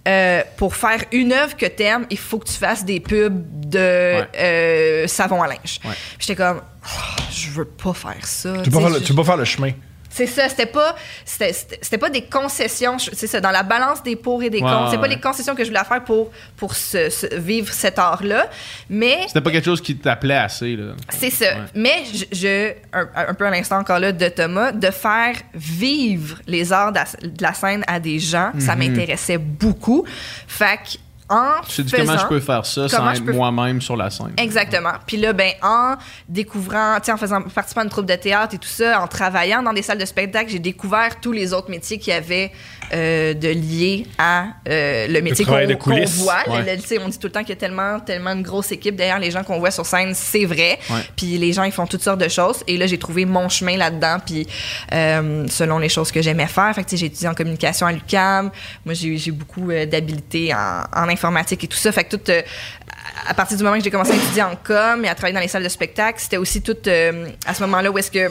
euh, pour faire une œuvre que t'aimes, il faut que tu fasses des pubs de euh, savon à linge. Puis J'étais comme, Oh, je veux pas faire ça. Tu peux, Tu pas sais, faire le- je- tu peux pas faire le chemin. c'est ça, c'était pas, c'était- c'était c'était pas des concessions. je- C'est ça, dans la balance des pour et des Ouais, contre, c'est ouais, pas ouais. les concessions que je voulais faire pour pour ce- ce- vivre cet art-là, mais C'était pas quelque chose qui t'appelait assez. Là. c'est ça. Ouais. Mais je, je- un, un peu à l'instant encore là de Thomas, de faire vivre les arts de la, de la scène à des gens, Mhm. ça m'intéressait beaucoup. Fait que en Je sais dit faisant, comment je peux faire ça sans comment je être peux- moi-même sur la scène. Exactement. Puis là, ben, en découvrant, tu sais, en faisant participant à une troupe de théâtre et tout ça, en travaillant dans des salles de spectacle, j'ai découvert tous les autres métiers qu'il y avait euh, de liés à euh, le métier qu'on travail de qu'on coulisses. voit. Ouais. Le- le- tu sais, on dit tout le temps qu'il y a tellement, tellement une grosse équipe derrière les gens qu'on voit sur scène, c'est vrai. Ouais. Puis les gens, ils font toutes sortes de choses. Et là, j'ai trouvé mon chemin là-dedans, puis euh, selon les choses que j'aimais faire. Fait que, tu sais, j'ai étudié en communication à l'UCAM. Moi, j'ai j'ai beaucoup euh, d'habilité en, en informatique et tout ça. Fait que tout... euh, à partir du moment que j'ai commencé à étudier en com et à travailler dans les salles de spectacle, c'était aussi tout euh, à ce moment-là où est-ce que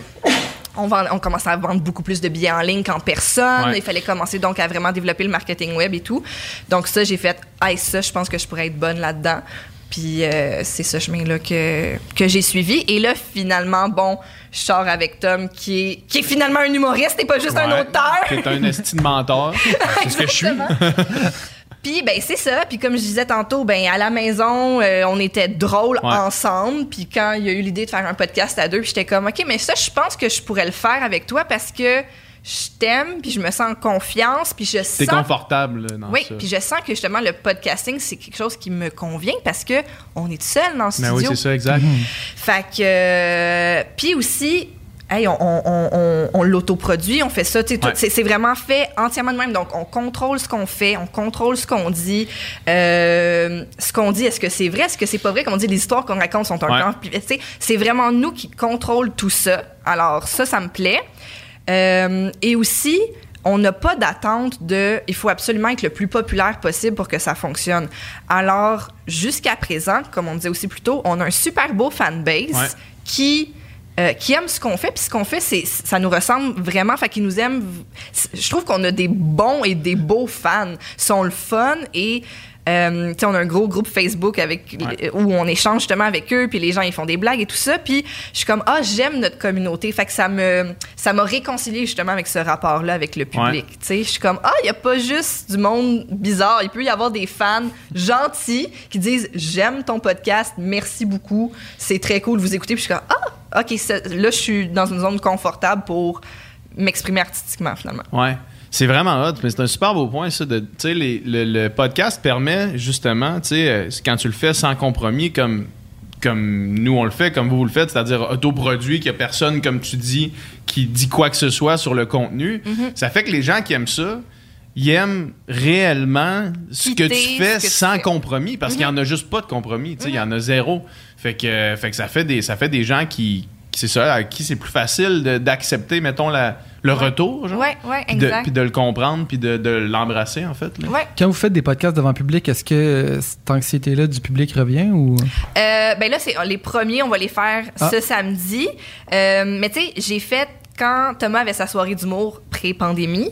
on, vend- on commençait à vendre beaucoup plus de billets en ligne qu'en personne. Ouais. Il fallait commencer donc à vraiment développer le marketing web et tout. Donc ça, j'ai fait, hey, ça, je pense que je pourrais être bonne là-dedans. Puis euh, c'est ce chemin-là que, que j'ai suivi. Et là, finalement, bon, je sors avec Tom qui est, qui est finalement un humoriste et pas juste un Ouais. auteur. T'es un esti de mentor. C'est ce que je suis. Puis ben c'est ça, puis comme je disais tantôt, ben à la maison, euh, on était drôles Ouais. ensemble, puis quand il y a eu l'idée de faire un podcast à deux, puis j'étais comme OK, mais ça je pense que je pourrais le faire avec toi parce que je t'aime, puis je me sens en confiance, puis je T'es sens confortable là, dans Oui, ça. puis je sens que justement le podcasting c'est quelque chose qui me convient parce que on est tout seul dans le Mais studio. Ben oui, c'est ça, exact. Fait que. euh, puis aussi. hey, on, on- on- on- on l'autoproduit, on fait ça. tu sais, tout- Ouais. C'est c'est vraiment fait entièrement de même. Donc, on contrôle ce qu'on fait, on contrôle ce qu'on dit. Euh, ce qu'on dit, est-ce que c'est vrai, est-ce que c'est pas vrai? Comme on dit, les histoires qu'on raconte sont un Ouais. camp. Puis, tu sais, C'est vraiment nous qui contrôlons tout ça. Alors, ça, ça me plaît. Euh, et aussi, on n'a pas d'attente de il faut absolument être le plus populaire possible pour que ça fonctionne. Alors, jusqu'à présent, comme on disait aussi plus tôt, on a un super beau fanbase Ouais. qui. euh, qui aime ce qu'on fait, puis ce qu'on fait, c'est, ça nous ressemble vraiment, fait qu'ils nous aiment. Je trouve qu'on a des bons et des beaux fans. Ils sont le fun et euh, tu sais, on a un gros groupe Facebook avec euh, Ouais. où on échange justement avec eux, puis les gens ils font des blagues et tout ça, puis je suis comme ah j'aime notre communauté, fait que ça me ça m'a réconcilié justement avec ce rapport là avec le public. Tu sais, je suis comme ah il y a pas juste du monde bizarre, il peut y avoir des fans gentils qui disent j'aime ton podcast, merci beaucoup, c'est très cool de vous écouter, puis je suis comme ah ok ça- là je suis dans une zone confortable pour m'exprimer artistiquement finalement. Ouais. C'est vraiment hot, mais c'est un super beau point, ça. de- Tu sais, les- le, le podcast permet justement, tu sais, euh, c'est quand tu le fais sans compromis, comme, comme nous on le fait, comme vous, vous le faites, c'est-à-dire autoproduit, qu'il n'y a personne, comme tu dis, qui dit quoi que ce soit sur le contenu, Mhm. ça fait que les gens qui aiment ça, ils aiment réellement ce Quitter que tu fais ce que tu sans fais. Mhm. compromis, parce qu'il n'y en a juste pas de compromis, tu sais, il y en a zéro. Fait que, euh, fait que ça, fait des, ça fait des gens qui, qui- c'est ça, à qui c'est plus facile de- d'accepter, mettons, la- le retour, genre. Ouais ouais Puis de, exact. puis de le comprendre, puis de, de l'embrasser, en fait. là. Ouais. Quand vous faites des podcasts devant public, est-ce que euh, cette anxiété-là du public revient ou. Euh, ben là, c'est les premiers, on va les faire Ah. ce samedi. Euh, mais tu sais, j'ai fait quand Thomas avait sa soirée d'humour pré-pandémie.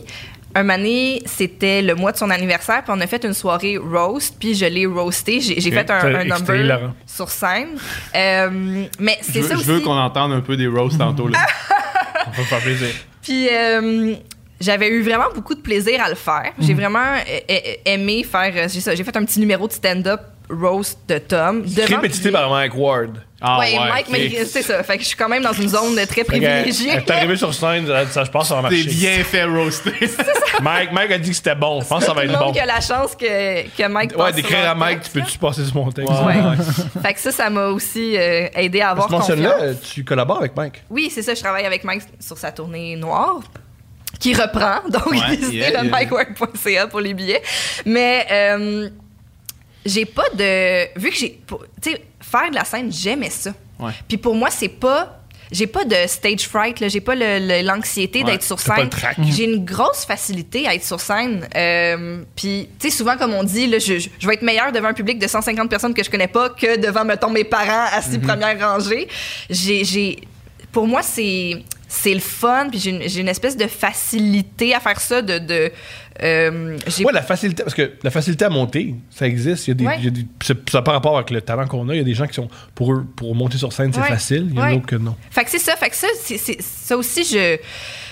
Un mané, c'était le mois de son anniversaire, puis on a fait une soirée roast, puis je l'ai roasté. J'ai j'ai Ok. fait un, C'était un extrêmement number hilarant. sur scène. Euh, mais Je c'est veux, ça je veux aussi. qu'on entende un peu des roasts tantôt. Là. Ça va faire plaisir. Puis euh, j'avais eu vraiment beaucoup de plaisir à le faire. J'ai Mhm. vraiment euh, euh, aimé faire. euh, J'ai ça, j'ai fait un petit numéro de stand-up roast de Tom. devant Crépétité public. par Mike Ward. Ah, ouais, Mike, ok. mais c'est ça. Fait que je suis quand même dans une zone de très privilégiée. T'es arrivé sur scène, elle a dit ça, je pense que ça va T'es marcher. bien fait roaster. Mike, Mike a dit que c'était bon. Je pense que ça va Tout être le monde bon. qui a la chance que, que Mike Ouais, passe sur d'écrire à mon Mike, tu texte, peux-tu passer sur mon texte? là. Ouais. fait que ça, ça m'a aussi euh, aidé à avoir Parce que confiance. là euh, tu collabores avec Mike. Oui, c'est ça, je travaille avec Mike sur sa tournée noire qui reprend. Donc, Ouais, visitez yeah, le yeah. mikework.ca pour les billets. Mais euh, j'ai pas de... Vu que j'ai... pour- Tu sais, faire de la scène, j'aimais ça. Ouais. Puis pour moi, c'est pas... J'ai pas de stage fright, là. j'ai pas le- le- l'anxiété d'être sur pas scène. le trac. J'ai une grosse facilité à être sur scène. Euh, Puis, tu sais, souvent, comme on dit, là, je, je- je vais être meilleure devant un public de 150 personnes que je connais pas que devant, mettons, mes parents assis première rangée. J'ai- J'ai pour moi, c'est c'est le fun, puis j'ai une, j'ai une espèce de facilité à faire ça, de... de euh, j'ai- Ouais, la facilité, parce que la facilité à monter, ça existe. Il y a des, Ouais. il y a des- c'est- ça par rapport avec le talent qu'on a, il y a des gens qui sont, pour eux, pour monter sur scène, c'est Ouais. facile. Il y en a Ouais. d'autres que non. Fait que c'est ça, fait que ça, c'est- c'est- ça aussi, je...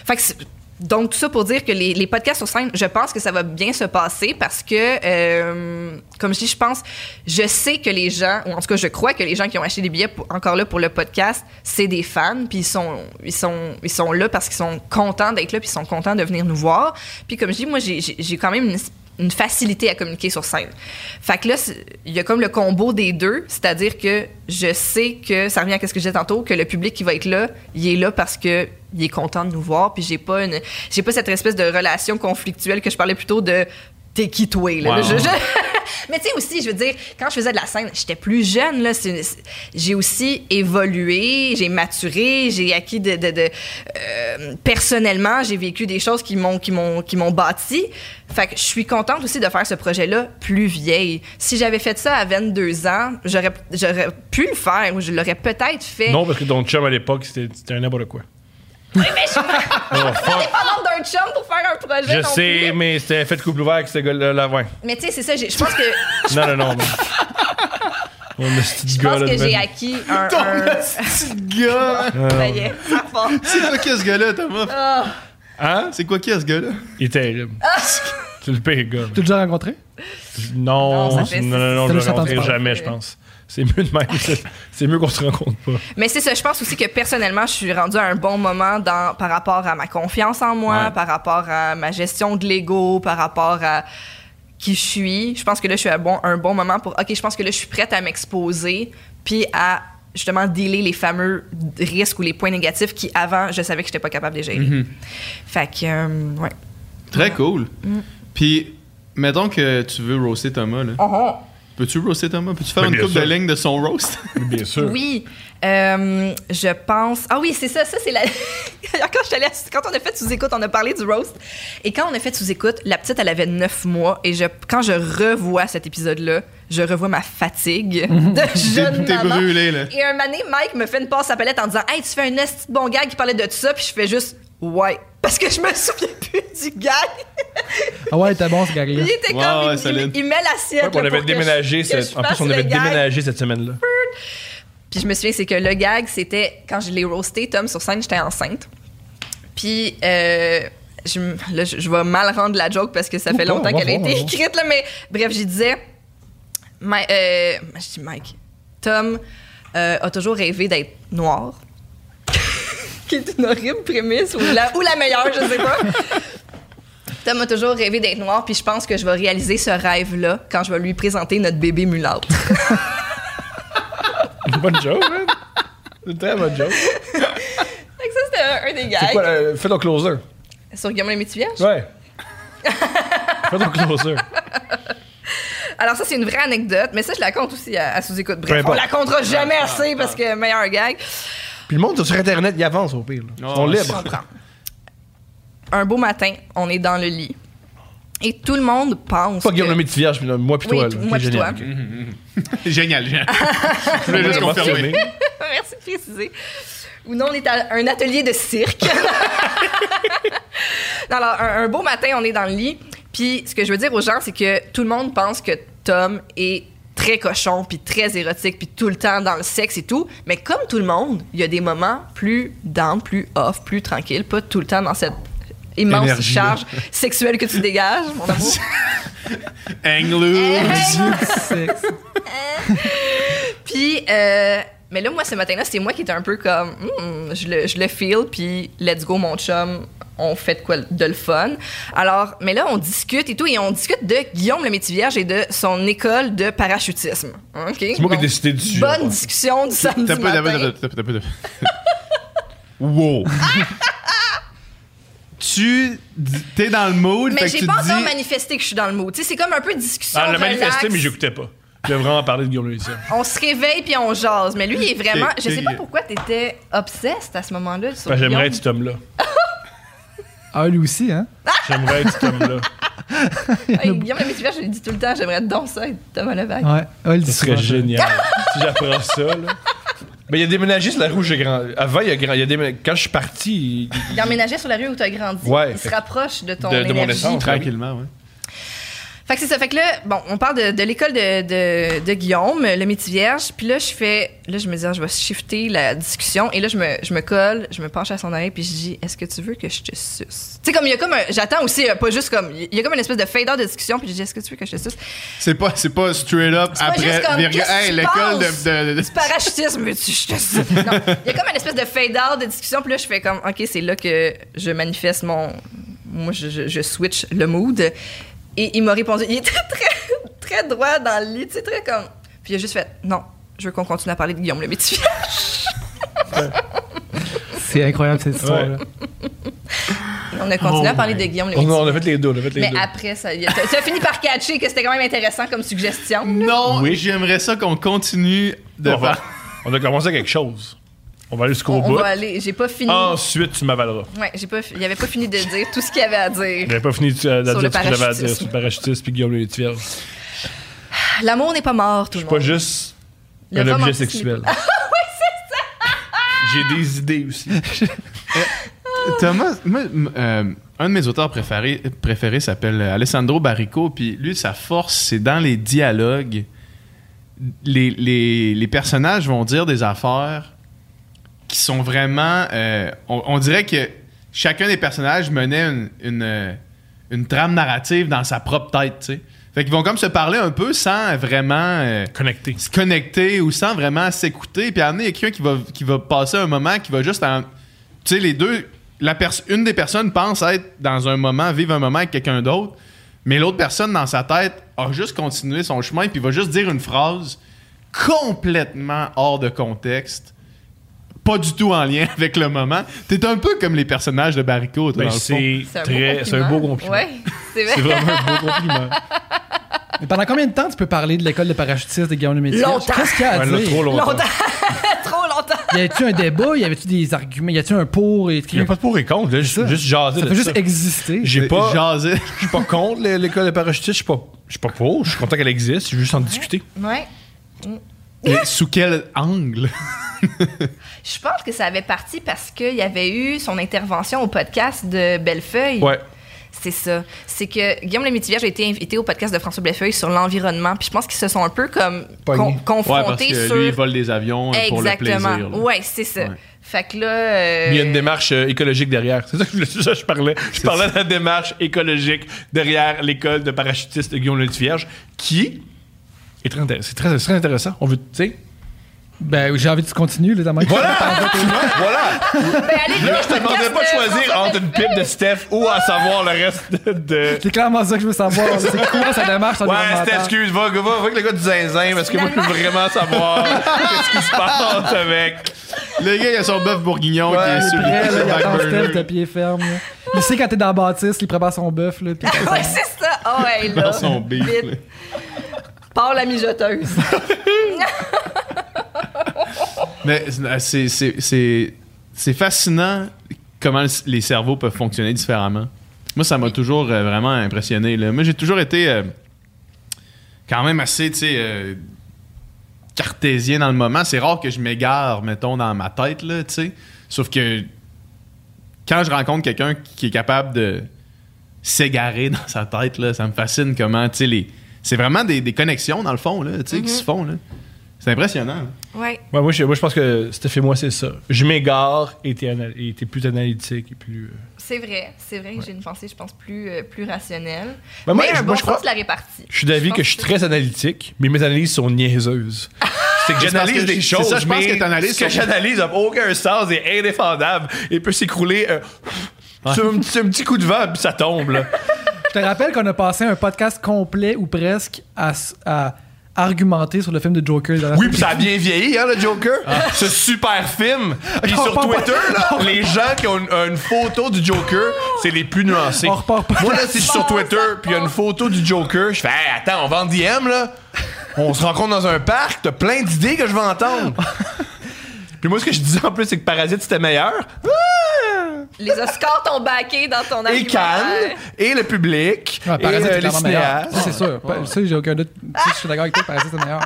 Fait que c'est- donc, tout ça pour dire que les, les podcasts sur scène, je pense que ça va bien se passer parce que, euh, comme je dis, je pense, je sais que les gens, ou en tout cas, je crois que les gens qui ont acheté des billets pour- encore là pour le podcast, c'est des fans, puis ils sont, ils, sont, ils sont là parce qu'ils sont contents d'être là, puis ils sont contents de venir nous voir. Puis, comme je dis, moi, j'ai- j'ai j'ai quand même une, une facilité à communiquer sur scène. Fait que là, c'est- il y a comme le combo des deux, c'est-à-dire que je sais que, ça revient à ce que j'ai tantôt, que le public qui va être là, il est là parce que il est content de nous voir, puis j'ai pas une, j'ai pas cette espèce de relation conflictuelle que je parlais plutôt de t'es qui toi là. Wow. Je- je- Mais tu sais aussi, je veux dire, quand je faisais de la scène, j'étais plus jeune là. c'est une- c'est- J'ai aussi évolué, j'ai maturé, j'ai acquis de, de- de- euh, personnellement, j'ai vécu des choses qui m'ont qui m'ont qui m'ont bâti. Fait que je suis contente aussi de faire ce projet-là plus vieille. Si j'avais fait ça à 22 ans, j'aurais j'aurais pu le faire ou je l'aurais peut-être fait. Non, parce que ton chum à l'époque, c'était c'était un n'importe quoi. Oh, fuck. Dépendante d'un chum pour faire un projet. Je non sais, plus. mais c'était fait de couple ouvert avec ce gars-là. là, ouais. Mais tu sais, c'est ça. j'ai- Je pense que Non, non, non. non. Oh, le petit je gars, pense là, que de j'ai même. acquis un. un- Petit gars. Ça y est, ça part. C'est quoi qui est ce gars-là, Thomas? Ah. Hein? C'est quoi qui est ce gars-là? Il est terrible. C'est le pire gars. Tu l'as déjà rencontré? Non, Non, ça non, fait- non, non, ça je fait le rencontrerai longtemps. jamais, je pense. C'est mieux de même. c'est- C'est mieux qu'on se rencontre pas. Mais c'est ça, je pense aussi que personnellement, je suis rendue à un bon moment dans, par rapport à ma confiance en moi, Ouais. par rapport à ma gestion de l'ego, par rapport à qui je suis. Je pense que là, je suis à bon, un bon moment pour, OK, je pense que là, je suis prête à m'exposer, puis à justement dealer les fameux risques ou les points négatifs qui, avant, je savais que j'étais pas capable de les gérer. Fait que, euh, ouais. Mm. Très cool. Puis, mettons que tu veux roaster Thomas, là. Oh, Peux-tu roaster Thomas? Peux-tu faire Oui, une bien coupe sûr. de lignes de son roast? Bien oh, sûr. oui, Euh, je pense... Ah oui, c'est ça, ça c'est la... quand, je suis allée à- quand on a fait sous-écoute, on a parlé du roast. Et quand on a fait sous-écoute, la petite, elle avait 9 mois. Et je, quand je revois cet épisode-là, je revois ma fatigue de jeune T'es maman. brûlé, là. Et un mané, Mike me fait une passe à palette en disant « Hey, tu fais un esti de bon gag qui parlait de tout ça. » Puis je fais juste « Ouais. » Parce que je me souviens plus du gag. Ah ouais, t'es bon ce gars-là. Il était Ouais, comme... ouais, il- il, solide. il met l'assiette. Ouais, puis là, on pour avait que je- déménagé. que cette- je En fasse plus, on le avait gag. déménagé cette semaine-là. Puis je me souviens, c'est que le gag, c'était quand je l'ai roasté, Tom, sur scène, j'étais enceinte. Puis euh, je, m- là, je, je vais mal rendre la joke parce que ça fait pas, longtemps on va qu'elle a voir, été hein. on va écrite, là, mais bref, j'y disais, Ma- euh, je dis Mike, Tom euh, a toujours rêvé d'être noir. qui est une horrible prémisse, ou la, ou la meilleure, je sais pas. Tom a toujours rêvé d'être noir, puis je pense que je vais réaliser ce rêve-là quand je vais lui présenter notre bébé mulâtre. Une bonne joke, hein? C'est une très bonne joke. Fait que ça, c'était un, un des gags. C'est quoi, euh, fais ton closer. Sur Guillaume le Métivierge? Ouais. fais ton closer. Alors ça, c'est une vraie anecdote, mais ça, je la compte aussi à, à sous-écoute. Peu Bref, on importe. la comptera jamais assez parce que meilleur gag. Puis le monde sur Internet, il avance au pire. là. Ils sont Ouais, libres. Oh, je Un beau matin, on est dans le lit. Et tout le monde pense... Pas Guillaume que- le Métivierge, mais là, moi pis Oui, toi. t- là, moi qui pis est toi. génial. Génial, génial. Je voulais juste Moi, c'est confirmer. aimé. Merci de préciser. Ou non, on est à un atelier de cirque. Non, alors, un, un beau matin, on est dans le lit. Puis, ce que je veux dire aux gens, c'est que tout le monde pense que Tom est très cochon, puis très érotique, puis tout le temps dans le sexe et tout. Mais comme tout le monde, il y a des moments plus down, plus off, plus tranquille, pas tout le temps dans cette immense Énergie-là. charge sexuelle que tu dégages, mon amour. Anglo. Puis euh, Mais là, moi, ce matin-là, c'est moi qui étais un peu comme, Hmm, je, le, je le feel, puis let's go, mon chum, on fait de quoi de le fun. Alors, mais là, on discute et tout, et on discute de Guillaume le métier vierge et de son école de parachutisme. OK? C'est moi qui ai décidé du sujet. Bonne discussion du samedi T'as pas, t'as pas, matin. t'as pas, t'as pas, t'as pas. Wow. Tu dis- t'es dans le mood, Mais fait que j'ai tu pas te dis- encore manifesté que je suis dans le mood. Tu sais, c'est comme un peu discussion. Bah, Elle l'a relax. manifesté, Ah, mais j'écoutais pas. Je devais vraiment parler de Guillaume Letier. On se réveille puis on jase. Mais lui, il est vraiment. Ok, Je sais pas ok. pourquoi t'étais obsessed à ce moment-là. sur Enfin, J'aimerais être Guillaume. cet homme-là. Ah, lui aussi, hein? J'aimerais être cet homme-là. Hey, Guillaume le métier vierge, je le dis tout le temps, j'aimerais donc ça être Thomas Levac. Ouais. Ah, il dit Ce serait souvent ça. génial. si j'apprends ça, là. Mais il a déménagé sur la rue où j'ai grandi. Avant, il a grand- il a déménagé- Quand je suis parti, il- Il emménageait sur la rue où t'as grandi. Ouais, il se fait- rapproche de ton de, de mon énergie. Oh, essence. Tranquillement, ouais. Fait que c'est ça. Fait que là, bon, on parle de, de l'école de, de- de Guillaume, le métier vierge. Puis là, je fais. Là, je me dis, ah, je vais shifter la discussion. Et là, je me, je me colle, je me penche à son oreille, puis je dis, est-ce que tu veux que je te suce? Tu sais, comme il y a comme un. J'attends aussi, euh, pas juste comme. Il y a comme une espèce de fader de discussion, puis je dis, est-ce que tu veux que je te suce? C'est pas, c'est pas straight up pas après. juste comme, virgule, qu'est-ce hey, qui se l'école passe? de. de- de- Du parachutisme, veux-tu que je te suce? Non. Il y a comme une espèce de fade-out de discussion, puis là, je fais comme, OK, c'est là que je manifeste mon. Moi, je, je- je switch le mood. Et il m'a répondu, il était très, très droit dans le lit, tu sais, très comme. Puis il a juste fait, non, je veux qu'on continue à parler de Guillaume le métier. C'est incroyable, cette histoire-là. On a continué à parler de Guillaume le Oh On, a- métier. on a fait les deux, on a fait les Mais deux. après, ça, il a, ça a fini par catcher que c'était quand même intéressant comme suggestion. Non, j'aimerais ça qu'on continue de On va- faire. On a commencé quelque chose. On va aller On, jusqu'au on bout. va aller, j'ai pas fini. Ah, Ensuite, tu m'avaleras. Ouais, j'ai pas, fi- il avait pas fini de dire tout ce qu'il avait à dire. J'avais pas fini de euh, de Sur dire le ce que j'avais à dire parachutisme. sur le parachutiste puis Guillaume Letier. C'est L'amour n'est pas mort, tout le monde. pas juste Le un objet romantisme sexuel. oui, c'est ça! J'ai des idées aussi. Thomas, moi, m- euh, un de mes auteurs préférés, préférés s'appelle euh, Alessandro Barrico, puis lui, sa force, c'est dans les dialogues. Les, les- les personnages vont dire des affaires qui sont vraiment. euh, on, on dirait que chacun des personnages menait une, une, euh, une trame narrative dans sa propre tête, tu sais. Fait qu'ils vont comme se parler un peu sans vraiment. euh, Connecté. se connecter ou sans vraiment s'écouter. Puis à un moment donné, il y a quelqu'un qui va, qui va passer un moment qui va juste en. Tu sais, les deux. La pers- une des personnes pense être dans un moment, vivre un moment avec quelqu'un d'autre, mais l'autre personne dans sa tête a juste continué son chemin puis va juste dire une phrase complètement hors de contexte, pas du tout en lien avec le moment. T'es un peu comme les personnages de Barrico, toi, Ben, dans le fond. c'est C'est un, très- c'est un beau compliment. Ah, Ouais, c'est C'est vrai. vraiment un beau compliment. Mais pendant combien de temps tu peux parler de l'école de parachutistes de Guillaume le Métier? Longtemps. Qu'est-ce qu'il y a à Elle l'a dire? trop longtemps. Longtemps. Trop longtemps. Y avait-tu un débat? Y avait-tu des arguments? Y avait-tu un pour? Et... Il n'y a pas de pour et contre, là, juste, ça. juste jaser. Ça de peut juste ça. exister. J'ai pas. Jaser. Je suis pas contre l'é- l'école de parachutisme, je suis pas, je suis pas pour, je suis content qu'elle existe, je veux juste en discuter. Ouais. Mais sous quel angle? Je pense que ça avait parti parce qu'il y avait eu son intervention au podcast de Bellefeuille. Ouais. C'est ça. C'est que Guillaume Lemaitre-Vierge a été invité au podcast de François Bellefeuille sur l'environnement. Puis je pense qu'ils se sont un peu comme con- Pognés. Ouais, parce confrontés que sur. lui, il vole des avions euh, pour le plaisir. Exactement. là. ouais, c'est ça. Ouais. Fait que là. euh, Mais il y a une démarche euh, écologique derrière. C'est ça que je, c'est ça que je parlais. Je parlais de la démarche écologique derrière l'école de parachutistes de Guillaume Lutte Vierge, qui est très intéressant. C'est très, c'est très intéressant. On veut, tu sais. Ben, j'ai envie de continuer, les amis. Ah, voilà! ben, allez, Là, je te demandais pas de choisir entre une pipe de Steph ou à savoir le reste de. C'est clairement ça que je veux savoir. C'est quoi sa démarche Ouais, Steph, environnementale? excuse, va, va, va avec le gars du zinzin parce que moi, je veux vraiment savoir qu'est-ce qui se passe avec. Le gars, il a son bœuf bourguignon qui est Il est sur le- prêt, là, sur il le attend burner. Steph de pied ferme. là. Il sait quand t'es dans la bâtisse, il prépare son bœuf. là, puis- ouais, c'est ça. Oh, ouais, là. son beef, Vite. là. Par la mijoteuse. Mais euh, c'est- c'est- c'est c'est fascinant comment le- les cerveaux peuvent fonctionner différemment. Moi, ça m'a toujours euh, vraiment impressionné. là. Moi, j'ai toujours été euh, quand même assez, tu sais, euh, cartésien dans le moment. C'est rare que je m'égare, mettons, dans ma tête, là, tu sais. Sauf que quand je rencontre quelqu'un qui est capable de s'égarer dans sa tête, là, ça me fascine comment, tu sais, les... C'est vraiment des, des connexions, dans le fond, là, tu sais, qui se font, là. C'est impressionnant. là. Ouais. Ouais, moi, je, moi, je pense que Steph et moi, c'est ça. Je m'égare et t'es ana- et t'es plus analytique et plus. euh, C'est vrai, c'est vrai que j'ai une pensée, je pense, plus, euh, plus rationnelle. Ben, moi, mais je- un moi, bon je crois- sens de la répartie. Je suis d'avis pense que je suis très analytique, mais mes analyses sont niaiseuses. Mais C'est que c'est parce j'analyse que des je- choses. c'est ça, je pense mais que t'analyses Ce que sur- j'analyse n'a aucun sens et est indéfendable et peut s'écrouler. euh, sur, un, sur un petit coup de vent, puis ça tombe. là. Je te rappelle qu'on a passé un podcast complet ou presque à, s- à argumenter sur le film de Joker. la dernière Oui, puis ça a bien vieilli, hein, le Joker. Ce super film. Puis Ah. On sur repart pas- Twitter, là, les gens qui ont une, une photo du Joker, c'est les plus nuancés. On repart pas. Moi, là, si je suis sur Twitter, puis il y a une photo du Joker, je fais Hey, attends, on va en DM, là. On se rencontre dans un parc, t'as plein d'idées que je veux entendre. puis moi, ce que je disais en plus, c'est que Parasite, c'était meilleur. Les Oscars t'ont baqué dans ton et Cannes, et le public, Ouais, et Ah, Parasite euh, est les clairement meilleur. cinéastes. Ça, c'est sûr. Pa- Ça, j'ai aucun doute. Ça, Je suis d'accord avec toi, Parasite est meilleur.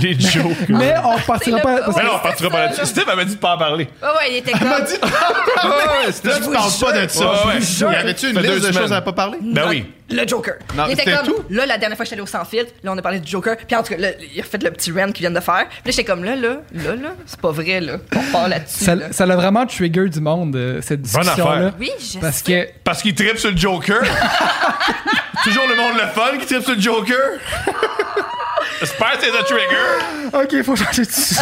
Les jokes. Mais on partira le pas. beau. parce que- Mais non, on partira pas là-dessus. Steve, elle m'a dit de pas en parler. Ouais, ouais, il était comme. Ah Là, tu parles pas de ça. Ouais, ouais. Ah Y avait-tu une Fait deux liste de semaines. choses à pas parler? Ben oui. Le Joker. Non, il était c'était comme, tout? là, la dernière fois que j'étais allé au sans filtre, là, on a parlé du Joker. Puis en tout cas, là, il a fait le petit rant qu'ils viennent de faire. Puis là, j'étais comme, là, là, là, là, c'est pas vrai, là. On part là-dessus. là. Ça ça l'a vraiment trigger du monde, euh, cette discussion-là. affaire. Oui, je Parce sais. que Parce qu'il tripe sur le Joker. Toujours le monde le fun qui tripe sur le Joker. J'espère que c'est le trigger. OK, faut changer de sujet.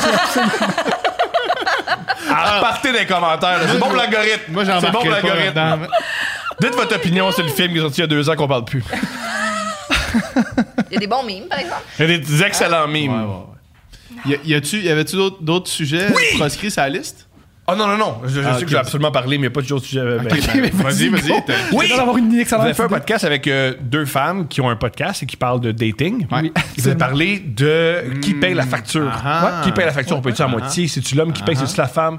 Alors, partez dans les commentaires. là. C'est bon pour l'algorithme. Ah. Moi, j'en C'est bon pour marquerai pas l'algorithme. là-dedans. Dites votre opinion sur le film qui est sorti il y a deux ans qu'on parle plus. Il y a des bons mimes, par exemple. Il y a des excellents Ouais, mimes. ouais, ouais. Y a- Y a-tu, y avait-tu d'autres, d'autres sujets proscrits sur la liste? Oh non, non, non. Je, je Ah, sais ok. que j'ai absolument parlé, mais il n'y a pas toujours de sujet. ben, Ben, vas-y, vas-y. t'as- Oui! J'ai l'air d'avoir une Vous avez excellente fait un idée. podcast avec euh, deux femmes qui ont un podcast et qui parlent de dating. Ouais. Vous avez parlé de qui Hmm. paye la facture. Ah. Ouais. Qui paye la facture? on peut dire à moitié. ah. C'est-tu l'homme qui paye? C'est-tu la femme?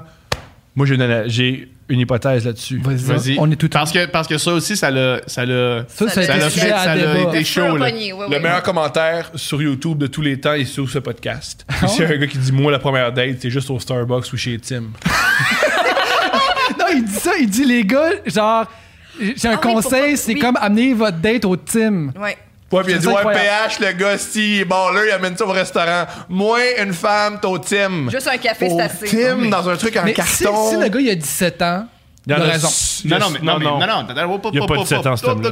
Moi, j'ai une, j'ai une hypothèse là-dessus. Vas-y, Vas-y. on est tout parce que, parce que ça aussi, ça l'a. Ça l'a. Ça, ça a Ça été l'a sujet fait, à ça l'a débat. été chaud, là. Pogné, ouais, Le ouais. meilleur commentaire sur YouTube de tous les temps est sur ce podcast. Ah C'est un gars qui dit Moi, la première date, c'est juste au Starbucks ou chez Tim. Non, il dit ça, il dit les gars, genre, j'ai un Ah oui, conseil, pourquoi- c'est oui. comme amener votre date au team. Ouais. Ouais, puis il C'est a dit Ouais, incroyable. PH, le gars, si, il est bon, là, il amène ça au restaurant. Moi, une femme, t'es au Tim. Juste un café, au c'est assez. Tim, dans un truc en Mais si, carton. si le gars il a 17 ans, il a Dans le- raison. Non, non, mais non, mais- non, non, non, non, Il y a pas de 17 ans, cet homme-là.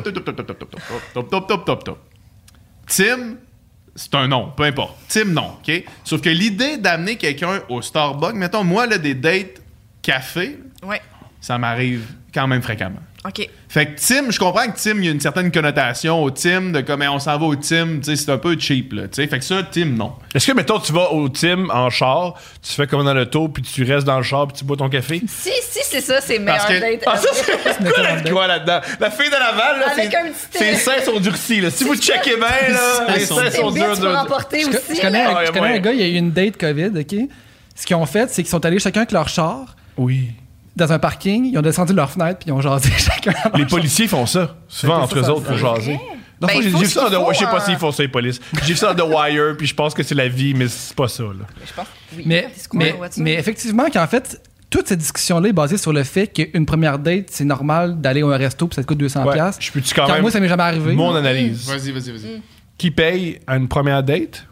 non, Tim, c'est un nom, peu importe. Tim, non, OK? Sauf que l'idée d'amener quelqu'un au Starbucks, mettons, moi, là, des dates café, Ouais. ça m'arrive quand même fréquemment. OK. Fait que Tim, je comprends que Tim, il y a une certaine connotation au Tim, de comme, Hey, on s'en va au Tim, tu sais, c'est un peu cheap, là, tu sais. Fait que ça, Tim, non. Est-ce que, mettons, tu vas au team en char, tu fais comme dans le taux, puis tu restes dans le char, puis tu bois ton café? Si, si, c'est ça, c'est meilleur Parce que- date. Ah, ça, c'est quoi la- quoi là-dedans? La fille de Laval, Ah, là, Avec c'est- un petit- ses seins sont durcis. Là. Si vous checkez bien, là, les seins c'est sont vite durs, pour durs. durs. emporter Je, aussi. je connais, là. là. un- je Ah, connais ouais. un gars, il y a eu une date COVID, OK? Ce qu'ils ont fait, c'est qu'ils sont allés chacun avec leur char Oui. dans un parking, ils ont descendu leur fenêtre, puis ils ont jasé chacun. dans leur Les char. policiers font ça, souvent Ah, Ça, entre ça, eux ça, autres, pour ça. jaser. Non, Ben, moi, il j'ai faut j'ai vu ce ça qu'il dans The- faut, Je sais pas euh, hein. s'ils font ça, les polices. J'ai vu ça dans The Wire, puis je pense que c'est la vie, mais c'est pas ça, là. Je pense. Oui, Mais, c'est quoi, mais, la voiture? mais effectivement, qu'en fait, toute cette discussion-là est basée sur le fait qu'une première date, c'est normal d'aller à un resto, puis ça te coûte 200$. Ouais, piastres. je peux-tu quand Car même- Moi, ça m'est jamais arrivé. Mon analyse. Vas-y, vas-y, vas-y. Qui paye à une première date?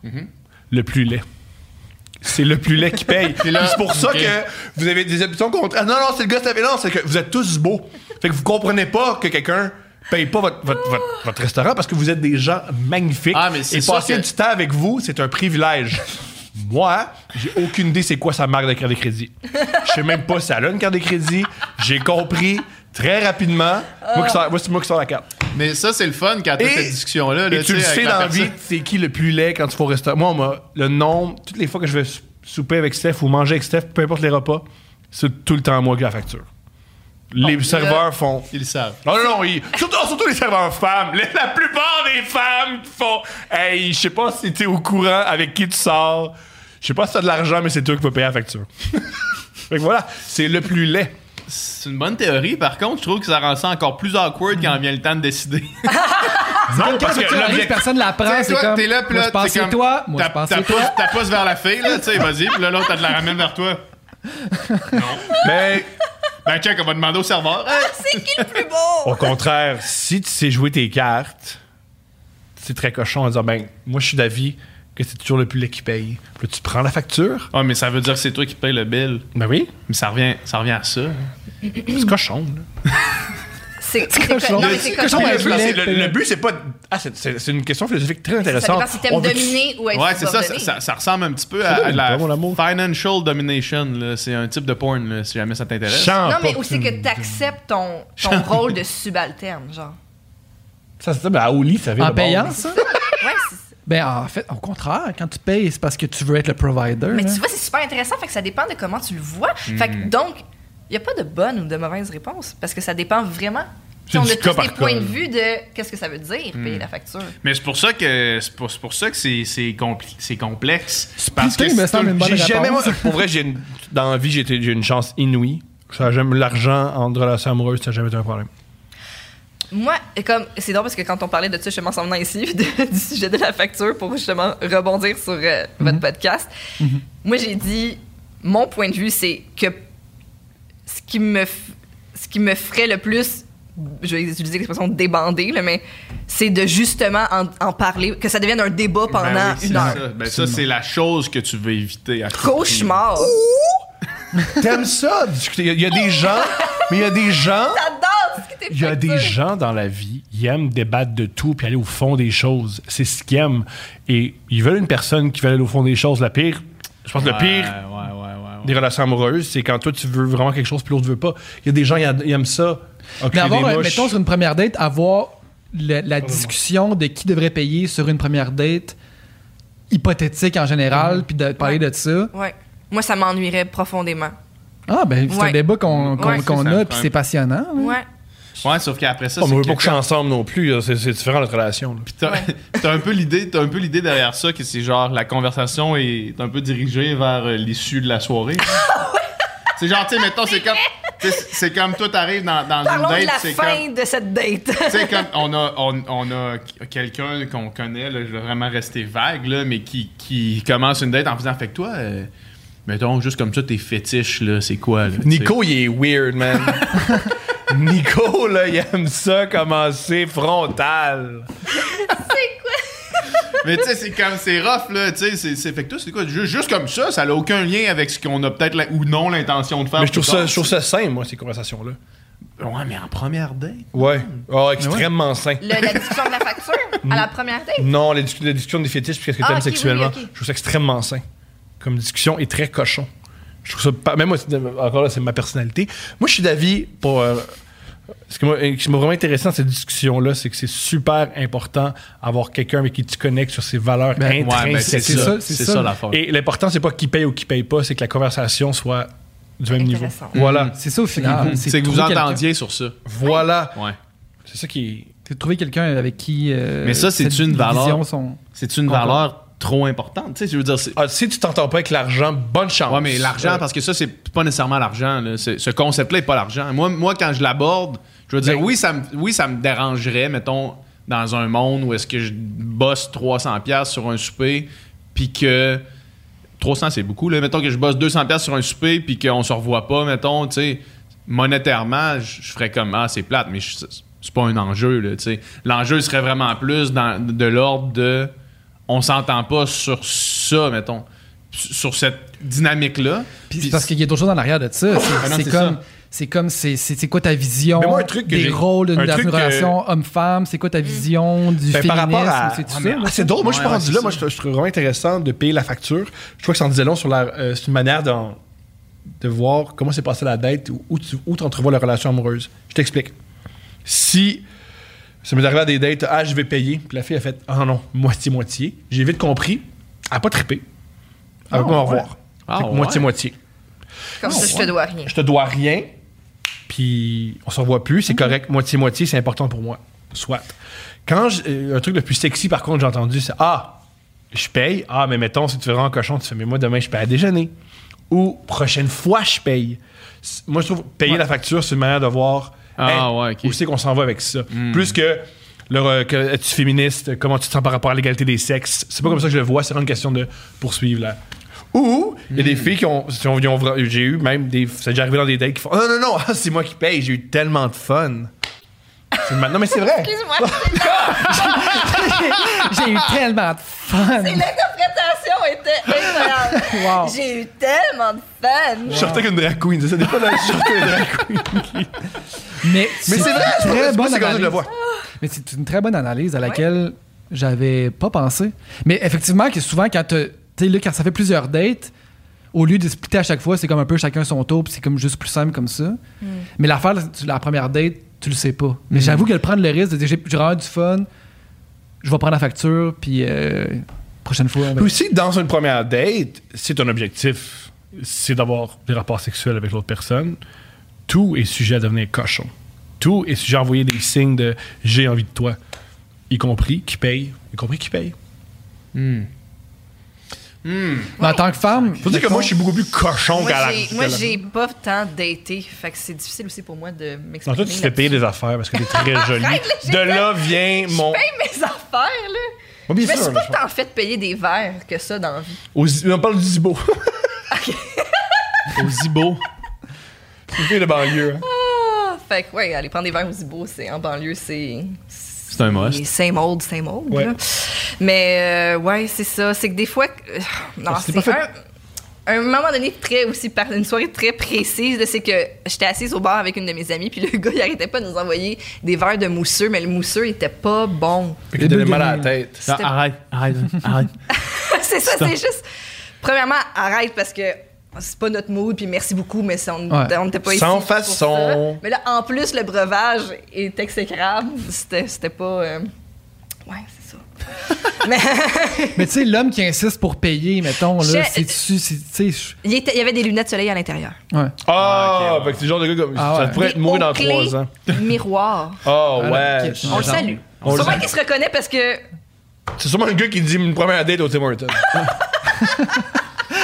Le plus laid. C'est le plus laid qui paye. Puis C'est pour ça que vous avez des options contre. Ah non, non, c'est le gars, c'est non, c'est que vous êtes tous beaux. Fait que vous comprenez pas que quelqu'un paye pas votre, votre, votre, votre restaurant parce que vous êtes des gens magnifiques. Ah, mais c'est Et ça passer que- du temps avec vous, c'est un privilège. Moi, j'ai aucune idée c'est quoi sa marque de carte de crédit. Je sais même pas si elle a une carte de crédit. J'ai compris très rapidement. Moi qui sors- moi, c'est moi qui sors la carte. Mais ça, c'est le fun quand t'as Et- cette discussion-là. là, Et tu le sais, avec sais la dans la vie, personne. c'est qui le plus laid quand tu vas au restaurant. Moi, on m'a- le nombre, toutes les fois que je vais sou- souper avec Steph ou manger avec Steph, peu importe les repas, c'est tout le temps moi qui ai la facture. Les serveurs font. Ils le savent. Non, non, non, ils- surtout, oh, surtout les serveurs femmes. Les- La plupart des femmes font. Hey, je sais pas si t'es au courant avec qui tu sors. Je sais pas si t'as de l'argent, mais c'est toi qui vas payer la facture. fait que voilà, c'est le plus laid. C'est une bonne théorie, par contre, je trouve que ça rend ça encore plus awkward quand vient le temps de décider. Ah, Non, Quand tu arrives, personne la prend, c'est toi, comme. t'es là, puis moi, là, je pense t'es c'est comme- toi, moi, je t'as- pense t'as c'est toi. pousse- T'as pousse vers la fille, là, tu sais, vas-y, puis là, l'autre, t'as de la ramène vers toi. Non. Mais Ben, check, on va demander au serveur. Hey, C'est qui le plus beau? Au contraire, si tu sais jouer tes cartes, c'est très cochon à dire ben moi je suis d'avis que c'est toujours le plus laid qui paye. Puis là, tu prends la facture. Ah, mais ça veut dire que c'est toi qui paye le bill. Ben oui, Mais ça revient, ça revient à ça. c'est cochon. là. C'est C'est c'est- cochon. Non, mais C'est c'est cochon cochon. à Mais je pense voulait- que le, le but, c'est pas. Ah, c'est- c'est c'est une question philosophique très Ça intéressante. dépend si t'aimes On veut-tu- dominer ou être Ouais, c'est ça, ça, subordonné. ça- ça ressemble un petit peu à, à la pas, mon amour. financial domination. là. C'est un type de porn, là, si jamais ça t'intéresse. Chante Non, mais pas aussi tu- que t'acceptes ton, ton rôle de subalterne, genre. Ça, c'est ça, mais à Oli, ça vient En de bord. payant, ça? Ouais, c'est- Ben, en fait, au contraire, quand tu payes, c'est parce que tu veux être le provider. mais là. tu vois, c'est super intéressant, fait que ça dépend de comment tu le vois. Fait que donc, il n'y a pas de bonne ou de mauvaise réponse, parce que ça dépend vraiment. Puis C'est on du a cas tous par des cas, points là. de vue de qu'est-ce que ça veut dire, payer la facture. Mais c'est pour ça que c'est pour, c'est pour ça que c'est c'est compli- c'est complexe. Splitter Parce que me c'est semble tout- une bonne J'ai jamais, moi, réponse. pour vrai, j'ai une- dans la vie, j'ai été- j'ai une chance inouïe. Ça, J'aime l'argent en relation amoureuse, ça n'a jamais été un problème. Moi, comme c'est drôle parce que quand on parlait de ça justement en s'en venant ici, de- du sujet de la facture pour justement rebondir sur euh, Mm-hmm. votre podcast, moi j'ai dit mon point de vue c'est que ce qui me f- ce qui me ferait le plus je vais utiliser l'expression débander là, mais c'est de justement en, en parler que ça devienne un débat pendant Ben oui, c'est une ça. heure. Ben ça, c'est la chose que tu veux éviter. à tout prix. Mm. Cauchemar. T'aimes ça? discuter? Il y a des gens, mais il y a des gens J'adore ce que t'es Il y a des factures. gens dans la vie, ils aiment débattre de tout puis aller au fond des choses. C'est ce qu'ils aiment. Et ils veulent une personne qui va aller au fond des choses. La pire, je pense que le Ouais, pire ouais, ouais, ouais, ouais. des relations amoureuses, c'est quand toi tu veux vraiment quelque chose puis l'autre veut pas. Il y a des gens, ils ad- ils aiment ça. Mais Enculer avoir, des euh, mouches. mettons, sur une première date, avoir le- la discussion de qui devrait payer sur une première date hypothétique en général, puis de parler de ça. Mm-hmm. Ouais. Moi ça m'ennuierait profondément. Ah, ben, c'est un Ouais. débat qu'on qu'on- Ouais, qu'on c'est ça, a, puis c'est passionnant. là. Ouais. Ouais, sauf qu'après ça, on c'est ne veut que pas coucher comme- ensemble non plus. là. C'est c'est différent notre relation. là. Puis t'as t'as un peu l'idée, t'as un peu l'idée derrière ça que c'est genre la conversation est un peu dirigée vers euh, l'issue de la soirée. Ah c'est genre, tu sais, mettons, c'est comme, tu sais, c'est comme toi t'arrives dans, dans une Parlons de date, la c'est fin comme, de cette date. tu sais, comme on a, on, on a quelqu'un qu'on connaît, là, je vais vraiment rester vague là, mais qui, qui commence une date en faisant, fait que toi, euh, mettons juste comme ça tes fétiches là, c'est quoi là, tu sais. Nico, il est weird, man. Nico, là, il aime ça commencer frontal. Mais tu sais, c'est comme, c'est rough, là. Tu sais, c'est- c'est fait que toi, c'est quoi? Juste, juste comme ça, ça n'a aucun lien avec ce qu'on a peut-être la- ou non l'intention de faire. Mais je trouve, plus tard. ça, je trouve ça sain, moi, ces conversations-là. Ouais, mais en première date. Ouais. Oh, extrêmement sain. Le- la discussion de la Mm. facture à la première date. Non, la, discu- la discussion des fétiches, puis qu'est-ce que Ah, t'aimes ok, oui, sexuellement, oui, ok. je trouve ça extrêmement sain. Comme discussion est très cochon. Je trouve ça. pas- Même moi, c'est- encore là, c'est ma personnalité. Moi, je suis d'avis pour. euh, ce qui m'a ce qui m'a vraiment intéressé dans cette discussion-là, c'est que c'est super important d'avoir quelqu'un avec qui tu connectes sur ses valeurs Ben, intrinsèques. c'est ça, c'est ça. l'affaire. Et l'important, c'est pas qui paye ou qui paye pas, c'est que la conversation soit du même niveau. Intéressant. Voilà. C'est ça, au final. Ah, C'est que vous trouver entendiez sur ça. Voilà. Ouais. C'est ça qui. quelqu'un- C'est de trouver quelqu'un avec qui. euh, Mais ça, c'est cette une valeur. vision sont- C'est une Encore. valeur trop importante. Tu sais, je veux dire, c'est. Ah, si tu t'entends pas avec l'argent, bonne chance. Ouais, mais l'argent, parce que ça, Ah, c'est pas nécessairement l'argent. là. C'est- Ce concept-là est pas l'argent. Moi, moi, quand je l'aborde, je veux dire, oui, ça me, oui, ça me dérangerait, mettons, dans un monde où est-ce que je bosse 300$ piastres sur un souper, puis que. 300, c'est beaucoup. Là. Mettons que je bosse 200$ piastres sur un souper, puis qu'on se revoit pas, mettons, tu sais, monétairement, je je ferais comme, ah, c'est plate, mais je- c'est c'est pas un enjeu, là, tu sais. L'enjeu serait vraiment plus dans, de l'ordre de. On s'entend pas sur ça, mettons. Sur sur cette dynamique-là. Puis c'est Puis parce qu'il y a d'autres choses en arrière de ça. C'est- Ah non, C'est c'est comme. ça. C'est comme, c'est c'est- c'est quoi ta vision Mais moi, un truc que des j'ai- rôles d'une un d'une truc que- relation homme-femme? C'est Mm. quoi ta vision du Ben, féminisme? par rapport à. C'est tout Ah, ça, mais- là? ah, c'est drôle. Moi, je suis Ouais, pas rendu ouais, là. c'est Moi, je, je trouve vraiment intéressant de payer la facture. Je trouve que ça en disait long sur la. euh, c'est une manière d'en- de voir comment s'est passée la dette ou où tu où entrevois la relation amoureuse. Je t'explique. Si. Ça m'est arrivé à des dates, ah, je vais payer. Puis la fille a fait, ah non, moitié-moitié. J'ai vite compris. Elle n'a pas trippé. Elle va pas me revoir. Ah, Fait que ouais. Moitié-moitié. Comme ça, je te dois rien. Je te dois rien. Mhm. Puis on se revoit plus, c'est correct. Moitié-moitié, c'est important pour moi. Soit. Quand je- euh, un truc le plus sexy, par contre, j'ai entendu, c'est Ah, je paye. Ah, mais mettons, si tu fais vraiment cochon, tu fais Mais moi, demain, je paye à déjeuner. Ou prochaine fois, je paye. C- Moi, je trouve payer la facture, c'est une manière de voir Ah, hey, ouais, ok. où c'est qu'on s'en va avec ça. Plus que. Le, re- que es-tu féministe? Comment tu te sens par rapport à l'égalité des sexes? C'est pas comme ça que je le vois, c'est vraiment une question de poursuivre Hmm. là. Ou il y a des filles qui ont. qui ont- qui ont vra- J'ai eu même des. Ça a déjà arrivé dans des dates qui font Non, non, non, ah, c'est moi qui paye, j'ai eu tellement de fun. C'est ma- Non, mais c'est vrai. Excuse-moi, J'ai eu tellement de fun! l'interprétation était incroyable. Wow. J'ai eu tellement de fun. Je sortais qu'une drag queen, ça dépend de la sortie de drag queen. Mais, Mais c'est vrai, c'est vrai, très c'est bonne moi, c'est comme ça que je le analyse. vois. Mais c'est une très bonne analyse à laquelle j'avais pas pensé. Mais effectivement, que souvent, quand t'as- tu sais, là, quand ça fait plusieurs dates, au lieu de splitter à chaque fois, c'est comme un peu chacun son tour, puis c'est comme juste plus simple comme ça. Mm. Mais l'affaire, tu- la première date, tu le sais pas. Mais j'avoue que le prendre le risque de dire j'ai j'ai vraiment du fun, je vais prendre la facture, puis euh, prochaine fois. ben- Puis aussi, dans une première date, c'est ton objectif, c'est d'avoir des rapports sexuels avec l'autre personne. Tout est sujet à devenir cochon. Tout est sujet à envoyer des signes de j'ai envie de toi. Y compris qui paye. Y compris qui paye. Mais en tant que femme, Faut dire que moi, je suis beaucoup plus cochon qu'à Moi, la. j'ai- qu'à Moi, la- j'ai pas tant daté. Fait que c'est difficile aussi pour moi de Non, m'exprimer. toi, tu te fais payer des affaires parce que t'es très joli. Arrête, là, j'ai De là vient là-dessus. mon. Je paye mes affaires, là. Oui, bien Je me sûr, suis là, pas tant fait payer des verres que ça dans la vie. Au zi- on parle du Zibo. Au Zibo. Une fille de banlieue. hein. Ah, Fait que, ouais, aller prendre des verres aux Zibo, c'est en banlieue, c'est. C'est un must. Same old, same old. Ouais. là. Mais, euh, ouais, c'est ça. C'est que des fois. que- euh, non, Parce que c'est c'est pas un. un moment donné, très aussi par une soirée très précise, là, c'est que j'étais assise au bar avec une de mes amies, puis le gars, il arrêtait pas de nous envoyer des verres de mousseux, mais le mousseux, il était pas bon. Fait qu'il Début donnait mal à la de- tête. Non, C'était- arrête, arrête, arrête. c'est ça, c'est juste. Premièrement, arrête parce que c'est pas notre mood, puis merci beaucoup, mais ça, on Ouais. on n'était pas ici. Sans pour façon. ça. Mais là, en plus, le breuvage est exécrable. C'était c'était pas. euh, Ouais, c'est ça. mais mais tu sais, l'homme qui insiste pour payer, mettons, là, Je- c'est-tu. c'est- Tu sais, il, était- il y avait des lunettes de soleil à l'intérieur. je- ouais. Ah, Ah, ok, ouais. fait que c'est le genre de gars comme Ah, ça ouais. pourrait être Des mouillé dans hauts-clés trois ans. Miroir. Ah Alors, ouais. ok, On le genre- salue. On le Sûrement salue. qu'il se reconnaît parce que. C'est sûrement le gars qui dit une première date au Tim Hortons.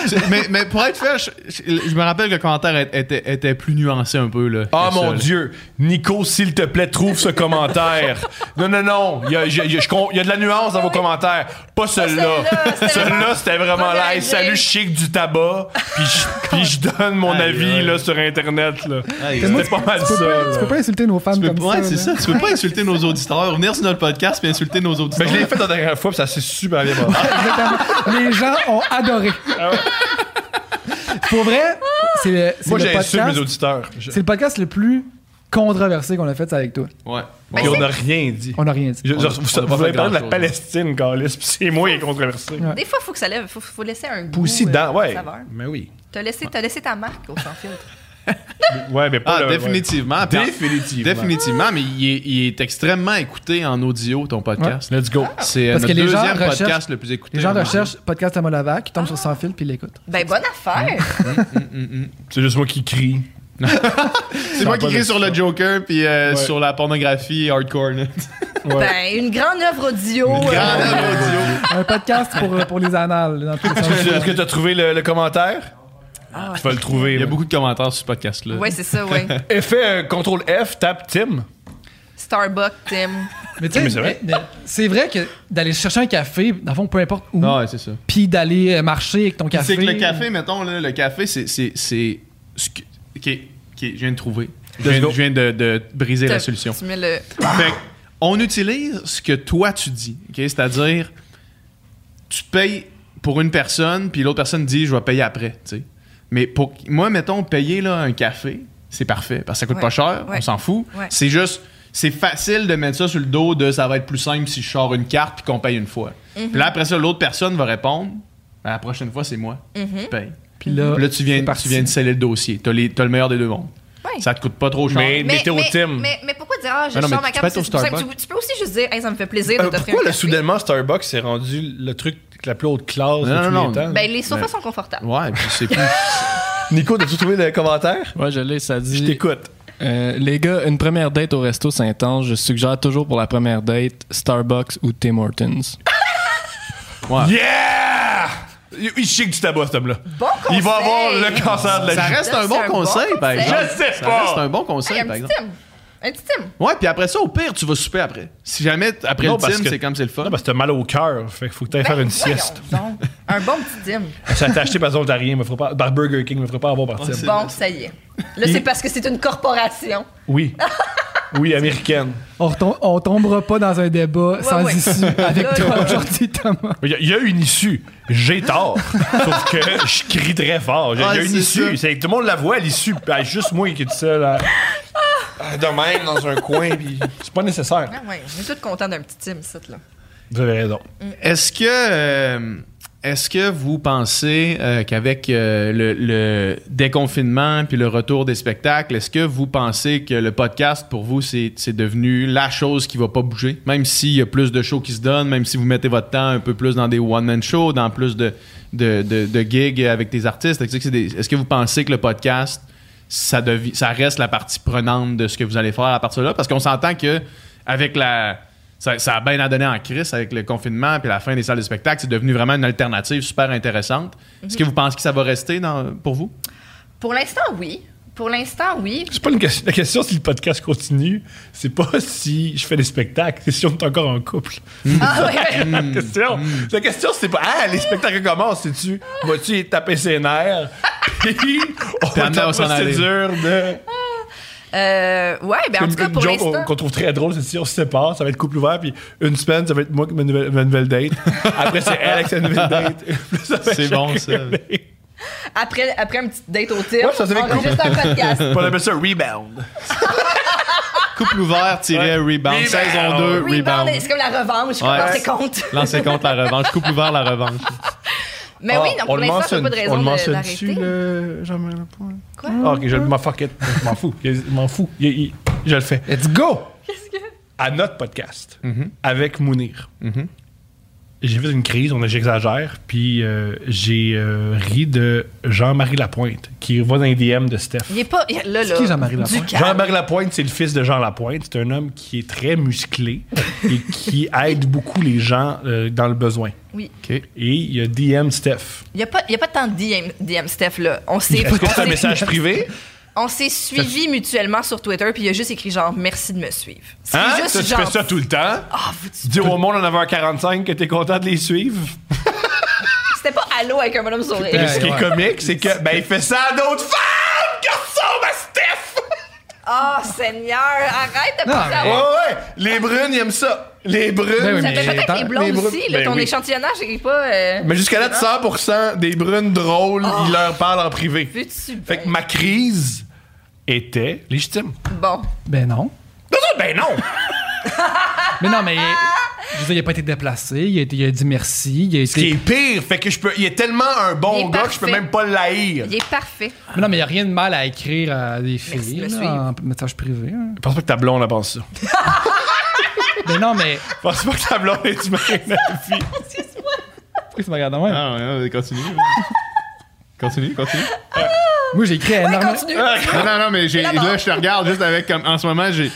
C'est- mais, mais pour être fait, je, je- je me rappelle que le commentaire était, était- était plus nuancé un peu. Là, Ah que ça, mon là. Dieu, Nico, s'il te plaît, trouve ce commentaire. Non, non, non, il y a, il y a- il y a- je con- il y a de la nuance dans vos commentaires. Pas celui-là. celui-là, c'était Celui-là, vraiment- c'était vraiment pas là. la Hey, salut, vieille. chic du tabac. Puis je, puis je donne mon Aïe, avis aïe. là, sur Internet. Là. Aïe, aïe. C'était pas mal Tu ça. peux pas- là. tu peux pas insulter nos femmes Tu peux, comme ouais, ça. c'est là. ça. Tu peux pas insulter nos auditeurs. Venir sur notre podcast puis insulter nos Ben, auditeurs. je l'ai fait la dernière fois, puis ça s'est super bien passé. Exactement. Les gens ont adoré. Pour vrai, c'est le, c'est Moi, le j'ai insulté mes podcast. auditeurs. Je- C'est le podcast le plus controversé qu'on a fait c'est avec toi. Ouais. Ben, Puis on n'a rien dit. On n'a rien dit. Je- je- on a- vous on a pas vous fait avez parlé de la grand-chose. Palestine, Calis, puis c'est moi qui est controversé. Ouais. Des fois, faut que ça lève. Faut, faut laisser un goût. Poussi euh, dedans, de ouais. saveur. Mais oui. T'as laissé, t'as laissé ta marque au sans filtre. Ouais, mais pas Ah, le- ouais. définitivement. Puis en- Définitivement. Définitivement, mais il est, il est extrêmement écouté en audio, ton podcast. Let's go. C'est euh, Parce notre que les gens deuxième recherchent- podcast le plus écouté. Les gens en audio. recherchent podcast à Molavac, ils tombent sur sans fil puis ils l'écoutent. Ben, bonne affaire. C'est juste moi qui crie. C'est moi qui crie sur le Joker puis euh, Ouais. sur la pornographie hardcore. là. Ben, une grande œuvre audio. Ah, Grande euh, audio. Un podcast pour, euh, pour les annales. dans tous les sens. Est-ce que tu as trouvé le, le commentaire? Tu vas le trouver. Ah. Il y là. a beaucoup de commentaires sur ce podcast-là. Ouais, c'est ça, ouais. Effet euh, contrôle F, tape Tim. Starbucks, Tim. Mais tu sais, Mais c'est vrai. mais- mais c'est vrai que d'aller chercher un café, dans le fond, peu importe où, Ah, ouais, c'est ça. puis d'aller euh, marcher avec ton C'est café. que le café, mettons, là, le café, c'est. c'est, c'est... ce que- Ok, ok, je viens de trouver. Je viens, je viens de, de briser la solution. Tu mets le. Fait que, on utilise ce que toi tu dis, ok? c'est-à-dire tu payes pour une personne, puis l'autre personne dit je vais payer après. tu sais. Mais pour moi, mettons, payer là, un café, c'est parfait parce que ça coûte Ouais. pas cher, Ouais. on s'en fout. Ouais. C'est juste, c'est facile de mettre ça sur le dos de ça va être plus simple si je sors une carte puis qu'on paye une fois. Mm-hmm. Puis là, après ça, l'autre personne va répondre Ben, la prochaine fois, c'est moi Mm-hmm. qui paye. Puis là, Puis là, tu c'est viens, parti. tu viens de sceller le dossier. T'as, les- t'as le meilleur des deux mondes. Ouais. Ça te coûte pas trop cher. Mais- Mais, t'es au mais, team. mais, mais pourquoi dire, ah, je Ah non, sors mais ma tu carte, peux être au c'est tout simple. Starbucks. Tu, tu peux aussi juste dire, hey, ça me fait plaisir de Euh, t'offrir pourquoi un là, café. soudainement Starbucks s'est rendu le truc avec la plus haute Non, classe de non, tous non. les temps? Ben, les sofas Ben- sont confortables. Ouais, puis c'est plus. Nico, as-tu trouvé le commentaire? Ouais, je l'ai, ça dit. Je t'écoute. Euh, les gars, une première date au resto Saint-Ange, je suggère toujours pour la première date Starbucks ou Tim Hortons. Ah. Yeah! Il il chic du tabac, cet homme-là. Bon conseil. Il va avoir le cancer de la Ça vie. reste un C'est bon un bon conseil, par conseil. exemple. Je sais Ça pas. reste un bon Hey, conseil, un par petit exemple. Tim. Un petit Tim. Ouais, puis après ça, au pire, tu vas souper après. Si jamais, t- après Non, le parce team, que- c'est comme c'est le fun. Non, parce que t'as mal au cœur. Fait qu'il faut que t'ailles Ben, faire une voyons sieste. donc. Un bon petit Tim. Ça t'a acheté par exemple, t'as rien, me fera pas. Par Ah, Burger King, me fera pas avoir par Tim. Bon, ça y est. Là, c'est parce que c'est une corporation. Oui. Oui, américaine. On, retom- on tombera pas dans un débat sans ouais. issue avec Là, toi là. aujourd'hui, Thomas. Il y, a- il y a une issue. J'ai tort. Sauf que je crie très fort. Il y a Ah, une c'est issue. C'est que tout le monde la voit, l'issue. Ben, juste moi qui est tout seul. à- à Ah, De même, dans un coin. puis C'est pas nécessaire. Ah ouais, on est tous contents d'un petit team, ça, là. Vous avez raison. Est-ce que. Euh, Est-ce que vous pensez euh, qu'avec euh, le, le déconfinement puis le retour des spectacles, est-ce que vous pensez que le podcast, pour vous, c'est c'est devenu la chose qui va pas bouger? Même s'il y a plus de shows qui se donnent, même si vous mettez votre temps un peu plus dans des one-man shows, dans plus de, de, de- de gigs avec des artistes, est-ce que, c'est des- est-ce que vous pensez que le podcast, ça, devi- ça reste la partie prenante de ce que vous allez faire à partir de là? Parce qu'on s'entend que avec la... Ça, ça a bien à donner en crise avec le confinement puis la fin des salles de spectacle. C'est devenu vraiment une alternative super intéressante. Est-ce que vous pensez que ça va rester dans- pour vous? Pour l'instant, oui. Pour l'instant, oui. C'est pas une question. La question, si le podcast continue, c'est pas si je fais des spectacles, c'est si on est encore en couple. Ah ouais. La question, la question c'est pas ah les spectacles commencent, c'est-tu vas-tu y taper ses nerfs puis on Puis va amener à la s'en aller. procédure de Euh, ouais, ben en tout cas, une, une pour joke qu'on- l'instant. qu'on trouve très drôle c'est si on se sépare, ça va être couple ouvert puis une semaine ça va être moi qui ma nouvelle, ma nouvelle date. Après c'est elle avec sa nouvelle date. Ça va C'est chacun bon, ça. les- Après, après un petit date au team, Ouais, ça s'est fait on juste un podcast. On appelle ça rebound. Couple ouvert, tiret, rebound. Rebound. Saison 2, rebound. Rebound, c'est comme la revanche, Ouais. on s'est compte. Lancez contre la revanche. Couple ouvert, la revanche. Mais Ben oui, non, pour l'instant, j'ai pas de raison Ah, on le de- mentionne d'arrêter. dessus le Jean-Marie Lapointe? Quoi? Ah, ok, je le m'en fuck it. Je m'en fous. Je m'en fous. Il- il- je le fais. Let's go! à notre podcast avec Mounir. J'ai fait une crise, on a- j'exagère, puis euh, j'ai euh, ri de Jean-Marie Lapointe, qui va dans les DM de Steph. Il est pas. il- Là, là. C'est qui Jean-Marie Lapointe? Du calme. Jean-Marie Lapointe, c'est le fils de Jean Lapointe. C'est un homme qui est très musclé et qui aide beaucoup les gens euh, dans le besoin. Oui. Et il y a DM Steph. Il n'y a, pas- il y a pas tant de DM, DM Steph, là. On s'est Est-ce que c'est un on s'est- message privé? on s'est suivis mutuellement sur Twitter, puis il a juste écrit genre merci de me suivre. C'est Hein? juste Ça, tu genre. fais ça tout le temps? Ah, vous- Dire au monde en 9h45 que t'es content de les suivre? C'était pas allô avec un bonhomme Mais sourire. ce qui est ouais. comique, c'est que ben il fait ça à d'autres femmes qui ressemblent à Steph! Ah, Seigneur, arrête de Non, penser à mais- Ouais, moi. ouais! Les brunes, ils aiment ça! Les brunes! Ben oui, Ça mais- fait peut-être attends, les blondes les bro- aussi, là, Ben ton oui. échantillonnage n'est pas. euh, Mais jusqu'à là, 100% des brunes drôles, Ah. ils leur parlent en privé. Veux-tu Fait que bien? ma crise était légitime. Bon. Ben non. Non, non, ben non! Mais non, mais Ah, je veux dire, il a pas été déplacé, il a, été- il a dit merci, il a Ce qui est été. pire, fait que je peux. Il est tellement un Il bon est gars que je peux parfait. même pas l'haïr. Il est parfait. Mais non, mais il n'y a rien de mal à écrire à des Merci de filles me là, suivre. en message privé. hein. Je pense pas que ta blonde a pensé ça. Mais non, mais. Je pense pas que ta blonde est humaine, la fille. Pourquoi tu me regardes de même? Ah, ouais, ouais, continue. Continue, continue. Moi, j'ai écrit à Ouais, énormément- continue. Non, non, non, mais j'ai- Là-bas. là, je te regarde juste avec comme. En ce moment, j'ai.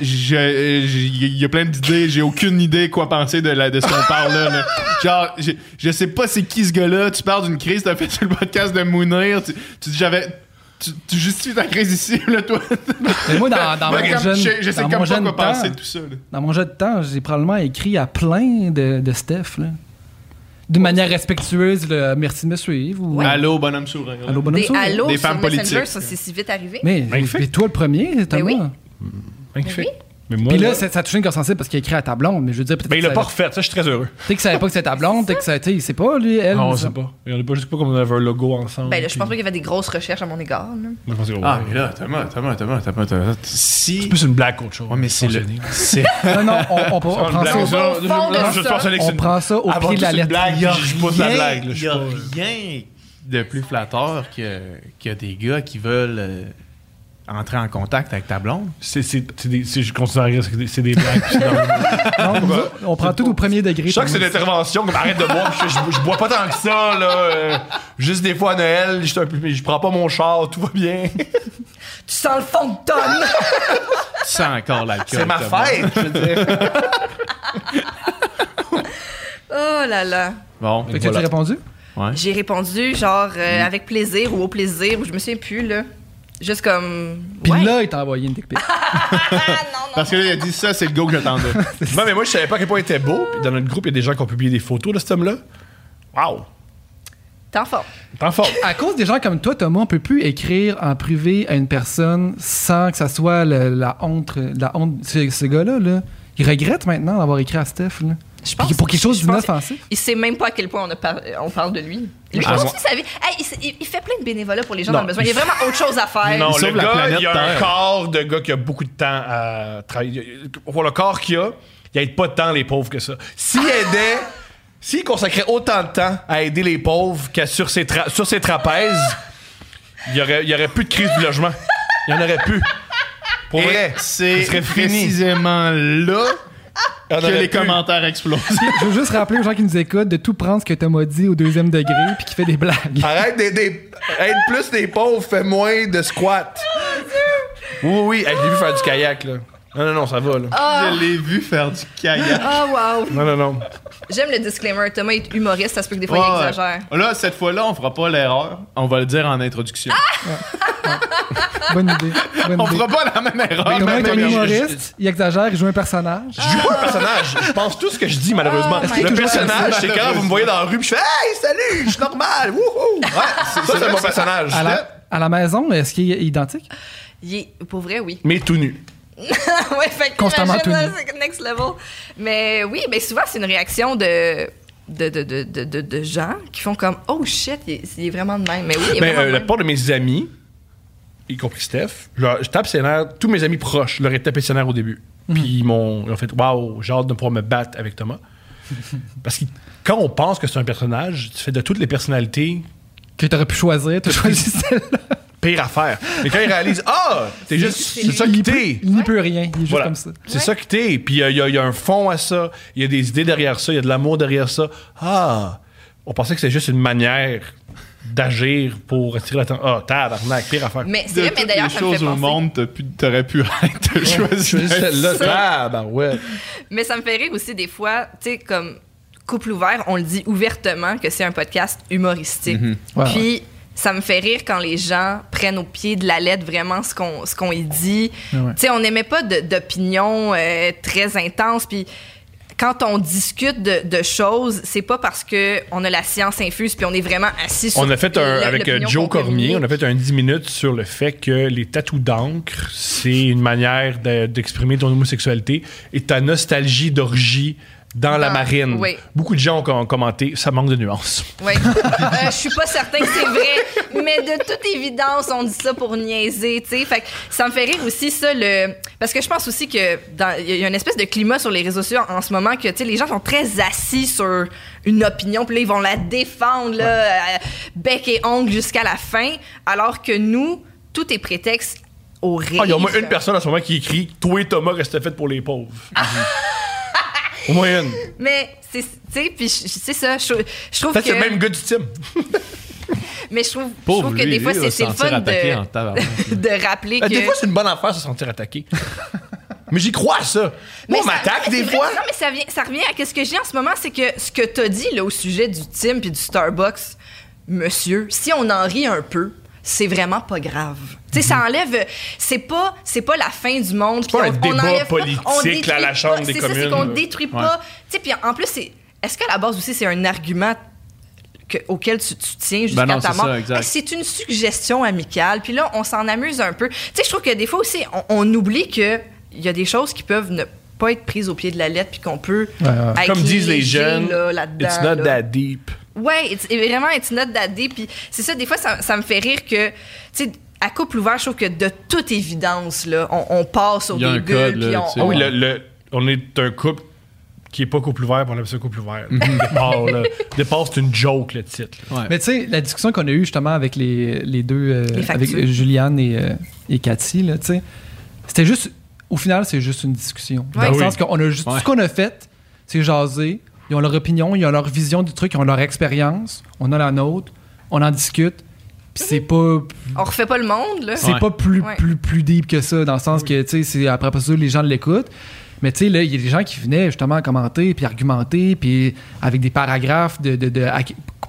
je- euh, j'ai- Il y a plein d'idées, j'ai aucune idée quoi penser de, la, de ce qu'on parle là. là. Genre, j'ai- je sais pas c'est qui ce gars-là, tu parles d'une crise, t'as fait sur le podcast de Mounir, tu, tu dis j'avais. Tu, tu justifies ta crise ici, là, toi. Mais moi, dans, dans Moi, mon comme- jeune. je, je sais dans comme mon pas jeune quoi temps, penser de tout ça. là. Dans mon jeu de temps, j'ai probablement écrit à plein de, de Steph, là. D'une manière respectueuse, le merci de me suivre. Ou, Allô, bonhomme sourire. Allô, bonhomme Des sourd. allos Des sur femmes Messenger, politiques. ça c'est si vite arrivé. Mais, Ben, Magnifique. mais toi, le premier, Thomas. Ben oui. Magnifique. Oui. Mais moi. Puis là, ça ça a touché une cœur sensible parce qu'il a écrit à ta blonde, mais je veux dire, peut-être ben, il que l'a ça- pas refait, ça, je suis très heureux. peut-être qu'il savait pas que c'était ta blonde, peut-être que ça, tu sais, il sait pas, lui, elle. Non, on ça- sait pas. On est pas juste pas comme on avait un logo ensemble. Ben là, je pense pas puis- qu'il y avait des grosses recherches à mon égard. là. Moi, je pense que. Ah, ouais. mais là, Thomas, Thomas, Thomas, Thomas, Thomas. Si. C'est plus une blague qu'autre chose. Ouais, mais c'est le. Fonctionner. C'est. Non, non, on, on- on On prend ça. blague, au- ça. au fond de Non, je ça. pense que On c'est- prend ça au Avant pied de tout, la c'est une lettre. blague, Y a je pose la rien- blague. là, je Il suis n'y a pas- rien de plus flatteur que, que des gars qui veulent euh, entrer en contact avec ta blonde. C'est, c'est, c'est des, c'est- je considère que c'est des, c'est des blagues. Non, nous, on prend tout au premier degré. je sens que c'est Thomas. l'intervention, comme arrête de boire, je, je- je bois pas tant que ça, là. euh, juste des fois à Noël, je suis un peu- mais je prends pas mon char, tout va bien. Tu sens le fond de tonne! Tu sens encore l'alcool. C'est ma Thomas. fête, je veux dire. Oh là là. Bon, Fait que tu as voilà. répondu? J'ai répondu genre euh, Mm. avec plaisir ou au plaisir ou je me souviens plus là. Juste comme. Puis ouais. là, il t'a envoyé une dick pic. Ah non, non. Parce que là, il a dit ça, c'est le go que j'attendais. Non, mais moi, je savais pas à quel point il était beau. Puis dans notre groupe, il y a des gens qui ont publié des photos de cet homme-là. Waouh! T'es en forme. T'en fort. À cause des gens comme toi, Thomas, on peut plus écrire en privé à une personne sans que ça soit le- la honte. La honte. Ce, ce gars-là, là, il regrette maintenant d'avoir écrit à Steph. Là. Je Puis pour quelque chose je pense- d'inoffensif. Il sait même pas à quel point on, a par- euh, on parle de lui. Lui, Ah, continue moi- sa vie. Hey, il s- il, il fait plein de bénévolat pour les gens dans le besoin. Il y a vraiment autre chose à faire. Non, Il le sauve la gars, planète il y a un Terre. corps de gars qui a beaucoup de temps à travailler. Pour le corps qu'il a, il aide pas tant les pauvres que ça. S'il aidait, s'il consacrait autant de temps à aider les pauvres qu'à sur ses, tra- sur ses trapèzes, il y aurait, il y aurait plus de crise du logement. Il y en aurait plus. Pour Et vrai. c'est ce serait fini. précisément là Il y en que aurait les plus. commentaires explosent. Je veux juste rappeler aux gens qui nous écoutent de tout prendre ce que Thomas dit au deuxième degré puis qui fait des blagues. Arrête d'aider. Aide plus les pauvres, fais moins de squats. Oh, Oui, oui, oui. Hey, je l'ai vu faire du kayak, là. Non, non, non, ça va, là. Ah! Je l'ai vu faire du kayak. Oh, wow. Non, non, non. J'aime le disclaimer. Thomas est humoriste, ça se peut que des fois il Ouais. exagère. Là, cette fois-là, on fera pas l'erreur. On va le dire en introduction. Ah! Bonne idée. Bonne on idée. fera pas la même erreur. Thomas même est un erreur. humoriste, il exagère, il joue un personnage. Je joue pas un personnage. Je pense tout ce que je dis, malheureusement. Oh my le God. personnage, c'est quand vous me voyez dans la rue, puis je fais Hey, salut, je suis normal. Wouhou. Ouais, ça, c'est mon personnage. À la, à la maison, est-ce qu'il est identique? Il est, pour vrai, oui. Mais tout nu. ouais, fait que Constamment t'imagines, tout là, nu. c'est next level. Mais oui, mais souvent, c'est une réaction de. De, de, de, de, de- de gens qui font comme Oh shit, il est, il est vraiment de même. Mais oui, il est Ben, vraiment euh, de la même. plupart de mes amis, y compris Steph, je, leur- je tape ses nerfs. Tous mes amis proches leur ai tapé ses nerfs au début. Puis ils m'ont ils ont fait Waouh, j'ai hâte de pouvoir me battre avec Thomas. Parce que quand on pense que c'est un personnage, tu fais de toutes les personnalités Que t'aurais pu choisir, t'as choisi celle-là. pire à faire. Mais quand ils réalisent Ah, t'es juste. C'est ça qui t'es. Il n'y peut rien, il est juste Voilà. comme ça. C'est ça que t'es. Puis il y, a- il y a- il y a un fond à ça. Il y a des idées derrière ça. Il y a de l'amour derrière ça. Ah! On pensait que c'était juste une manière d'agir pour attirer l'attention. Ah, tabarnak, pire affaire. Mais c'est De vrai, mais toutes d'ailleurs, les ça me fait choses au penser. monde, t'as pu- t'aurais pu être choisi. Celle-là, tabarouette. Mais ça me fait rire aussi des fois, tu sais, comme couple ouvert, on le dit ouvertement que c'est un podcast humoristique. Mhm. Ouais, Puis ça me fait rire quand les gens prennent au pied de la lettre vraiment ce qu'on ce qu'on y dit. Ouais, ouais. Tu sais, on n'aimait pas de- d'opinion euh, très intense. Puis quand on discute de, de choses, c'est pas parce que on a la science infuse puis on est vraiment assis sur On a fait un, le- avec euh, l'opinion Joe qu'on Cormier, communique. on a fait un 10 minutes sur le fait que les tatous d'encre, c'est une manière de- d'exprimer ton homosexualité et ta nostalgie d'orgie dans la Ah, marine. oui. Beaucoup de gens ont ont commenté, ça manque de nuances. Ouais. Euh, je suis pas certain que c'est vrai, mais de toute évidence, on dit ça pour niaiser, tu sais. Fait que ça me fait rire aussi ça le parce que je pense aussi que dans il y a- il y a une espèce de climat sur les réseaux sociaux en, en ce moment que tu sais les gens sont très assis sur une opinion, puis là, ils vont la défendre là euh, bec et ongle jusqu'à la fin, alors que nous tout est prétexte au rire. Ah, il y a au moins une personne en ce moment qui écrit Toi et Thomas restez fait pour les pauvres. Mhm. au moins une. Mais c'est tu sais puis je- c'est ça, je, je trouve que Peut-être c'est le même gars du team. mais je trouve, je Pauvre trouve que lui, des fois lui, il c'est va se c'est le sentir fun attaqué en de tabarnak. de rappeler que Euh, Des fois, c'est une bonne affaire de se sentir attaqué. Mais j'y crois, ça. Moi, on ça- m'attaque c'est des vrai, fois. Non, mais ça, vient- ça revient à quest ce que j'ai en ce moment, c'est que ce que t'as dit là, au sujet du Tim puis du Starbucks, monsieur, si on en rit un peu, c'est vraiment pas grave. Tu sais, ça enlève. C'est pas, c'est pas la fin du monde. pas puis un on- on débat enlève pas- on politique, détruit là, à la pas- Chambre des c'est ça, C'est communes, qu'on là. détruit pas. Tu sais, puis en plus, c'est. Est-ce qu'à la base aussi, c'est un argument que- auquel tu, tu tiens Ben jusqu'à non, ta c'est mort. ça, exact. Hey, C'est une suggestion amicale. Puis là, on s'en amuse un peu. Tu sais, je trouve que des fois aussi, on, on oublie que il y a des choses qui peuvent ne pas être prises au pied de la lettre, puis qu'on peut. Ouais, ouais. être Comme disent les léger, jeunes, là, là-dedans, it's not là. that deep. Ouais, it's- et vraiment, it's not that deep. Puis c'est ça, des fois, ça, ça me fait rire que, tu sais, à couple ouvert, je trouve que de toute évidence, là, on, on passe au Il y a un des code, gueules, puis là, on- tu sais. Ah on- oui, le, le- on est un couple qui est pas couple ouvert, puis on appelle ça couple ouvert. Mm-hmm. Départ, là. Départ, c'est une joke, le titre. là. Ouais. Mais tu sais, la discussion qu'on a eue justement avec les, les deux, euh, Les avec factures. euh, Juliane et, euh, et Cathy, là, tu sais, c'était juste, au final, c'est juste une discussion. Dans Ouais. le Ben sens qu'on a juste, Ouais. tout ce qu'on a fait, c'est jaser. Ils ont leur opinion, ils ont leur vision du truc, ils ont leur expérience. On a la nôtre, on en discute. Puis Mhm. c'est pas, on refait pas le monde, là. c'est Ouais. pas plus, Ouais. plus, plus deep que ça, dans le sens que, tu sais, c'est- après pas ça, les gens l'écoutent. Mais tu sais, là, il y a des gens qui venaient justement commenter, puis argumenter, puis avec des paragraphes de, de, de- à-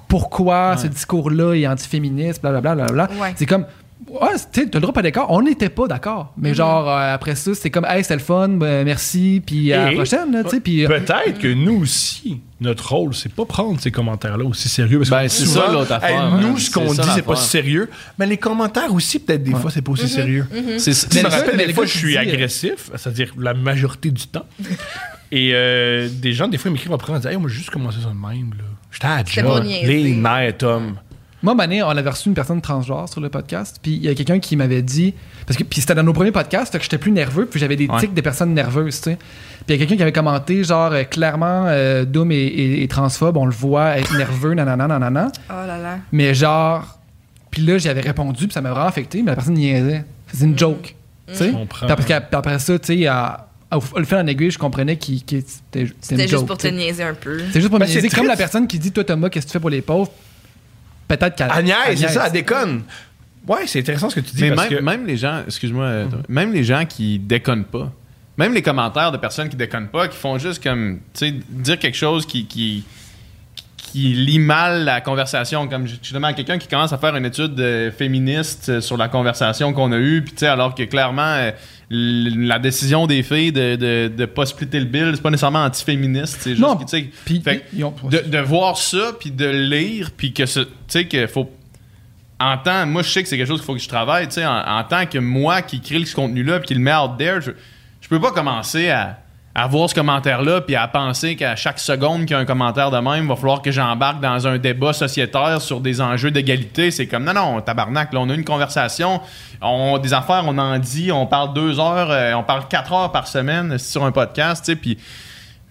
pourquoi ce discours-là est antiféministe, blablabla. Bla, bla, bla, bla. Ouais. C'est comme, Ouais, c'est- tu sais, t'as le droit pas d'accord. On n'était pas d'accord. Mm-hmm. Mais genre, euh, après ça, c'était comme, hey, c'est le fun, ben, merci, puis à la Et- prochaine, là, tu sais. Puis euh, Peut-être que nous aussi, notre rôle, c'est pas prendre ces commentaires-là aussi sérieux. Parce que Ben, c'est souvent, ça, l'autre hey, affaire, hein. nous, ce C'est qu'on ça, dit, c'est l'affaire. pas si sérieux. Mais les commentaires aussi, peut-être des fois, c'est pas aussi sérieux. C'est ça. Tu sais, je me le gars- rappelle mais des le fois, gars je qui suis dit, euh, agressif, c'est-à-dire la majorité du temps. Et euh, des gens, des fois, ils m'écrivent après en disant Hey, on m'a juste commencé ça de même. là. J'étais à la C'était job. pour niaiser. Les nerfs, Tom. Euh, Moi, Mané, on avait reçu une personne transgenre sur le podcast, puis il y a quelqu'un qui m'avait dit. Parce que puis c'était dans nos premiers podcasts, fait que j'étais plus nerveux, puis j'avais des tics de personnes nerveuses, tu sais. Puis il y a quelqu'un qui avait commenté, genre, euh, clairement, euh, Doom est, est- est transphobe, on le voit être nerveux, nanana, nanana. Oh là là. Mais genre. Puis là, j'avais répondu, puis ça m'a vraiment affecté, mais la personne niaisait. C'était Mm. une joke. Tu sais? Je comprends. Puis après, qu'à- puis après ça, tu sais, à- au au fil en aiguille, je comprenais qu'il qu'il- c'était une C'était juste joke, pour tu te sais. niaiser un peu. C'est juste pour Ben, me niaiser. c'est Comme triste. la personne qui dit, toi, Thomas, qu'est-ce que tu fais pour les pauvres? Peut-être qu'elle. Agnès, c'est Agnès. ça, elle déconne. Ouais, c'est intéressant ce que tu dis. Mais parce même, que- même les gens, excuse-moi, euh, même les gens qui déconnent pas, même les commentaires de personnes qui déconnent pas, qui font juste comme, tu sais, dire quelque chose qui, qui, qui lit mal la conversation, comme justement quelqu'un qui commence à faire une étude euh, féministe euh, sur la conversation qu'on a eue, puis tu sais, alors que clairement, euh, l- la décision des filles de, de, de pas splitter le bill, c'est pas nécessairement anti-féministe, c'est juste Non. que, tu sais, Puis, Fait ils ont- de, de voir ça, puis de lire, puis que ce- tu sais, qu'il faut. En tant, moi, je sais que c'est quelque chose qu'il faut que je travaille, tu sais, en, en tant que moi qui crée ce contenu-là, puis qui le met out there, je, je peux pas commencer à, à voir ce commentaire-là, puis à penser qu'à chaque seconde qu'il y a un commentaire de même, il va falloir que j'embarque dans un débat sociétaire sur des enjeux d'égalité. C'est comme, non, non, tabarnak, là, on a une conversation, on des affaires, on en dit, on parle deux heures, euh, on parle quatre heures par semaine sur un podcast, tu sais, puis.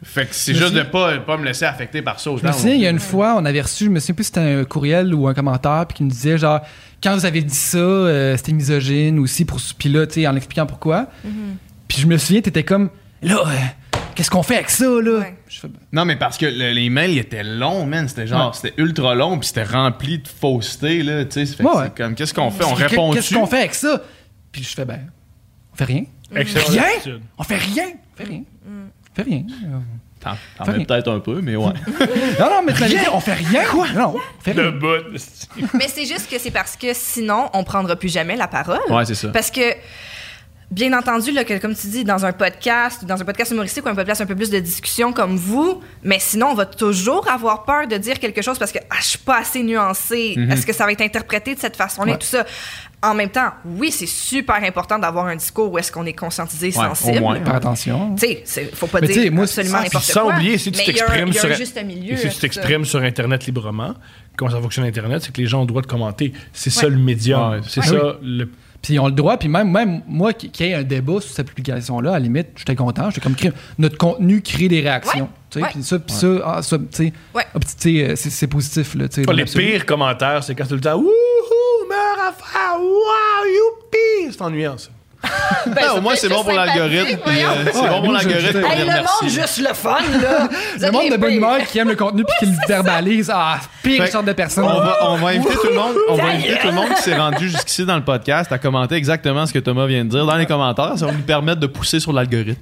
Fait que c'est Je me juste de souviens- pas, pas me laisser affecter par ça. Je me souviens, il y a une fois, on avait reçu, je me souviens plus si c'était un courriel ou un commentaire, puis qui nous disait genre, quand vous avez dit ça, euh, c'était misogyne aussi, pour, puis là, tu sais, en expliquant pourquoi. Puis je me souviens, t'étais comme, là, euh, qu'est-ce qu'on fait avec ça, là? Ouais. Je fais, ben, Non, mais parce que le- les mails ils étaient longs, man. C'était genre, c'était ultra long, puis c'était rempli de fausseté, là. Tu sais, Ça fait que Ouais, c'est ouais. comme, qu'est-ce qu'on fait? On Qu'est- répond Qu'est-ce qu'on fait avec ça? Puis je fais, ben, on fait rien. Excellente Rien? attitude. On fait rien. On fait rien. On fait rien. Euh, T'en, t'en Fait mets rien. peut-être un peu, mais ouais. Non, non, mais tu m'avais dit, on fait rien. Quoi? Non, on fait Le rien. bout. Mais c'est juste que c'est parce que sinon, on prendra plus jamais la parole. ouais, c'est ça. Parce que, bien entendu, là, que, comme tu dis, dans un podcast, dans un podcast humoristique ou un podcast un peu plus de discussion comme vous, mais sinon, on va toujours avoir peur de dire quelque chose parce que ah, je suis pas assez nuancée. Est-ce que ça va être interprété de cette façon-là et Ouais. tout ça? En même temps, oui, c'est super important d'avoir un discours où est-ce qu'on est conscientisé, Ouais, sensible. au moins. Faire attention. Tu sais, c'est- faut pas Mais tu sais, dire moi, absolument sans- n'importe sans quoi. oublier, si tu mais il y a un- t'exprimes il y a un sur- juste milieu. Et si à tu ça. t'exprimes sur Internet librement, comment ça fonctionne Internet, c'est que les gens ont le droit de commenter. C'est ça le médium. Ouais. C'est Ah ça oui. le. Puis ils ont le droit, puis même, même moi qui, qui ai un débat sur cette publication-là, à la limite, j'étais content. J'étais comme, crée- notre contenu crée des réactions. Ouais, Tu sais, ouais. Puis ça, puis ça, ah, ça, tu sais, Ouais. ah, puis tu sais, euh, c'est c'est positif. Là, tu sais, dans Ah, les l'absolu. pires commentaires, c'est quand tu le temps Wouhou, meurt à faire, waouh, youpi! C'est ennuyant, ça. Ben, ça Ah, au moins, peut c'est être bon pour sympathique, l'algorithme. puis, voyons. euh, c'est Ouais, bon pour nous, je- l'algorithme. je- on Hey, les le monde, remercie. juste le fun, là! Vous Le êtes monde les de bonne pires. humeur qui aime le contenu puis qui le verbalise. Ah, pire Fait- sorte de personne. On va, on va inviter tout le monde, on va Ta inviter gueule! tout le monde qui s'est rendu jusqu'ici dans le podcast à commenter exactement ce que Thomas vient de dire dans les commentaires. Ça va nous permettre de pousser sur l'algorithme.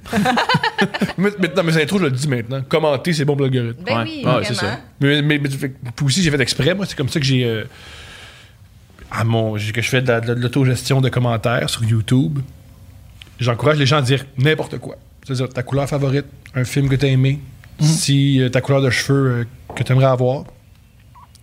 Mais, mais dans mes intros, je le dis maintenant. Commenter, c'est bon pour l'algorithme. Ah, Ben Ouais. oui, Ouais, vraiment. c'est ça. Mais, mais, mais fait- puis aussi, j'ai fait exprès, moi. C'est comme ça que j'ai. euh, à mon, j'ai- que je fais de, la- de l'autogestion de commentaires sur YouTube. J'encourage les gens à dire n'importe quoi. C'est-à-dire ta couleur favorite, un film que t'as aimé, Mhm. si euh, ta couleur de cheveux euh, que t'aimerais avoir.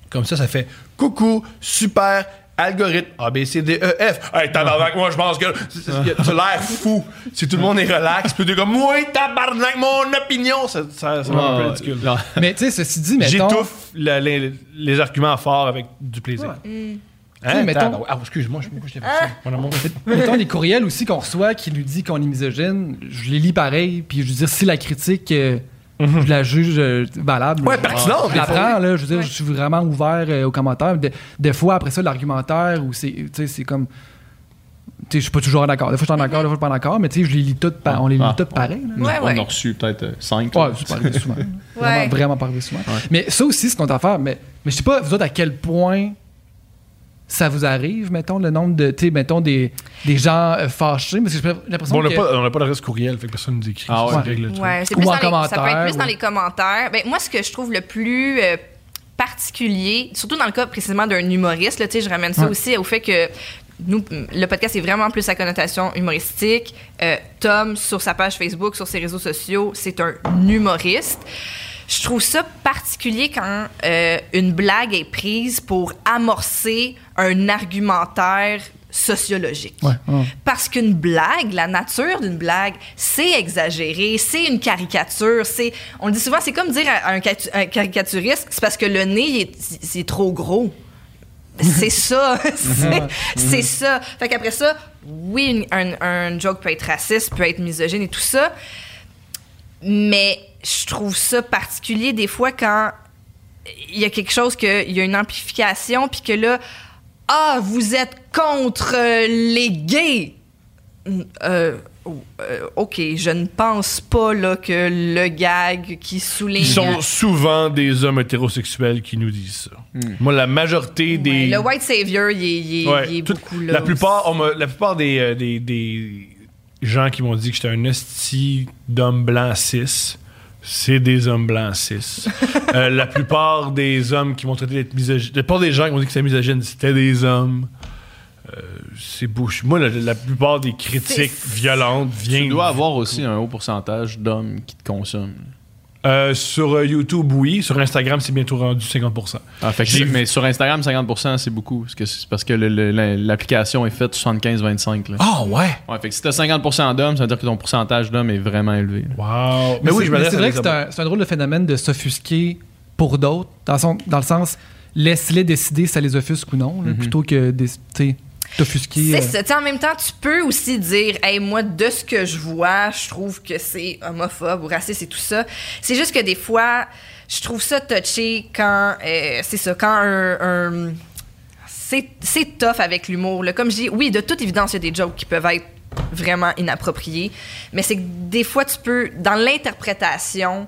Comme ça, ça fait coucou, super, algorithme, A, B, C, D, E, F. Hey, tabarnak, moi, je pense que c'est- c'est- y a- t'as l'air fou. Si tout le monde est relax, puis t'es comme, oui, tabarnak, mon opinion. Ça, ça, ça me rend un peu ridicule. Non. Mais tu sais, ceci dit, mettons. J'étouffe la- les, les arguments forts avec du plaisir. Tu sais, Hein, mettons- attends, ah, excuse-moi, je pourquoi je t'ai fait ça. Mon amour. Mettons les courriels aussi qu'on reçoit qui nous dit qu'on est misogyne, je les lis pareil, puis je veux dire, si la critique, euh, je la juge euh, valable. Mhm. Ouais, je- pertinente, Je des la fois, prends, là. Je veux dire, je suis vraiment ouvert euh, aux commentaires. Des, des fois, après ça, l'argumentaire, où c'est, tu sais, c'est comme. Tu sais, je suis pas toujours d'accord. Des fois, je suis en accord, des fois, je suis pas en accord, mais tu sais, je les lis toutes, pa- on les lit Ah. toutes pareil. là. Ouais, ouais. On en a reçu peut-être euh, 5. Ouais, c'est pas arrivé souvent. Vraiment, vraiment pas arrivé souvent. Mais ça aussi, c'est qu'on t'a faire. Mais, mais je sais pas, vous autres, à quel point ça vous arrive, mettons, le nombre de, tu sais, mettons, des, des gens euh, fâchés. Parce que j'ai l'impression Bon, on n'a que... pas, on n'a pas l'adresse courriel, fait que personne nous écrit. Ah ça ouais. règle le truc. Ouais, c'est Ou plus en dans les, ça peut être commentaire, plus dans ou- les commentaires. Ben, moi, ce que je trouve le plus euh, particulier, surtout dans le cas précisément d'un humoriste, là, tu sais, je ramène ça Ouais. aussi au fait que nous, le podcast est vraiment plus à connotation humoristique. Euh, Tom, sur sa page Facebook, sur ses réseaux sociaux, c'est un humoriste. Je trouve ça particulier quand euh, une blague est prise pour amorcer un argumentaire sociologique. Parce qu'une blague, la nature d'une blague, c'est exagéré, c'est une caricature, c'est... On le dit souvent, c'est comme dire à à un, catu- un caricaturiste, c'est parce que le nez, il est- il est trop gros. C'est ça. c'est c'est ça. Fait qu'après ça, oui, une- un, un joke peut être raciste, peut être misogyne et tout ça. Mais je trouve ça particulier des fois quand il y a quelque chose que il y a une amplification puis que là ah vous êtes contre euh, les gays. Mm, euh, oh, euh, ok, je ne pense pas là, que le gag qui souligne Ils sont souvent des hommes hétérosexuels qui nous disent ça. Moi, la majorité des. Ouais, le white savior, il est, il est- Ouais, il est tout- beaucoup là. La plupart, on m'a- la plupart des, euh, des, des gens qui m'ont dit que j'étais un esti d'homme blanc cis, c'est des hommes blancs cis. Euh, la plupart des hommes qui m'ont traité d'être misogyne, la plupart des gens qui m'ont dit que c'était misogyne, c'était des hommes. Euh, c'est bouche. Moi, la, la plupart des critiques C'est- violentes viennent. Tu dois avoir aussi un haut pourcentage d'hommes qui te consomment. Euh, sur euh, YouTube, oui. Sur Instagram, c'est bientôt rendu 50%. Ah, fait que J'ai c'est- vu- mais sur Instagram, 50%, c'est beaucoup. Parce que c'est parce que le- le- la- l'application est faite 75-25. là. Ah ouais! Ouais, fait que si t'as 50% d'hommes, ça veut dire que ton pourcentage d'hommes est vraiment élevé. là. Wow! Mais, Mais oui, c'est- je mais m'adresse C'est à vrai des que c'est hommes. un, c'est un drôle de phénomène de s'offusquer pour d'autres, dans, son- dans le sens, laisse-les décider si ça les offusque ou non, Mhm. là, plutôt que des- tu sais, t'offusquer. C'est euh, ça. Tu sais, en même temps, tu peux aussi dire, hey, moi, de ce que je vois, je trouve que c'est homophobe ou raciste et tout ça. C'est juste que des fois, je trouve ça touché quand, euh, c'est ça, quand un- un c'est c'est tough avec l'humour. là. Comme je dis, oui, de toute évidence, il y a des jokes qui peuvent être vraiment inappropriés, mais c'est que des fois, tu peux, dans l'interprétation,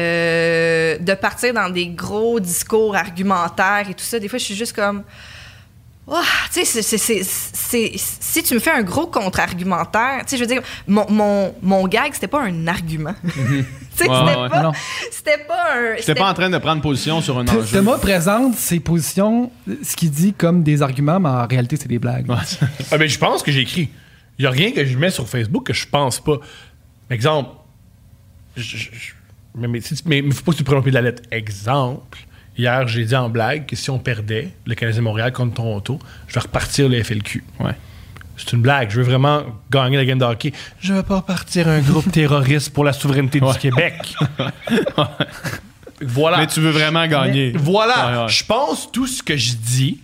euh, de partir dans des gros discours argumentaires et tout ça, des fois, je suis juste comme... Ouah, Ah, tu sais, c'est- c'est- c'est- c'est- si tu me fais un gros contre-argumentaire, tu sais, je veux dire, mon, mon, mon gag, c'était pas un argument. Tu sais, c'était Ouais, ouais. pas, Non. c'était pas un... J'étais pas en train de prendre position sur un enjeu. Thomas présente ses positions, ce qu'il dit comme des arguments, mais en réalité, c'est des blagues. Ouais. Ah, mais je pense que j'écris. Il n'y a rien que je mets sur Facebook que je pense pas. Exemple, je- je- je- mais il ne faut pas que tu prennes au pied de la lettre. Exemple, hier, j'ai dit en blague que si on perdait le Canadien de Montréal contre Toronto, je vais repartir le FLQ. Ouais. C'est une blague. Je veux vraiment gagner la game de hockey. Je veux pas partir un groupe terroriste pour la souveraineté du Québec. voilà. Mais tu veux vraiment gagner. Voilà. Ouais, ouais. Je pense tout ce que je dis,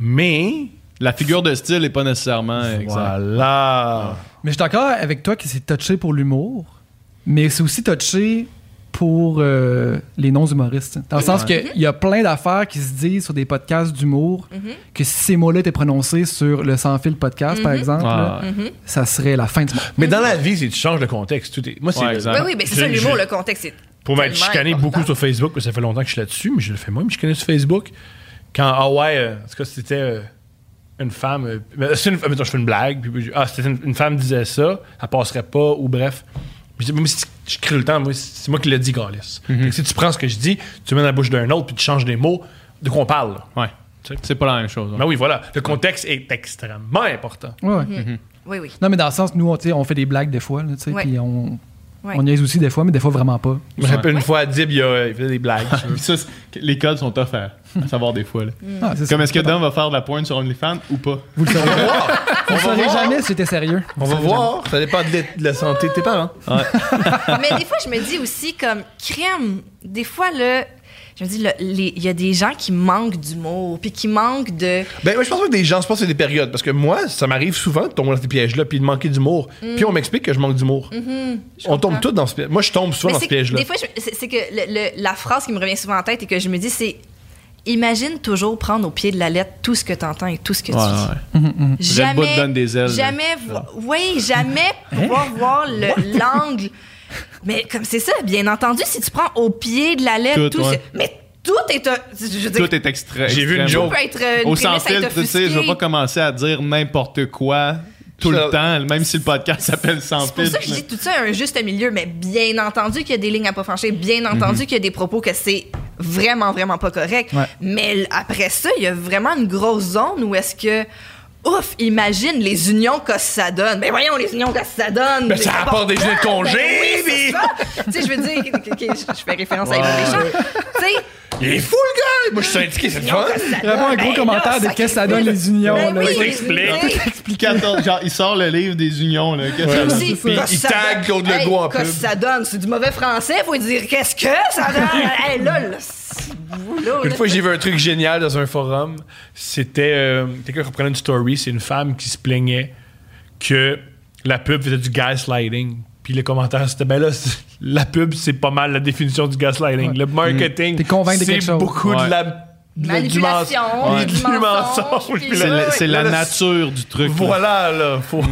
mais... La figure de style est pas nécessairement exact. Voilà. Mais je suis d'accord avec toi que c'est touché pour l'humour, mais c'est aussi touché pour euh, les non-humoristes. Dans le sens qu'il y a plein d'affaires qui se disent sur des podcasts d'humour Mhm. que si ces mots-là étaient prononcés sur le Sans Fil podcast, Mhm. par exemple, là, Ouais, ouais. ça serait la fin du monde. Mais dans la vie, c'est tu changes de contexte. Tout est- Moi, c'est Ouais, le- exact. Oui, oui, mais c'est Je- ça l'humour, je- le contexte. c'est Pour m'être tellement chicané important. beaucoup sur Facebook, mais ça fait longtemps que je suis là-dessus, mais je le fais moi, mais je connais sur Facebook. Quand, ah ouais, euh, en tout cas, c'était euh, une femme. euh, ben, c'est une, mettons, je fais une blague, puis je- ah, c'était une, une femme disait ça, elle passerait pas, ou bref. Je dis, mais si je crée le temps, moi, c'est moi qui l'ai dit, Carlis. Mm-hmm. Fait que Si tu prends ce que je dis, tu le mets dans la bouche d'un autre, puis tu changes des mots, de quoi on parle. là. Ouais. C'est pas la même chose. hein. ouais. Ben oui, voilà. Le contexte est extrêmement important. Ouais, ouais. Oui, oui. Non, mais dans le sens, nous, on, tu sais, on fait des blagues des fois, là, tu sais, Mhm. Ouais. puis on, Ouais. Mhm. on niaise aussi des fois, mais des fois vraiment pas. Je me rappelle une fois à Dib, il, y a- il faisait des blagues. Puis ça, c'est- les codes sont offerts. À savoir des fois. là. Mm. Ah, c'est Comme ça. est-ce que Dom va faire de la pointe sur OnlyFans ou pas? Vous le saurez, Vous le saurez jamais si j'étais sérieux. On va voir. Ça Ah. dépend de la- de la santé de tes parents. Mais des fois, je me dis aussi comme crème. Des fois, là, je me dis, là, les- il y a des gens qui manquent d'humour, puis qui manquent de. Ben, moi, je pense pas que des gens, je pense que c'est des périodes. Parce que moi, ça m'arrive souvent de tomber dans ces pièges-là, puis de manquer d'humour. Mm. Puis on m'explique que je manque d'humour. on tombe tous dans ce piège. Moi, je tombe Mm-hmm. Mais souvent dans c'est ce que- piège-là. des fois, je- c'est c'est que le- le- la phrase qui me revient souvent en tête et que je me dis, c'est. Imagine toujours prendre au pied de la lettre tout ce que tu entends et tout ce que tu dis. Red Bull donne des ailes, là. Ah. Jamais, vo- oui, jamais pouvoir voir le- l'angle. Mais comme c'est ça, bien entendu, si tu prends au pied de la lettre Tout, tout, ce- ouais. mais tout est un- je veux dire, Tout est extrait. J'ai vu une extrême. joke. peut être euh, une Au prémisse à sans être filtre, tu sais, je veux offusqué. pas commencer à dire n'importe quoi tout le Ça- temps, même si le podcast s'appelle sans C'est pour ça filtre. que je dis tout ça un juste milieu, mais bien entendu qu'il y a des lignes à pas franchir, bien Mhm. entendu qu'il y a des propos que c'est vraiment, vraiment pas correct. Ouais. Mais l- après ça, il y a vraiment une grosse zone où est-ce que ouf, imagine les unions que ça donne. Ben voyons, les unions que ça donne. Ben, les ça apporte des avortements, jeux de congé, ben oui, c'est puis- ça. tu sais, je veux dire, ok, ok, je- je fais référence à Yves Deschamps. Tu sais, Il est fou, le gars! Moi, je suis syndiqué, c'est le fun! Vraiment un gros Ben, commentaire là, de ça qu'est-ce que ça donne crée- les unions. Ben là. oui, t'explique. les unions. genre, il sort le livre des unions. Là. Qu'est-ce que- Aussi, Puis qu'est-ce il que ça tag donne? Claude Legault en qu'est-ce que pub. ça donne, c'est du mauvais français, faut dire qu'est-ce que ça donne. hey, là, le c- boulot, Une là. fois, j'ai vu un truc génial dans un forum. C'était euh, quelqu'un qui reprenait une story. C'est une femme qui se plaignait que la pub faisait du gaslighting. Puis le commentaire, c'était ben là, c'est- la pub, c'est pas mal la définition du gaslighting. Le marketing, T'es convaincu de quelque c'est chose. beaucoup de Ouais. la. de- du mens- Manipulation, Ouais. du du mensonge, mensonge, puis- puis C'est là, la, c'est la là, nature du truc. là. Voilà, là. Faut...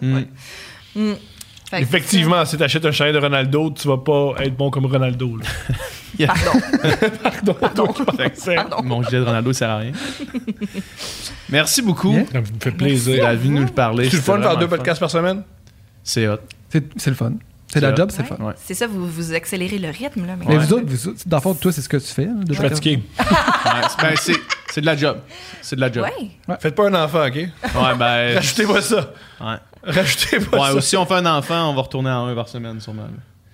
Mm. Fait que- Effectivement, si t'achètes un chalet de Ronaldo, tu vas pas être bon comme Ronaldo. là. Pardon. Mon gilet de Ronaldo, ça sert à rien. Merci beaucoup. Bien. Ça me fait plaisir. La vie nous le parler. C'est le fun de c'était faire deux vraiment podcasts par semaine? le fun. C'est hot. C'est c'est le fun. C'est C'est la hot. job, c'est le fun. Ouais. C'est ça, vous, vous accélérez le rythme, là. mais- Mais vous autres, vous autres, dans le fond, toi, c'est ce que tu fais. là, de Je suis fatigué. Ouais, c'est- ben, c'est, c'est de la job. C'est de la job. Ouais. Faites pas un enfant, OK? Euh, Ouais, ben. Rajoutez-moi ça! Ouais. Rajoutez-moi Ouais, ça! ou si on fait un enfant, on va retourner en un par semaine, sûrement. là.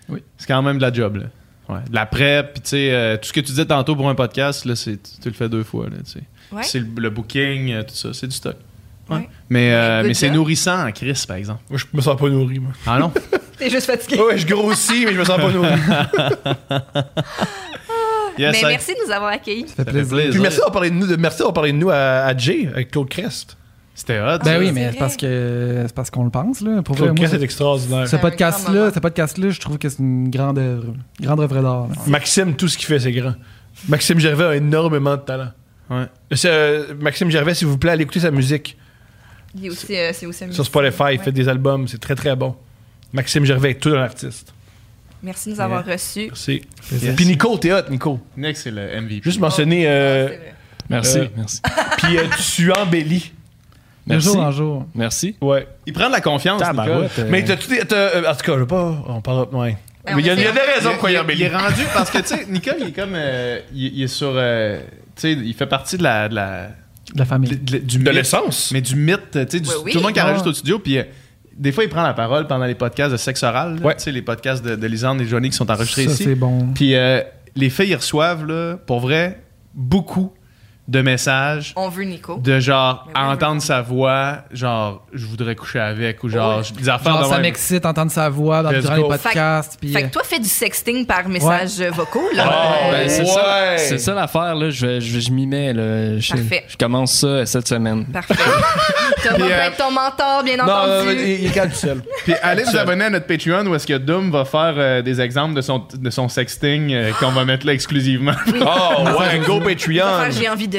Oui. C'est quand même de la job, là. Ouais. De la prep, puis tu sais, euh, tout ce que tu disais tantôt pour un podcast, là, c'est, tu, tu le fais deux fois, là, tu sais. Ouais. C'est le, le booking, euh, tout ça, c'est du stock. Ouais. Mais, euh, Mais good mais c'est job. nourrissant en Chris, par exemple. Moi, je me sens pas nourri, moi. Ah non? T'es juste fatigué. Ouais, Oh, ouais, je grossis, mais je me sens pas nourri. Yes, mais ça- Ben, merci de nous avoir accueillis. Ça Ça fait fait plaisir. Puis plaisir. merci d'avoir parlé de nous, de, merci d'avoir parlé de nous à, à Jay, avec Claude Crest. C'était hot. Ben Ah, oui, c'est mais vrai. c'est parce que c'est parce qu'on le pense là. Pour vrai, Claude moi, Crest est extraordinaire. ce un grand moment. podcast-là, ce podcast-là, je trouve que c'est une grande œuvre, grande œuvre d'art. là. Maxime, tout ce qu'il fait, c'est grand. Maxime Gervais a énormément de talent. Ouais. C'est, euh, Maxime Gervais, s'il vous plaît, allez écouter sa musique Il est aussi, euh, c'est aussi un sur Spotify. Il Ouais. fait des albums, c'est très très bon. Maxime Gervais est tout un artiste. Merci de nous avoir reçus. Merci. Yes. Puis Nico, t'es hot, Nico. Nick, c'est le MVP. Juste mentionner. euh, Ah, c'est vrai. Merci, Euh, merci. Puis euh, tu embellis. De Merci. jour en jour. Merci. Ouais. Il prend de la Ah, confiance, Nicole. Mais t'as-tu des- t'as- euh, en tout cas, je veux pas. On parle. Ouais. Ben, on Mais il y, a- il y a des essaie. raisons pourquoi il il, il embellit. est rendu parce que, tu sais, Nicole, il est comme. euh, il, il est sur. euh, tu sais, il fait partie de la. De la De la de- famille. de- du De mythe. l'essence. Mais du mythe, tu sais, du- Ouais, oui. tout le monde qui Ah. enregistre au studio, puis euh, des fois, il prend la parole pendant les podcasts de sexe oral, là, Ouais. tu sais, les podcasts de, de Lisande et Johnny qui sont enregistrés Ça, ici. c'est bon. Puis euh, les filles, ils reçoivent, là, pour vrai, beaucoup de messages On veut Nico. de genre, Mais oui, à oui. entendre sa voix, genre, je voudrais coucher avec, ou genre, Ouais. des affaires Genre, de ça même. m'excite d'entendre sa voix dans, Let's durant go. les podcasts. puis, Fait euh, que toi, fais du sexting par message vocaux, là. Oh, Euh, Ben, c'est ouais. ça, c'est ça l'affaire, là. Je, vais- je, vais- je m'y mets, là. Je, Parfait. je commence ça cette semaine. Parfait. Thomas va euh, être ton mentor, bien entendu. euh, il est quand même tout seul. Puis allez vous abonner à notre Patreon où est-ce que Doom va faire euh, des exemples de son, de son sexting euh, qu'on va mettre là exclusivement. Oh, ouais, go Enfin, Patreon! J'ai envie de